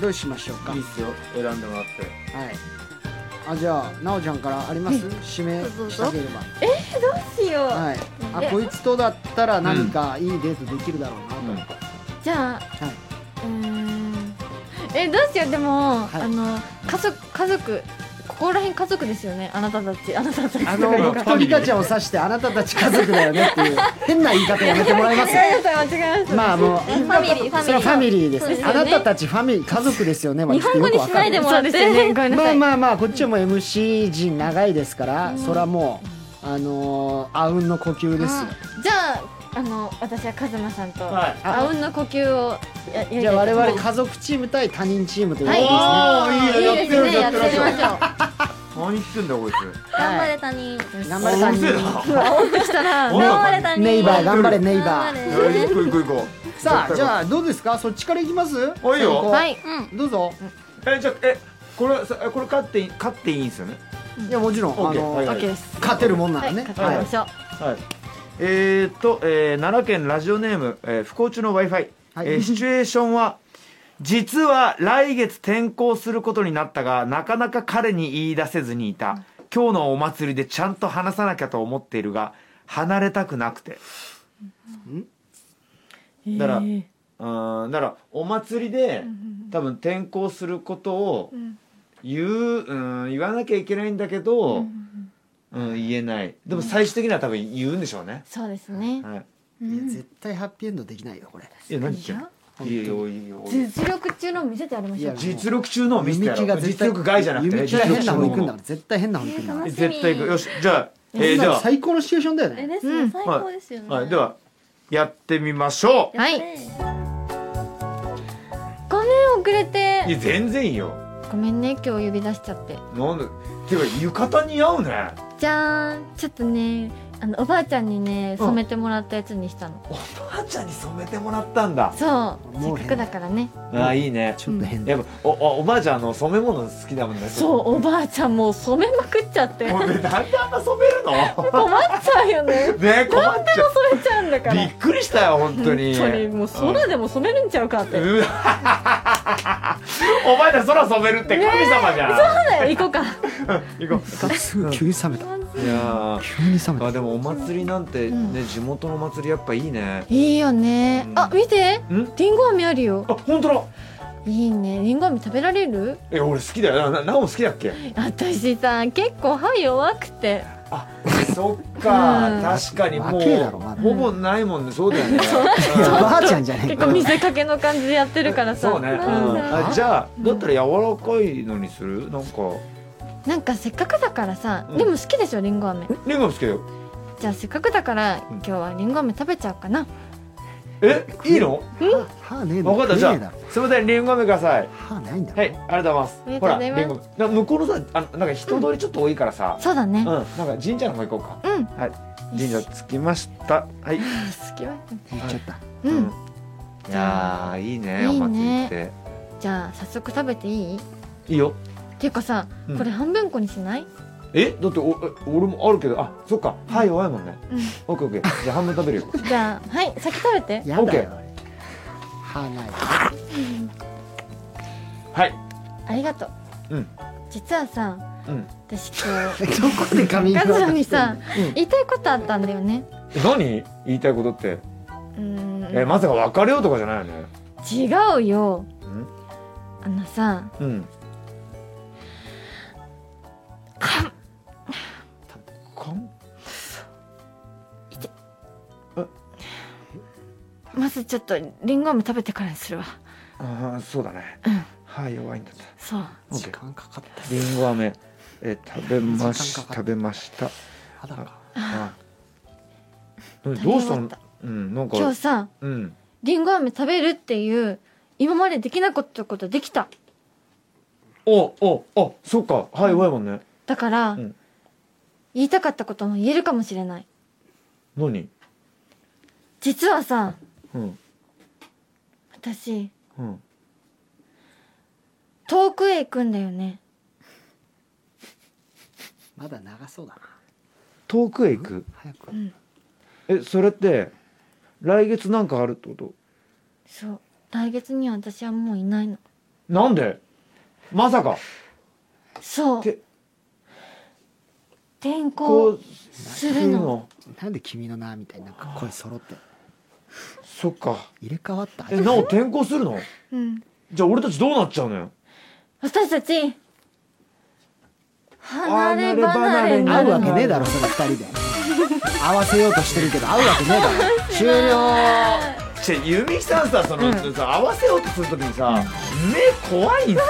どうしましょうか
いいっすよ選んでもらって
はい。あじゃあなおちゃんからあります？指名したければ。えどうしよう。はい。あこいつとだったら何かいいデートできるだろうなと思って。
じゃあ
はい。
うーんえどうしようでも、
はい
あの家族家族ここら辺家族ですよねあなたたちあな たたち
あの僕とリカちゃんを指してあなたたち家族だよねって いう変な言い方やめてもらい ます。
間違えました
まあもう。
ファミリーファミ
それはファミリーです
そうですよ
あ
ね
なたたちファミリー家族ですよねは
日本語にしないでもら
そ
って
うですよねごめんな
ま
さ
あ
い、
まあまあこっちはもう MC 陣長いですから、それはもうあのー、あうんの呼吸ですよ、
じゃああの私はカズマさんと、
はい
あうんの呼吸をややりたい
じゃあ我
はい
々家族チーム対他人チームということですね、
は
おお
い
いいよやってる
いいですね
やってる
やってみましょう
何言ってんだよこいつ
頑張れ他人
頑張れ他人
あう
来たら
お
頑張れ他人
ネイバー頑張れネイバ
頑
ー
張れ
せえな行こう行こう行こ
さあじゃあどうですかそっちからいきます
あいい
先
よ
行
はい
どうぞ
うえじゃあえこれさえこれ勝っていい勝っていいんですよね
いやもちろん
オッ
あ
ケーはい
の
は
OK です
勝てるもんな
は
ら
い
ね
勝ちましょう
はいえー、っと、えー、奈良県ラジオネーム、えー、不幸中の w i f i、
はい
えーシチュエーションは実は来月転校することになったがなかなか彼に言い出せずにいた今日のお祭りでちゃんと話さなきゃと思っているが離れたくなくてだから
えー
うんだからお祭りで多分転校することを言う、うん、言わなきゃいけないんだけど、うん、言えないでも最終的には多分言うんでしょうね、
そうですね
はい、
いや絶対ハッピーエンドできないよこれ
いや何言ってんのいやいやいやいや
実力中の見せてやりましょう
いや
実力中のを見せてやろ
弓木が
う
絶対
実力外じゃなくてね
弓木が変な方行くんだから
実
絶対変な方行くんだから
力中の絶対行くよしじゃあえー、じゃ
最高のシチュエーションだよね
ですね最高ですよね
あ、はい、ではやってみましょう
はいごめん遅れ
い
て
や全然いいよ
ごめんね今日呼び出しちゃって
なんでていうか浴衣似合うね
じゃーんちょっとねあのおばあちゃんにね染めてもらったやつにしたの、
おばあちゃんに染めてもらったんだ
そう
もう
せっかくだからね
あいいね
ちょっと変だ
やっぱおおおばあちゃんあの染め物好きだもんね
そうおばあちゃんもう染めまくっちゃって
も
困
うねなんであんな染めるの
っちゃうよね
ねえ困っちゃう
染めちゃうんだから
びっくりしたよ本当に
本当にもう空でも染めるんちゃうかって、
うわ お前ら空染めるって神様じゃん、
そうだ よ行こうか
行こ
す ぐ急に冷めた
ういや
急に 冷め
ー
た
あでもお祭りなんてね、地元の祭りやっぱいいね
いいよね
うん
あ見て
ん
りんご飴あるよ
あ本当だ
いいねりんご飴食べられる
え俺好きだよなななお好きだっけ
私さ結構歯弱くて
あそっか、
うん
確かにも
若えだろま
う
だ
ほぼないもんねそうだよね、
いやおばあちゃんじゃねえ
結
か
構見せかけの感じでやってるからさ
そうね、うんあじゃあだったら柔らかいのにするなんか
なんかせっかくだからさ
うん
でも好きでしょりんご飴
リンゴ好きだよ
じゃあせっかくだから
うん
今日はりんご飴食べちゃおうかな
えいいの
歯ねえの
分かったじ
食え
ゃ
ねえだ
あ
ろ
すみませんリンゴ飴ください
歯ないんだろ
はい、ありがとうございます。
ありがとうございます
ほら、リンゴな向こうのさ、あの、なんか人通りちょっと多いからさ。
そうだ
う
ね
ん、なんか神社の方行こうか。
うん
はい。神社着きました。はい。
好きは
言っちゃった
う
う
ん
ん
いやー、いいね、
いいね
お祭りって。
じゃあ早速食べていい
いいよ。
ていうかさ
うん
これ半分こにしない
え、だって、お、え俺もあるけど、あ、そっか、歯弱いもんね。オッケー、オッケー、じゃあ、半分食べるよ。
じゃあはい先食べて
やだよ
OK
歯ない
はい。
ありがとう
うん
実はさ
うん。
私今日
どこで髪
ガ
型
ズラにさ
うん
言いたいことあったんだよね
え何、言いたいことって、
うー
え、
ん
まさか別れようとかじゃないよね。
違うよ
ん
あのさ
うん。かん。かん。
まずちょっとリンゴ飴食べてからにするわ
ああそうだね、はい弱いんだった
そう
時
OK
間かかった
りんご飴えー食べまし
時間かかった
食べました
歯だか
うん
食べ
どうし
終
た
わ
の
った
うんなんか
今日さ
うん
リンゴ飴食べるっていう今までできなかったことできた
おおあそっかはい弱いもんね
だから、
うん
言いたかったことも言えるかもしれない
何
実はさ
うん
私
うん
遠くへ行くんだよね
まだ長そうだな
遠くへ行く
早く
えそれって来月なんかあるってこと
そう来月には私はもういないの
なんでまさか
そう
て
転
こ
校
う
するの
なんで君の名みたいななんか声揃って
そっか
入れ替わった
えなお転校するの
うん
じゃあ俺たちどうなっちゃうのよ
私たち離れ離れにな
合う
る
わけ
の
ねえだろそれ二人で合わせようとしてるけど合うわけねえだろ終了
ちぇ、ゆみさんさ、その、さ合わせようとするときにさ、目怖いんです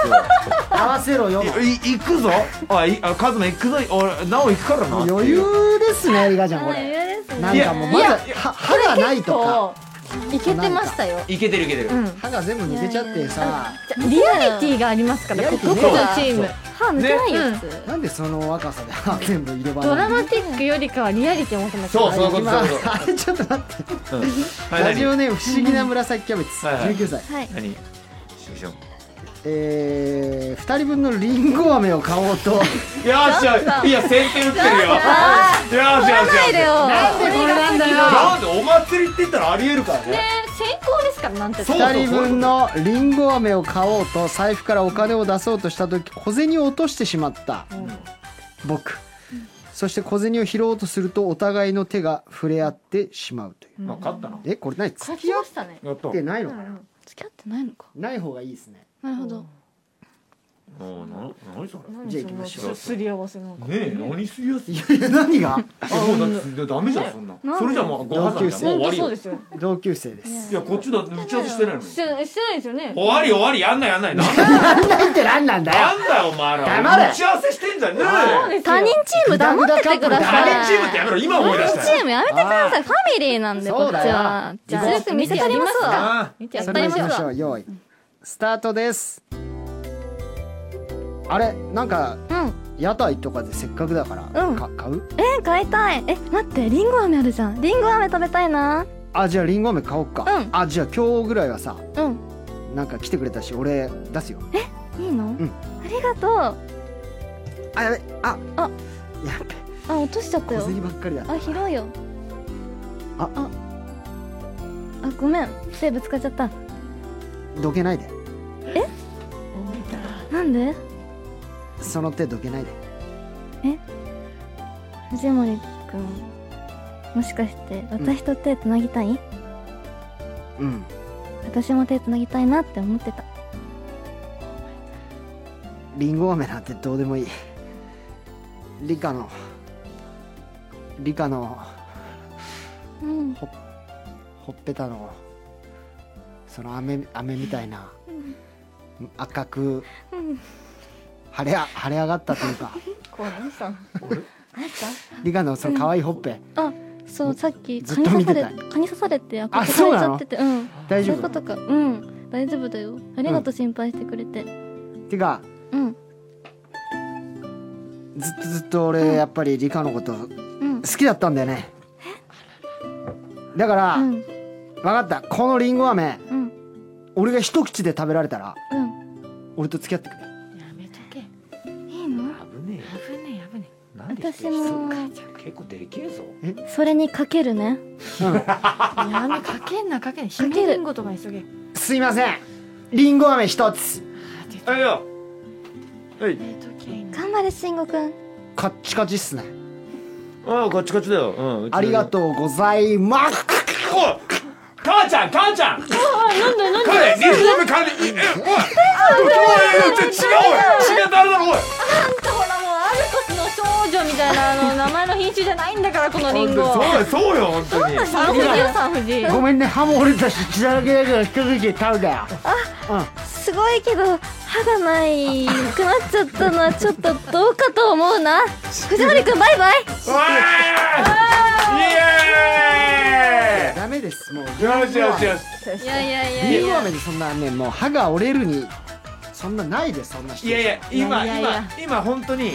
合わせろよ
よ。い、行くぞ。あ、い、あ、カズマ行くぞ。俺、なお行くからな。
余裕ですねリガちゃんこれ
余裕ですね
なんかもうまだは歯がないとか
いけてましたよ。
いけてるいけてる、
うん。
歯が全部抜けちゃってさ
リアリティがありますから、
リア
こ
リテ
この
ィね
チーム。
歯抜けないやつ、
なんでその若さで歯全部入れ歯
ドラ
なの
マティックよりかはリアリティを求めて
そうそういうこと
今
そういうこ
あれちょっと待って
と、うん、はい
ラジ
何
オネーム不思議な紫キャベツ
はいはい
19歳
はい
何よいしょよ
えー、2人分のリンゴ飴を買おうと
ーしよいや先手打ってるよよーしよーしよーし
なんでこれなんだよ
なんでお祭りって言ったらありえるからね
先行ですからなんて
そうそう
2人分のリンゴ飴を買おうと財布からお金を出そうとした時小銭を落としてしまった、僕そして小銭を拾おうとするとお互いの手が触れ合ってしまうという、
まあ勝ったな
えこれ何付
書きましたね
やった
き合ってないのかな、
付き合ってないのか
ない方がいいですね
なるほど
おーな何それ
じゃあ行きましょう
すり合わせなんか
ねえ何すりやすい
いやいや何 が
もうだってダメじゃんそんなそれじゃもうご飯だもう終
本
わ
当
り
そう
よ
で
い
すよ
同級生です
やこっちだって打ち合わせしてないのに
してしてないですよね
終わり終わりやんないやんないなんだよ
なんて何なんだよ
なんだよお前ら
黙れ
打ち合わせしてんじゃねえ
他人チーム黙っててください
誰チームってやめろ今思い出し
他人
た
チ
よ
ームやめてくださいファミリーなんでこ
そ
っ
う
ち
だよ
はじゃあ
行
強
こ
く見せてありますわ
あ
やっ
そ
ぱ
れ
り
では行きま
ま
し
す
ょ
わ
う用意スタートですあれなんか
うん
屋台とかでせっかくだから、
うん
か買う
え買いたいえ待ってりんご飴あるじゃんりんご飴食べたいな
あじゃありんご飴買おうか、
うん
あじゃあ今日ぐらいはさ
うん
なんか来てくれたし俺出すよ
いいの、
ん
ありがとう
あやべあ
あ
やべ
あ落としちゃった
小
よ
銭ばっかりだ
あ拾うよ
あ
ああごめん手ぶつかっちゃった
どけないで
なんで
その手どけないで
藤森くんもしかして私と手つなぎたい、
うん
私も手つなぎたいなって思ってた
りんご飴なんてどうでもいい理科の理科の
うん
ほっぺたのその飴飴みたいな赤く
うん
腫れあ腫れ上がったというか
こうなんさん
理科のその可愛いほっぺ
あそうさっき
ずっ
蚊に
と見
刺
て
さ
た
れ蚊に刺されてあ
あ
こ刺
そう
されち
な
ゃ
の
っててうん
大丈
そういうこ
夫
とかうん大丈夫だよありがとう心配してくれて
てか
うん
ずっとずっと俺やっぱり理科のこと好
うん
きだったんだよねだから
う
分
ん
かったこのりんご飴
うん
俺が一口で食べられたら
う
俺と付き合ってくれ
やめとけ
んいいの
危ね
危ねえ危ね
えなんで一
私
人
も
結構でけえぞ
それにかけるね
えやめかけんなかけんなひめりんごとかにすげえ
すいませんりんご飴一つ
あいやはい
えとけ
頑張れ慎吾くん
カッチカチっすね
ああガチガチだようん
ありがとうございます
おい母ちゃん母ちゃん彼リズム彼にえおいおいおい違うおい違う誰だろおい
ほらもうアルコスの少女みたいな あの名前の品種じゃないんだからこのリンゴ
そうだよそうよ本当に
三藤よ三藤
ごめんね歯も折れたし血だらけだから一口で食べたよ
すごいけど歯がないくなっちゃったのはちょっとどうかと思うな藤森くんバイバイ
おいイエーイ
ダメですもう
よしよしよし
いやいやいや
り
い
んご
や
飴でそんなねもう歯が折れるにそんなないでそんな人
いやいや今
いやいやいや
今今本当に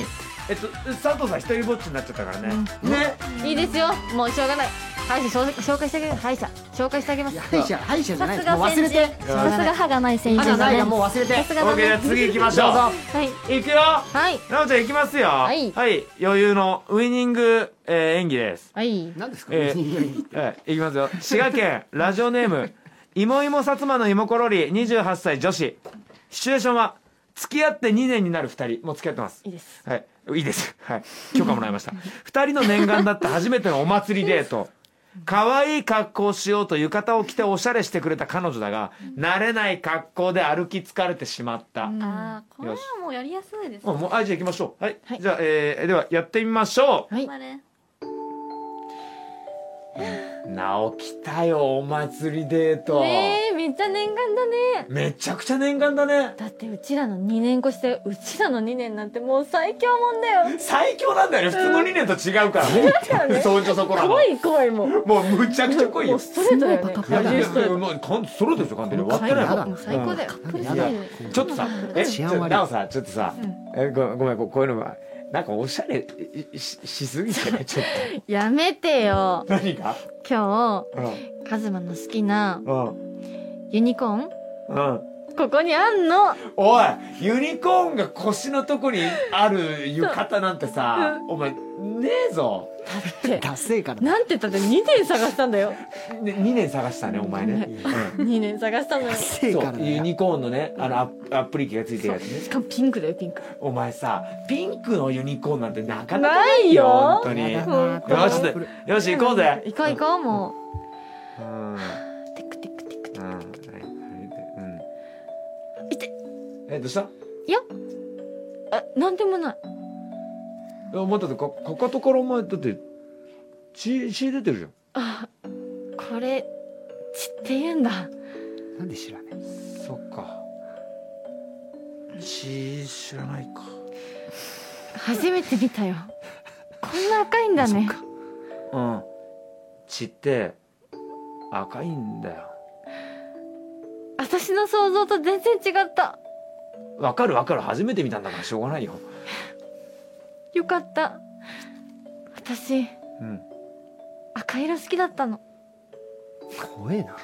えっと佐藤さん一人ぼっちになっちゃったからねね
いいですよもうしょうがない歯医者紹介紹介してあげる歯医者紹介してあげま
い
す
や歯医者歯医者じゃない
さすが
もう忘れて
先
そう
さ
だ
す
ね
が歯がない
歯
先
が
生だ
ない
ね
がもう忘れて
さすが
OK
だ
じゃあ
ね
次行きまし
ど
ょ
うぞ
はい
行くよ
はい
なおちゃん行きますよはい余裕のウイニングえー演技です
はい
何ですか
えー
人間に
はい行きますよ滋賀県ラジオネームいもいもさつまのいもころり28歳女子シチュエーションは付き合って2年になる2人もう付き合ってます
いいです
はい、いいです。はい、許可もらいました。二人の念願だった初めてのお祭りデート。可愛い格好をしようと浴衣を着ておしゃれしてくれた彼女だが、慣れない格好で歩き疲れてしまった。
あ
れはよし
もうやりやすいです
あもうあじゃあ行きましょう。はい、
はい
じゃあ、えーではやってみましょ
はい
頑張れ
う。なお来たよお祭りデート。
えー、めっちゃ念願だね
めちゃくちゃ念願だね
だってうちらの2年越しでうちらの2年なんてもう最強もんだよ
最強なんだよね普通の2年と違うから
だよ
ね
ね
そんじょそこらの
怖い怖いもうも
もうむちゃくちゃ濃いよ
うストレートだよね
すごいバカ
い
野
や
獣
いや
ストレート
もう完ソロですよ完全に割ってないもん
もう最高だよ
やだ
ちょっとさ、え、
治
ち
安
ょ
悪い
なおさ、ちょっとさ、えごごめん、ここういうのは、なんかおしゃれいししすぎてね、ちょっ
やめてよ
と。何が
今
うん、
日カズマの好きな
うん、
ユニコーン
うん。
ここにあんの
おい、ユニコーンが腰のとこにある浴衣なんてさ、お前、ねえぞ。
達成感だ
なんて言ったって2年探したんだよ
ね、2年探したね、お前ね。
2年探したのよ
達
う
成
んそう
感、だ
ユ
よ
ニコーンのね、あの、アップアップリケがついてるやつね
し。かもピンクだよピンク
お前さ、ピンクのユニコーンなんてなかなか
ないよ
本当に。
や
よ
だなこれ
し、ちょっとよし、行こうぜ。
行こう行こうも
うん。
うテクテクテクテ
うん。うん。
痛い
え、どうした
あなんでもない
えお前だってかかかとからお前だって血血出てるじゃん
あこれ血って言うんだ
なんで知らない
そっか血知らないか
初めて見たよこんな赤いんだね
うん血って赤いんだよ
私の想像と全然違った
わかるわかる初めて見たんだからしょうがないよ
よかった私
うん
赤色好きだったの
怖えな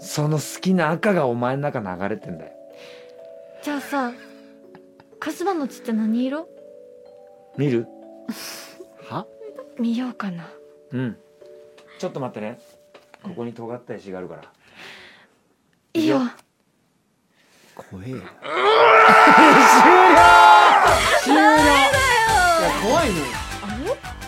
その好きな赤がお前の中流れてんだよ
じゃあさカズマの血って何色
見る
は
見ようかな
うんちょっと待ってねここに尖った石があるから
いいよ
怖えよ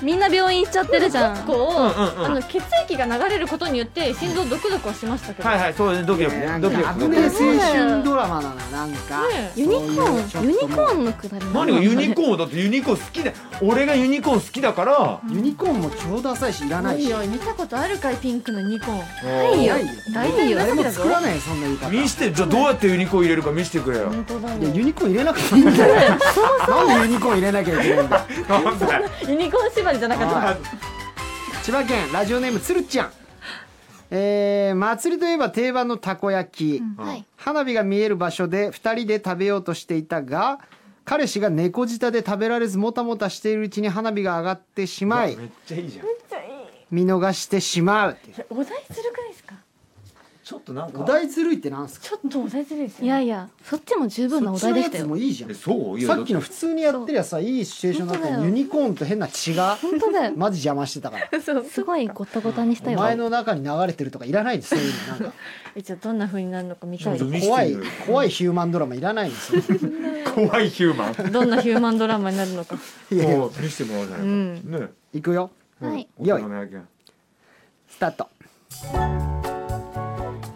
みんな病院行っちゃってるじゃん
こう、
うんうん
あの血液が流れることによって心臓ドクドクはしましたけど、
はいはいそうねドキドキ
な
ね
ん
ドキド
か
キ
危ねえ青春ドラマなのなんか
ね
ユニコーンユニコーンのくだり
何がユニコーンだってユニコーン好きだ俺がユニコーン好きだから
ユニコーンも超ダサいしいらない
いい
し
よ見たことあるかいピンクのニコン
ないよ
大体
誰も
だぞ
作らないよそんな言い方
見してじゃあどうやってユニコーン入れるか見せてくれよ
本当だ
いや
ね
ユニコーン入れなくていいんだ よなんでユニコーン入れなきゃいけないんだよ
なんで
ユ ニコーン縛りじゃなかった
はい千葉県ラジオネームつるっちゃんえー、祭りといえば定番のたこ焼き、
はい
花火が見える場所で2人で食べようとしていたが彼氏が猫舌で食べられずもたもたしているうちに花火が上がってしまい
めっちゃいいじゃん
見逃してしまうっていう
お題するくないですか
ちょっとなん
お
か
題ずるいってなんすか
ちょっとお題するです
い
よ
やいやそっちも十分なお
そ
題
っち
でした
のやつ
よ
もいいじゃん
えそういや
さっきの普通にやってりゃさいいシチュエーションだったのに
そう
ユニコーンと変な血が
本当だよ
マジ邪魔してた から
すごいごったごたにしたよ
前の中に流れてるとかいらないですそういうのなんか
一応どんな風になるのか見たい
ちょっと見せて
怖い
よ
怖いヒューマンドラマいらないんですよ
怖いヒューマン
どんなヒューマンドラマになるのか
いやいや
もう見せてもらおうじゃないか、
うん
ね
いくよ
はい
大人の野球
スタート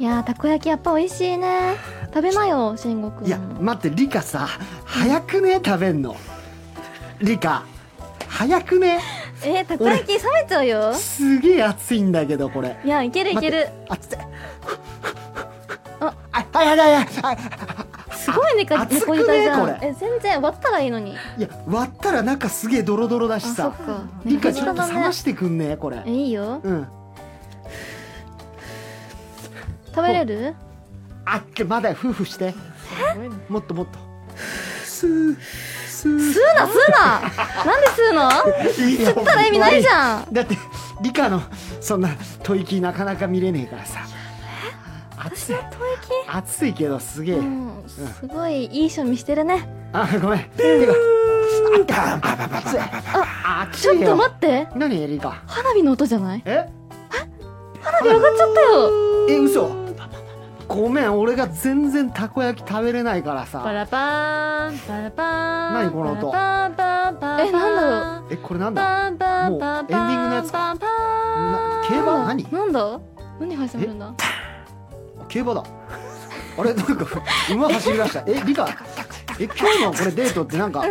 いやーたこ焼きやっぱ美味しいね食べなよ慎吾くん
いや待ってリカさ早くね食べんのリカ早くね
えー、たこ焼き冷めちゃうよ
すげえ熱いんだけどこれ
いやいけるいける
熱い
あ
あはいはいはいはい
すごいねか
熱くね
猫舌じゃん
これ
え全然割ったらいいのに
いや割ったら中すげえドロドロだし
あそ
さ
っか
リ
猫
カちょ
舌
っと
だ
冷
ね
ましてくんねこれ
えいいよ
うん
食べれる
あってまだ夫婦してもっともっとスースー
吸うな吸うななんで吸うの
吸っ
吸ったら意味ないじゃん
だって理科のそんな吐息なかなか見れねえからさ暑い暑いけどすげえ、
うんすごいいい趣味してるね
あごめんてか暑いあ
ちょっと
よ
待って
何理科
花火の音じゃない
え
花火上がっちゃったよ
え嘘ごめん俺が全然たこ焼き食べれないから
パ
さ
ラパーンパラパーン
何この音
パラパーンパーンパーン
えなんだろ
う
えこれなんだ
パンパンパンパン
もうエンディングのやつか
パンパ
な競馬何
なんだ何始めるんだ
競馬だ あれなんか馬走り出したえ理科え今日のこれデートってなんか、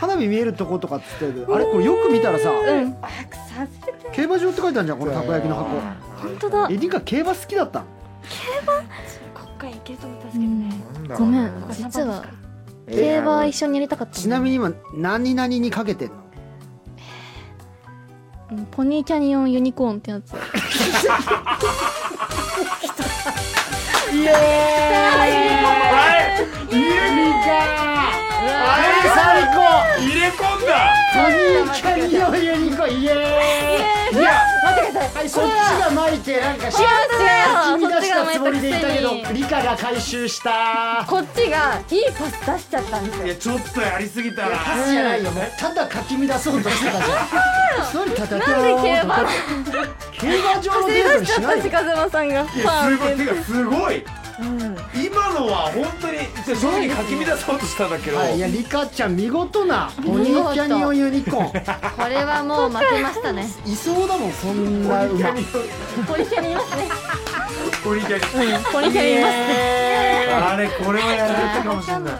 花火見えるとことかっつってるけどあれこれよく見たらさ、
うん
競馬場って書いてあるじゃんこのたこ焼きの箱
本当だ
えリカ競馬好きだったの
国会行けると思ったんですけどね。
なんだろ
ご
う
め
ね
ん実は
えー
競馬一緒にやりたかった
ちなみに今何々にかけてんの
うんポニーキャニオンユニコーンってやつ
最高
入れ込んだ
ポニーキャニオンユニコーンイエーイいや待ってください、はい、そっちが巻いてなんかシ
違う違う
出したつもりでいたけ
そっちが巻いたく
どリカが回収した
こっちがいいパス出しちゃったんですよ
いやちょっとやりすぎたな
パスじゃないよもうただかき乱そうとしてたじゃん一人叩けろ
なんで競馬
競馬場のデートにしないで
風間さんが
いやすごいてかすごい、今のは本当に正直かき乱そうとしたんだけど、
はい、いやリカちゃん見事なポニーキャニオンユニコー
これはもう負け ましたね。
ンいそうだもんそんな
ポニ
馬
キャニ
ポリキャニいますね
ポニキャニ
ポリキャニいます
あれこれはやられたかもしれない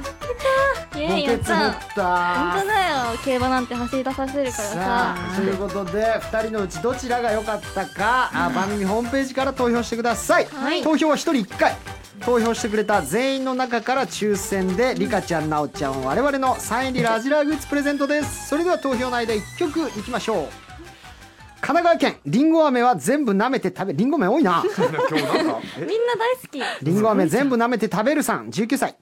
イエー
ボ
イや
ケ
っ
ツ持った
本
た
当だよ競馬なんて走り出させるから
さ
さ
あということで2人のうちどちらが良かったか、あ番組ホームページから投票してください、
はい
投票は1人1回投票してくれた全員の中から抽選でリカちゃんなおちゃん我々のサイン入りラジラーグッズプレゼントですそれでは投票の間1曲いきましょう神奈川県りんご飴は全部舐めて食べりんご飴多いな
今日なんかえ
みんな大好き。
りんご飴全部舐めて食べるさん19歳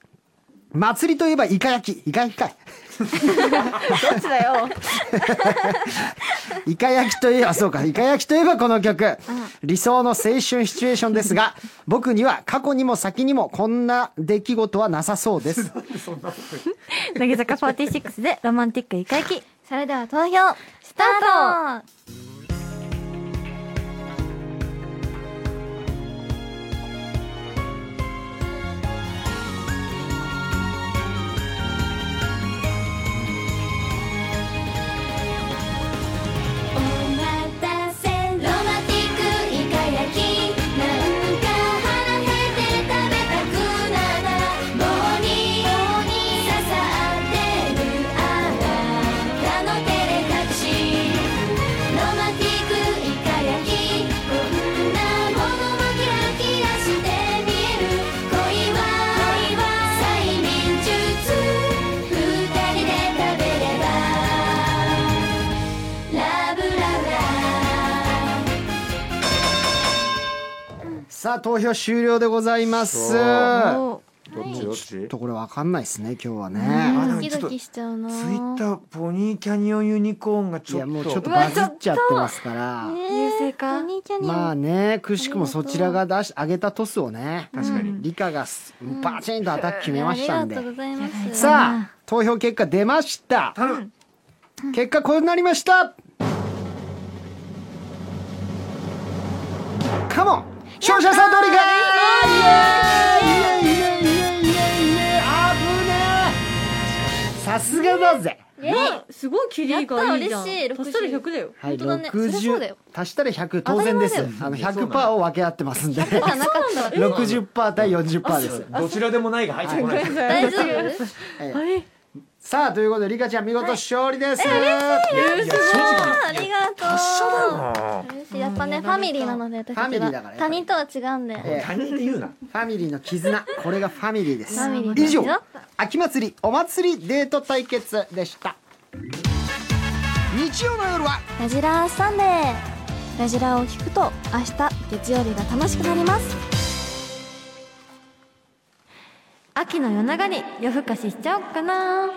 祭りといえばイカ焼きイカ焼きかい
どっちだよ
イカ焼きといえば、そうか、イカ焼きといえばこの曲。理想の青春シチュエーションですが、 僕には過去にも先にもこんな出来事はなさそう です。
乃木坂46でロマンティックイカ行き。
それでは投票
スタート
お待たせロマンティックイカ焼きなんか腹減って食べたくなら棒に刺さってるあなたの照れ隠しロマンティックイカ焼きこんなものもキラキラして見える恋は催眠術二人で食べればラブラブラ
さあ、投票終了でございます。ちょ
お
どっちどっち
っとこれわかんないですね、今日はね。
あで
ド
も
キ
ちょっ
ド
と
キしちゃうな
ツイッターポニーキャニオンユニコーンが
い
ちょっ
や、
と
もうちょっとバズっちゃってますから。
優勢か。
まあね、くしくもそちらが出し、上げたトスをね、
確かに、
リカがすバチンとアタック決めましたんで
ありが。とうございます
さあ、投票結果出ました。
頼む
結果こうなりましたカモン勝者さんどれかイエーイイエーイイエーイイエーイイエーイ危ねえさすがだぜ
すごいキリがいいじゃん
やった嬉しい
パスタで100だよ
はい、
本当だねそりゃそうだ
60
よ
足したら100当然ですあの100%を分け合ってますんで
なかった
60%対40%です
どちらでもないが入ってこないです
大丈夫
さあということでリカちゃん見事勝利です、
いや正直
ありがとう
あ
嬉しいやっぱねファミリーなので私
ファ
た
ミ
ち
リーだから
は
ね
他人とは違うんで
え
ー他人で言うな
ファミリーの絆、これがファミリーです
ファミリー。で
以
すよ
上、秋祭りお祭りデート対決でした。日曜の夜は、
ラジラーサンデーラジラーを聞くと明日月曜日が楽しくなります
秋の夜長に夜更かししちゃおうかな。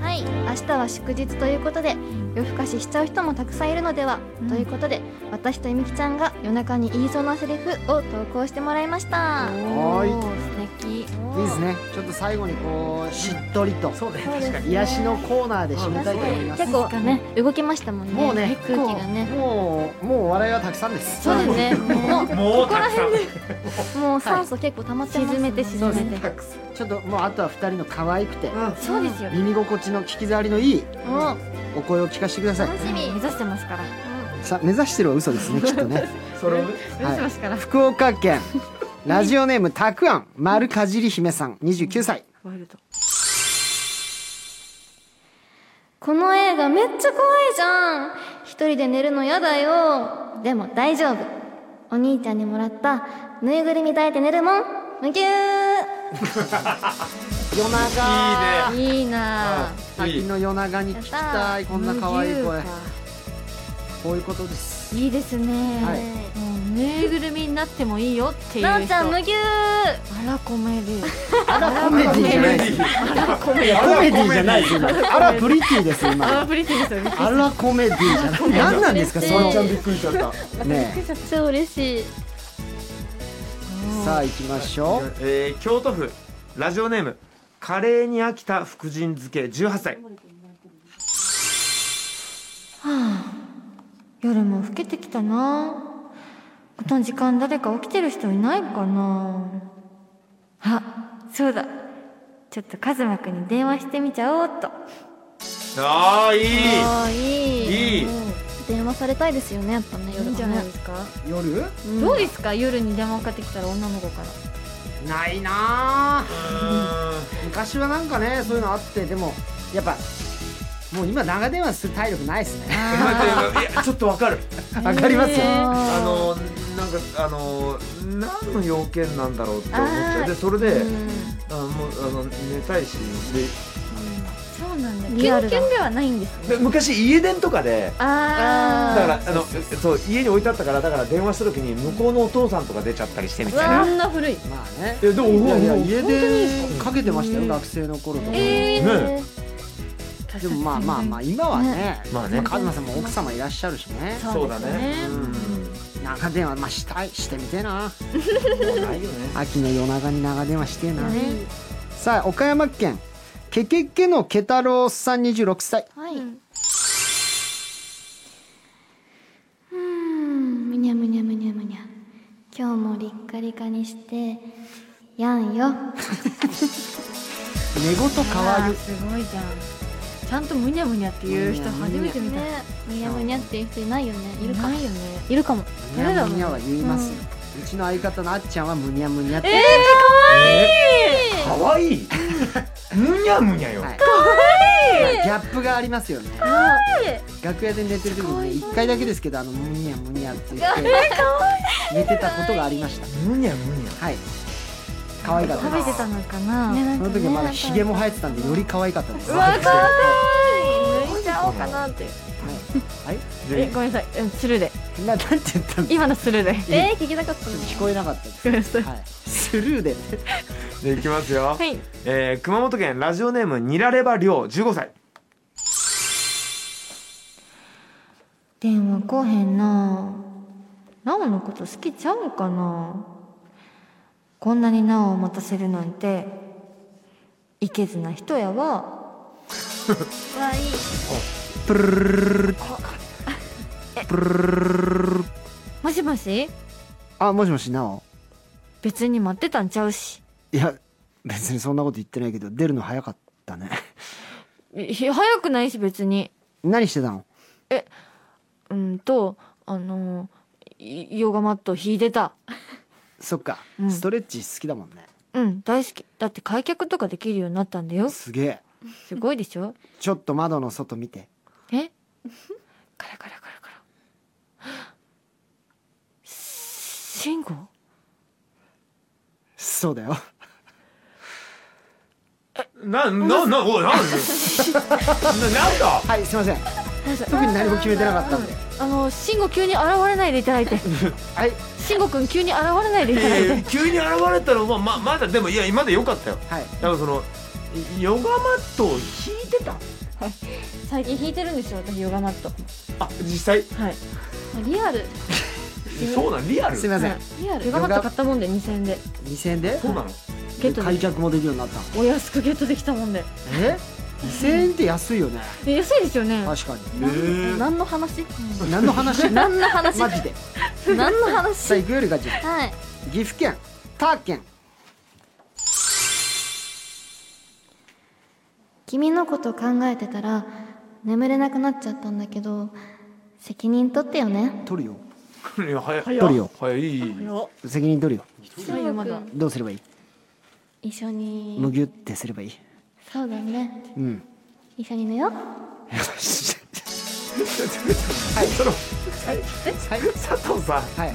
はい明日は祝日ということで夜更かししちゃう人もたくさんいるのでは、ということで私とゆみきちゃんが夜中に言いそうなセリフを投稿してもらいました
はーい
おー素敵。
いいですね。ちょっと最後にこう、しっとりと、
そうね確かに
癒しのコーナーで締めたいと思います。
結構ね動きましたもんね
もうね、
空気がね
もう、もう笑いはたくさんです。
そうですねも
もうたくさん
うもう酸素結構溜まってます、
沈めて沈めて。
ちょっともうあとは二人の可愛くて、
そうですよ。
耳心地の聞き障りのいい
もう
お声を聞かせてください。
楽しみ、
目指してますから。
さあ、目指してるは嘘ですね、きっとね。
それ
目指してますから。
福岡県ラジオネームたくあん丸かじり姫さん29歳
この映画めっちゃ怖いじゃん一人で寝るのやだよでも大丈夫お兄ちゃんにもらったぬいぐるみ抱いて寝るもんむぎゅー
夜長
いいなあ
秋の夜長に聞きたいこんな可愛い声
無牛か
こういうことです
いいですね、
はい
もうぬいぐるみになってもいいよっていう人
なおちゃんむぎゅー
あらコメディ
あらコメディじゃない です
コメ
いやコメディじゃないです今あらプリティです
あ
今
らプリティですよね
あらコメディじゃない何なんですかその
ちゃんびっくりしちゃった。
ね
超嬉しい
えさあ行きましょう
えー京都府ラジオネームカレーに飽きた福神漬け18歳
夜も更けてきたなこの時間誰か起きてる人いないかなあそうだちょっとカズマくんに電話してみちゃおうっと
ああいい
ああい
い
い
い
電話されたいですよねやっぱね
いい
夜
んじ
は
ゃな
ね
いですか、
夜
どうですか夜に電話かかってきたら女の子から
ないなあ昔はなんかねそういうのあってでもやっぱもう今長電話する体力ないですね
いやちょっとわかる。
わかりますよ
あのなんかあの何の要件なんだろうって思っちゃう。でそれで、あのもうあの寝たいしで。
そうなんだ
キ
リア
ュン
ル
キ
だ
ュンではないんです
で昔家電とかでだ
あ
からあのそう家に置いてあったからだから電話した時に向こうのお父さんとか出ちゃったりしてみたい
あ
なん
な古い
まあね
いやでも
いやいや
もう
家でかけてましたよ学生の頃とかで
ね
もまあまあまあ今はね
まあね
カズマさんも奥様いらっしゃるしね
そうだね
長電話まあしたいしてみてえな
うんないよね
秋の夜長に長電話してえなさあ岡山県けけけのけ太郎さん26歳
はい。うーん、むにゃむにゃむにゃむにゃ。今日もリッカリカにして、やん
寝
よ。
言かわゆ
すごいじゃんちゃんとむにゃむにゃっていう人初めて見た
ね、むにゃむにゃっていう人いないよね。いるか。
ないよね
いるかも。
むにゃむにゃは言いますようちの相方のあっちゃんはむにゃむにゃって言い
かわいいむにゃむにゃよ
ますはいギャップがありますよね楽屋で寝てる時にね一回だけですけどあのむにゃむにゃって言 って寝てたことがありました
むにゃむにゃ
はい可愛かった
食
で
べ
す
てたのかな、
ね
その時はまだヒゲも生えてたんでより可愛かったです
抜いちゃおうかなって
はい
えごめんなさいうんスルーで
ななんて言ったんです
今のスルーで
えー、聞きたかった
聞こえなかったです、
ごめんなさい
はい、スルーでね
でいきますよ、
はい
えー熊本県ラジオネームニラレバリョウ15歳
電話こうへんななおのこと好きちゃうんかなこんなになおを待たせるなんていけずな人 やわわいいプルルルルルルルルルもしもし
あもしもしなお
別に待ってたんちゃうし
いや別にそんなこと言ってないけど出るの早かったね
い早くないし別に
何してたの
うんとあのいヨガマット引いてた
そっか、
うん
ストレッチ好きだもんね
うん大好きだって開脚とかできるようになったんだよ
すげえ
すごいでしょ
ちょっと窓の外見て
えカラカラカラカラ慎吾
そうだよ
なななおい なんななんだ
はいすいません特に何も決めてなかったんで
あの慎吾急に現れないでいた だいて
はい
慎吾くん急に現れないでいただい
え
て
ー急に現れたのはままだでもいやまだ良かったよ
はい
だからそのヨガマットを引いてた
最近引いてるんですよ私ヨガマット
あ実際
はい
リアル
そうなんリアル
すい
そう
ません、
リアルヨガマット買ったもんで2000円で
2000円で
なの
ゲット
開
で
脚もできるようになったの
お安くゲットできたもんで
え2000円って安いよね
で安いですよね
確か
えー
何の話
に何の話
何の話
マジで
何の
さあ
話
行くよりかじ
はい
岐阜県他県
君のこと考えてたら、眠れなくなっちゃったんだけど、責任取ってよね。
取るよ
いや早い
取るよ
早い
責任取るよ
ないよまだ
どうすればいい
一緒
む
に。
ぎゅってすればいい
そうだね。
うん
一緒に寝よう。
はい、その、はい、佐藤さん、
はい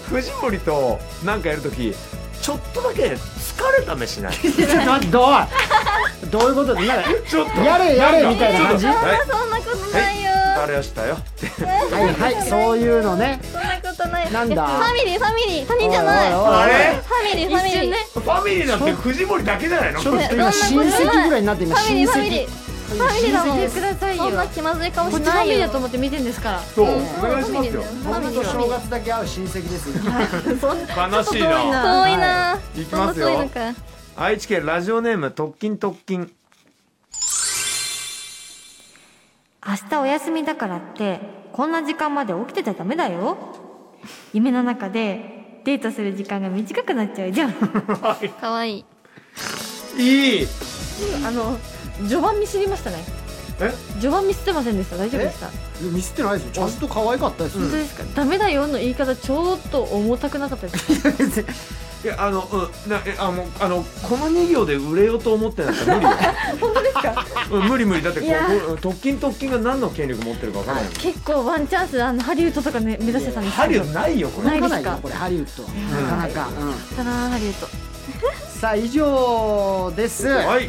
藤森となんかやるとき、ちょっとだけ疲れた目し ない。
ちょっと待ってどうどういうことでなんか
ちょっと。
やれやれ
んか
みたいな感じ
ちょっとはい、
そんなことないよ
あれをしたよ。
はいはいそういうのね
そんなことない
なんだ
いやファミリーファミリー他人じゃない
おいおいおい
あれ
ファミリーファミリー
ファミリーなんて藤森だけじゃないの。
ちょっと今親戚ぐらいになって
フ
今
ァミリ
親戚
ーファミリーファミリーだもん
くださいよ
そんな気まずい顔し
こっちファ
な
ミ
い
リー
よ
だと思って見てんですから
そう、お願いしますよ。
僕と正月だけ会う親戚です
悲しいな。
遠いな
行き
そん
ま
な
す
遠い
よ
の。か
愛知県ラジオネーム特勤特勤。
明日お休みだからってこんな時間まで起きてちゃダメだよ夢の中でデートする時間が短くなっちゃうじゃん
可愛い
いい。
あの序盤ミスりましたね
え
序盤ミスってませんでした大丈夫でした
ミスってないですよちゃんと可愛かったです
本当ですかダメだよの言い方ちょっと重たくなかったですか
いやあのうんなえあのあのこの2行で売れようと思ってなかった ら無理よ本当ですか、うん、無理無理だってこ
いや
うこう特勤特勤が何の権力持ってるか分からないもん、
結構ワンチャンスであのハリウッドとかね目指してたんです
ハ
け
リ
ど
ウッドないよこれ
ないで
か
す
なり
か
これハリウッドなかなかうん
たなハリウッド
さあ以上です
はい、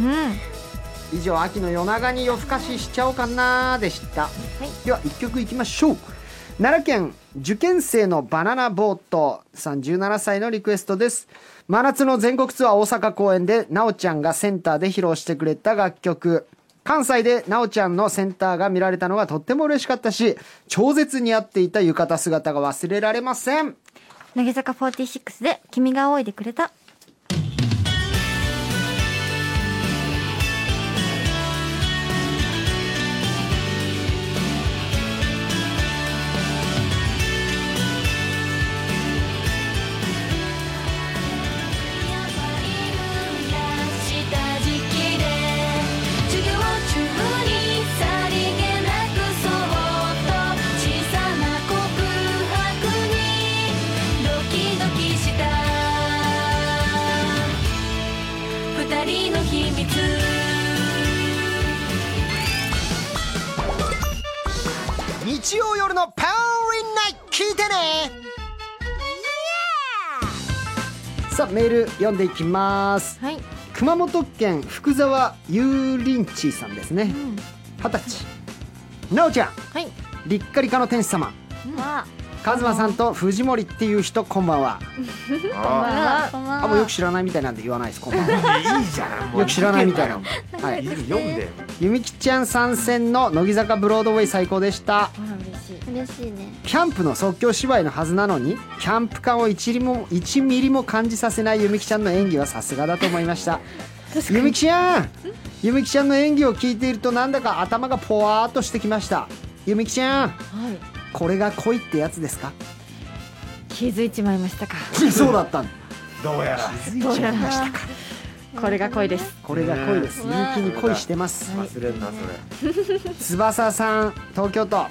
以上秋の夜長に夜更かししちゃおうかなでした、では1曲いきましょう奈良県受験生のバナナボートさん17歳のリクエストです真夏の全国ツアー大阪公演でなおちゃんがセンターで披露してくれた楽曲関西でなおちゃんのセンターが見られたのがとっても嬉しかったし超絶似合っていた浴衣姿が忘れられません
乃木坂46で「君が仰いでくれた」
やばい分野した時期で授業中にさりげなくそっと小さな告白にドキドキした二人の秘密
日曜夜のパウリンナイト聞いてねさあメール読んでいきます、
はい
熊本県福沢ゆうりんちさんですね二十、歳なおちゃん、
い
りっかりかの天使様
ま
カズマさんと藤森っていう人こんばんは
あ
あこんばん
あ
は
もうよく知らないみたいなんで言わないですこんばん は
ーいいじゃんもう
よく知らないみたいなはい
いい読んでよ
ゆみきちゃん参戦の乃木坂ブロードウェイ最高でした
嬉しいね
キャンプの即興芝居のはずなのにキャンプ感を1ミリも1ミリも感じさせないゆみきちゃんの演技はさすがだと思いましたゆみきちゃんゆみきちゃんの演技を聞いているとなんだか頭がポワーっとしてきましたゆみきちゃん
はい
これが恋ってやつですか
気づいちまいましたか
そうだったんだ
どうやら
どうやら
これが恋です
これが恋です
うん
ゆみきに恋してます
忘れんなそれ
翼さん東京都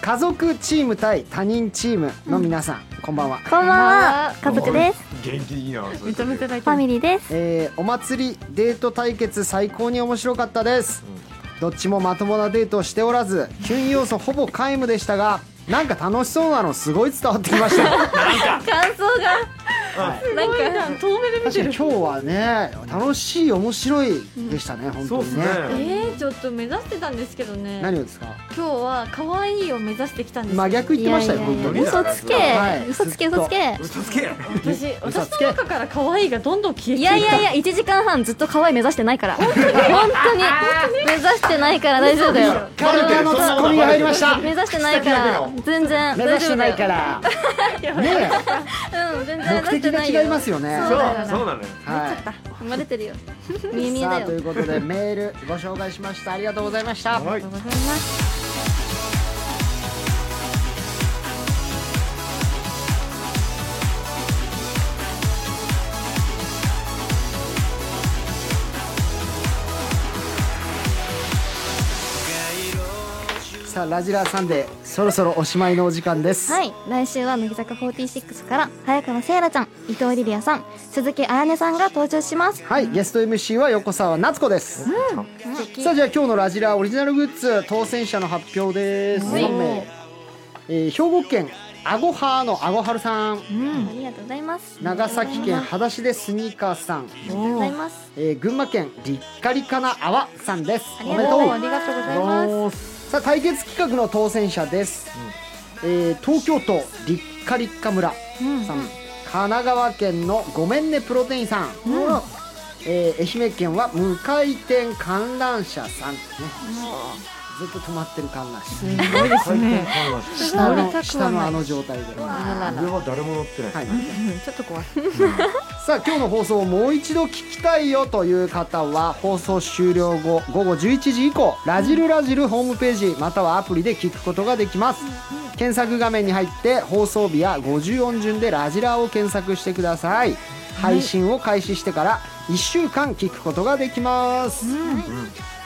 家族チーム対他人チームの皆さん、こんばんは
こんばんは家族です
元気いいなそれ
認めてない
フ
と
ァミリーです
えーお祭りデート対決最高に面白かったです、どっちもまともなデートをしておらずキュン要素ほぼ皆無でしたがなんか楽しそうなのすごい伝わってきました
感想が
なんか遠目で見
確か
て
に今
る
日はね楽しい面白いでしたね、本
そ
当
うです
に
ね
ね
えー、ちょっと目指してたんですけどね
何をですか
今日は可愛いを目指してきたんです
真逆言ってましたよ
いやい
本
や
当
い
に
や
嘘つけ、
はい
嘘つけ嘘つけ
嘘つけ
私
嘘
私
つけ
の中から可愛いがどんどん消
い
えていっ
や
た
いやいや1時間半ずっと可愛い目指してないから本当に 目指してないから大丈夫だよ
カルタのツッコミが入りました
目指してないから全然
目指してないか
大丈
ら ね
夫だようん全
え
然
目的が違いますよね
そうそうなのよ
はい
生まれてるよ見え見え
さ
だ
あとい
よ
うこと でメールご紹介しましたありがとうございました、
はい
さああラジラーサンデーそろそろおしまいのお時間です、
はい来週は乃木坂46から早川せいらちゃん伊藤リリアさん鈴木彩音さんが登場します
はい、ゲスト MC は横澤夏子です、さあじゃあ今日のラジラーオリジナルグッズ当選者の発表です、
はい
4名、えー兵庫県アゴハーのアゴハルさん
ありがとうございます
長崎県
あり
裸足でスニーカーさん、
がとうございます
えー群馬県リッカリカなあわさんです
あり
お
が
めで
と
と
う
う
ありがとうござい
ありがとう
ま
ございますさあ対決企画の当選者です、えー東京都リッカリカ村さん、神奈川県のごめんねプロテインさん、えー愛媛県は無回転観覧車さん、ね、ずっと止まってる観覧車下の下のあの状態で、
上は誰も乗ってない
はい
ちょっと怖い
さあ今日の放送をもう一度聞きたいよという方は放送終了後午後11時以降「ラジルラジル」ホームページまたはアプリで聞くことができます検索画面に入って放送日や50音順で「ラジラ」を検索してください配信を開始してから1週間聞くことができます、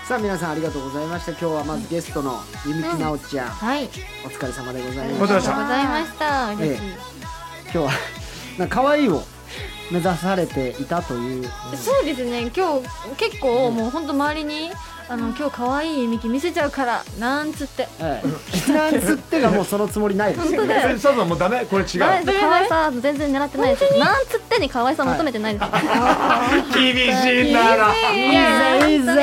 さあ皆さんありがとうございました今日はまずゲストのゆみきなおちゃん、
はい
お疲れ様でござい
あり
ま
が
し
とう
た
ございました嬉しい、
え今日は なんか可愛いを目指されていたという
そうですね今日結構もう本当周りにあの今日可愛いミキ見せちゃうからなんつって
ええ、なんつってがもうそのつもりないです
本当だよ
それさもうダメこれ違う
はい可愛さ全然狙ってないですなんつってに可愛さ求めてないです、、
厳しいんだない
やいいぜこれ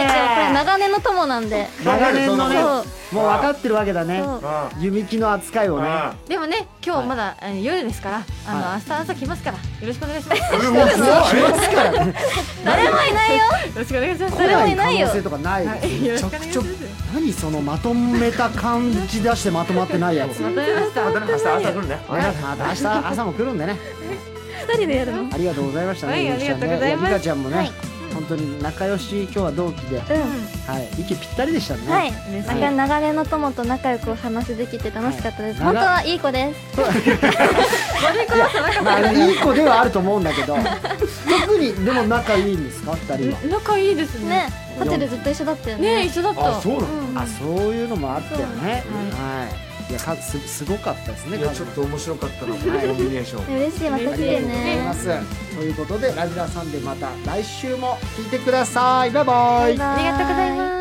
長年の友なんで
長年のね
そう
もう分かってるわけだね
そう
あ
弓木の扱いをね
あ
でもね今日まだ、えー夜ですからあの、
は
明日朝来ますからよろしくお願いします
あれもうすごい
誰もいないよ
よろしくお願いします
来ない可
よ
能性とかないめちゃくちゃ何そのまとめた感じ出してまとまってないやつ
まとめました
またね明日朝来るね
また明日朝も来るんでね
二人でやるの
ありがとうございました
はい
ねゆみきちゃん
ありがとうござい
ねゆ
ます
みかちゃんも
は
ね
い
本当に仲良し今日は同期で
う
はい息ぴったりでした
んは
ね
い
嬉しい
なんか流れの友と仲良くお話できて楽しかったです
はい
本当はいい子です
まあいい子ではあると思うんだ けど特にでも仲いいんですか二人は
仲いいですね
ねホテルずっと一緒だったよ
ね
ね
一緒だった
あそうなの
あそういうのもあったよねはいいやかすすごかったですね
いやちょっと面白かったなこのコンビネーション
嬉しい
あ
私
りが
で
とうござい
ね
ます。ということで、ラジラさんでまた来週も聞いてください。バイバイ。
ありがとうございます